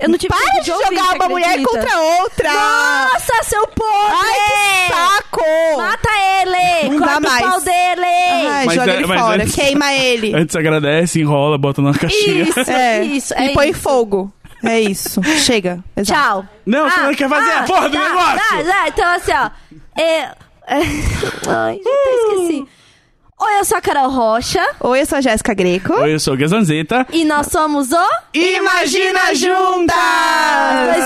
S4: Eu não tive
S1: Para
S4: tempo
S1: de
S4: ouvir,
S1: jogar
S4: você
S1: uma mulher
S4: acredita?
S1: contra outra!
S4: Nossa, seu porra!
S1: Ai, que saco!
S4: Mata ele!
S1: Não
S4: corta
S1: dá mais.
S4: o pau dele!
S1: Ai, tá.
S2: Mas
S1: joga
S2: é-
S1: ele
S2: mas
S1: fora,
S2: antes-
S1: queima ele.
S2: Antes agradece, enrola, bota na caixinha.
S4: Isso,
S1: é.
S4: isso.
S1: e
S4: é
S1: põe
S4: isso.
S1: fogo. É isso. Chega. Exato.
S4: Tchau. Ah,
S2: Não, você não quer fazer a porra do
S4: tá,
S2: negócio.
S4: Tá, tá, então assim, ó. É... Ai, já até esqueci. Oi, eu sou a Carol Rocha.
S1: Oi, eu sou a Jéssica Greco.
S2: Oi, eu sou o Gazanzeta.
S4: E nós somos o...
S1: Imagina juntas!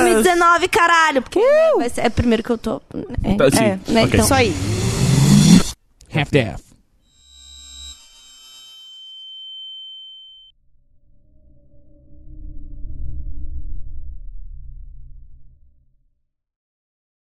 S4: 2019, caralho. Porque né, vai ser- é o primeiro que eu tô... É,
S2: Tá, sim. Ok.
S4: né, então.
S1: Isso aí.
S5: half-deaf.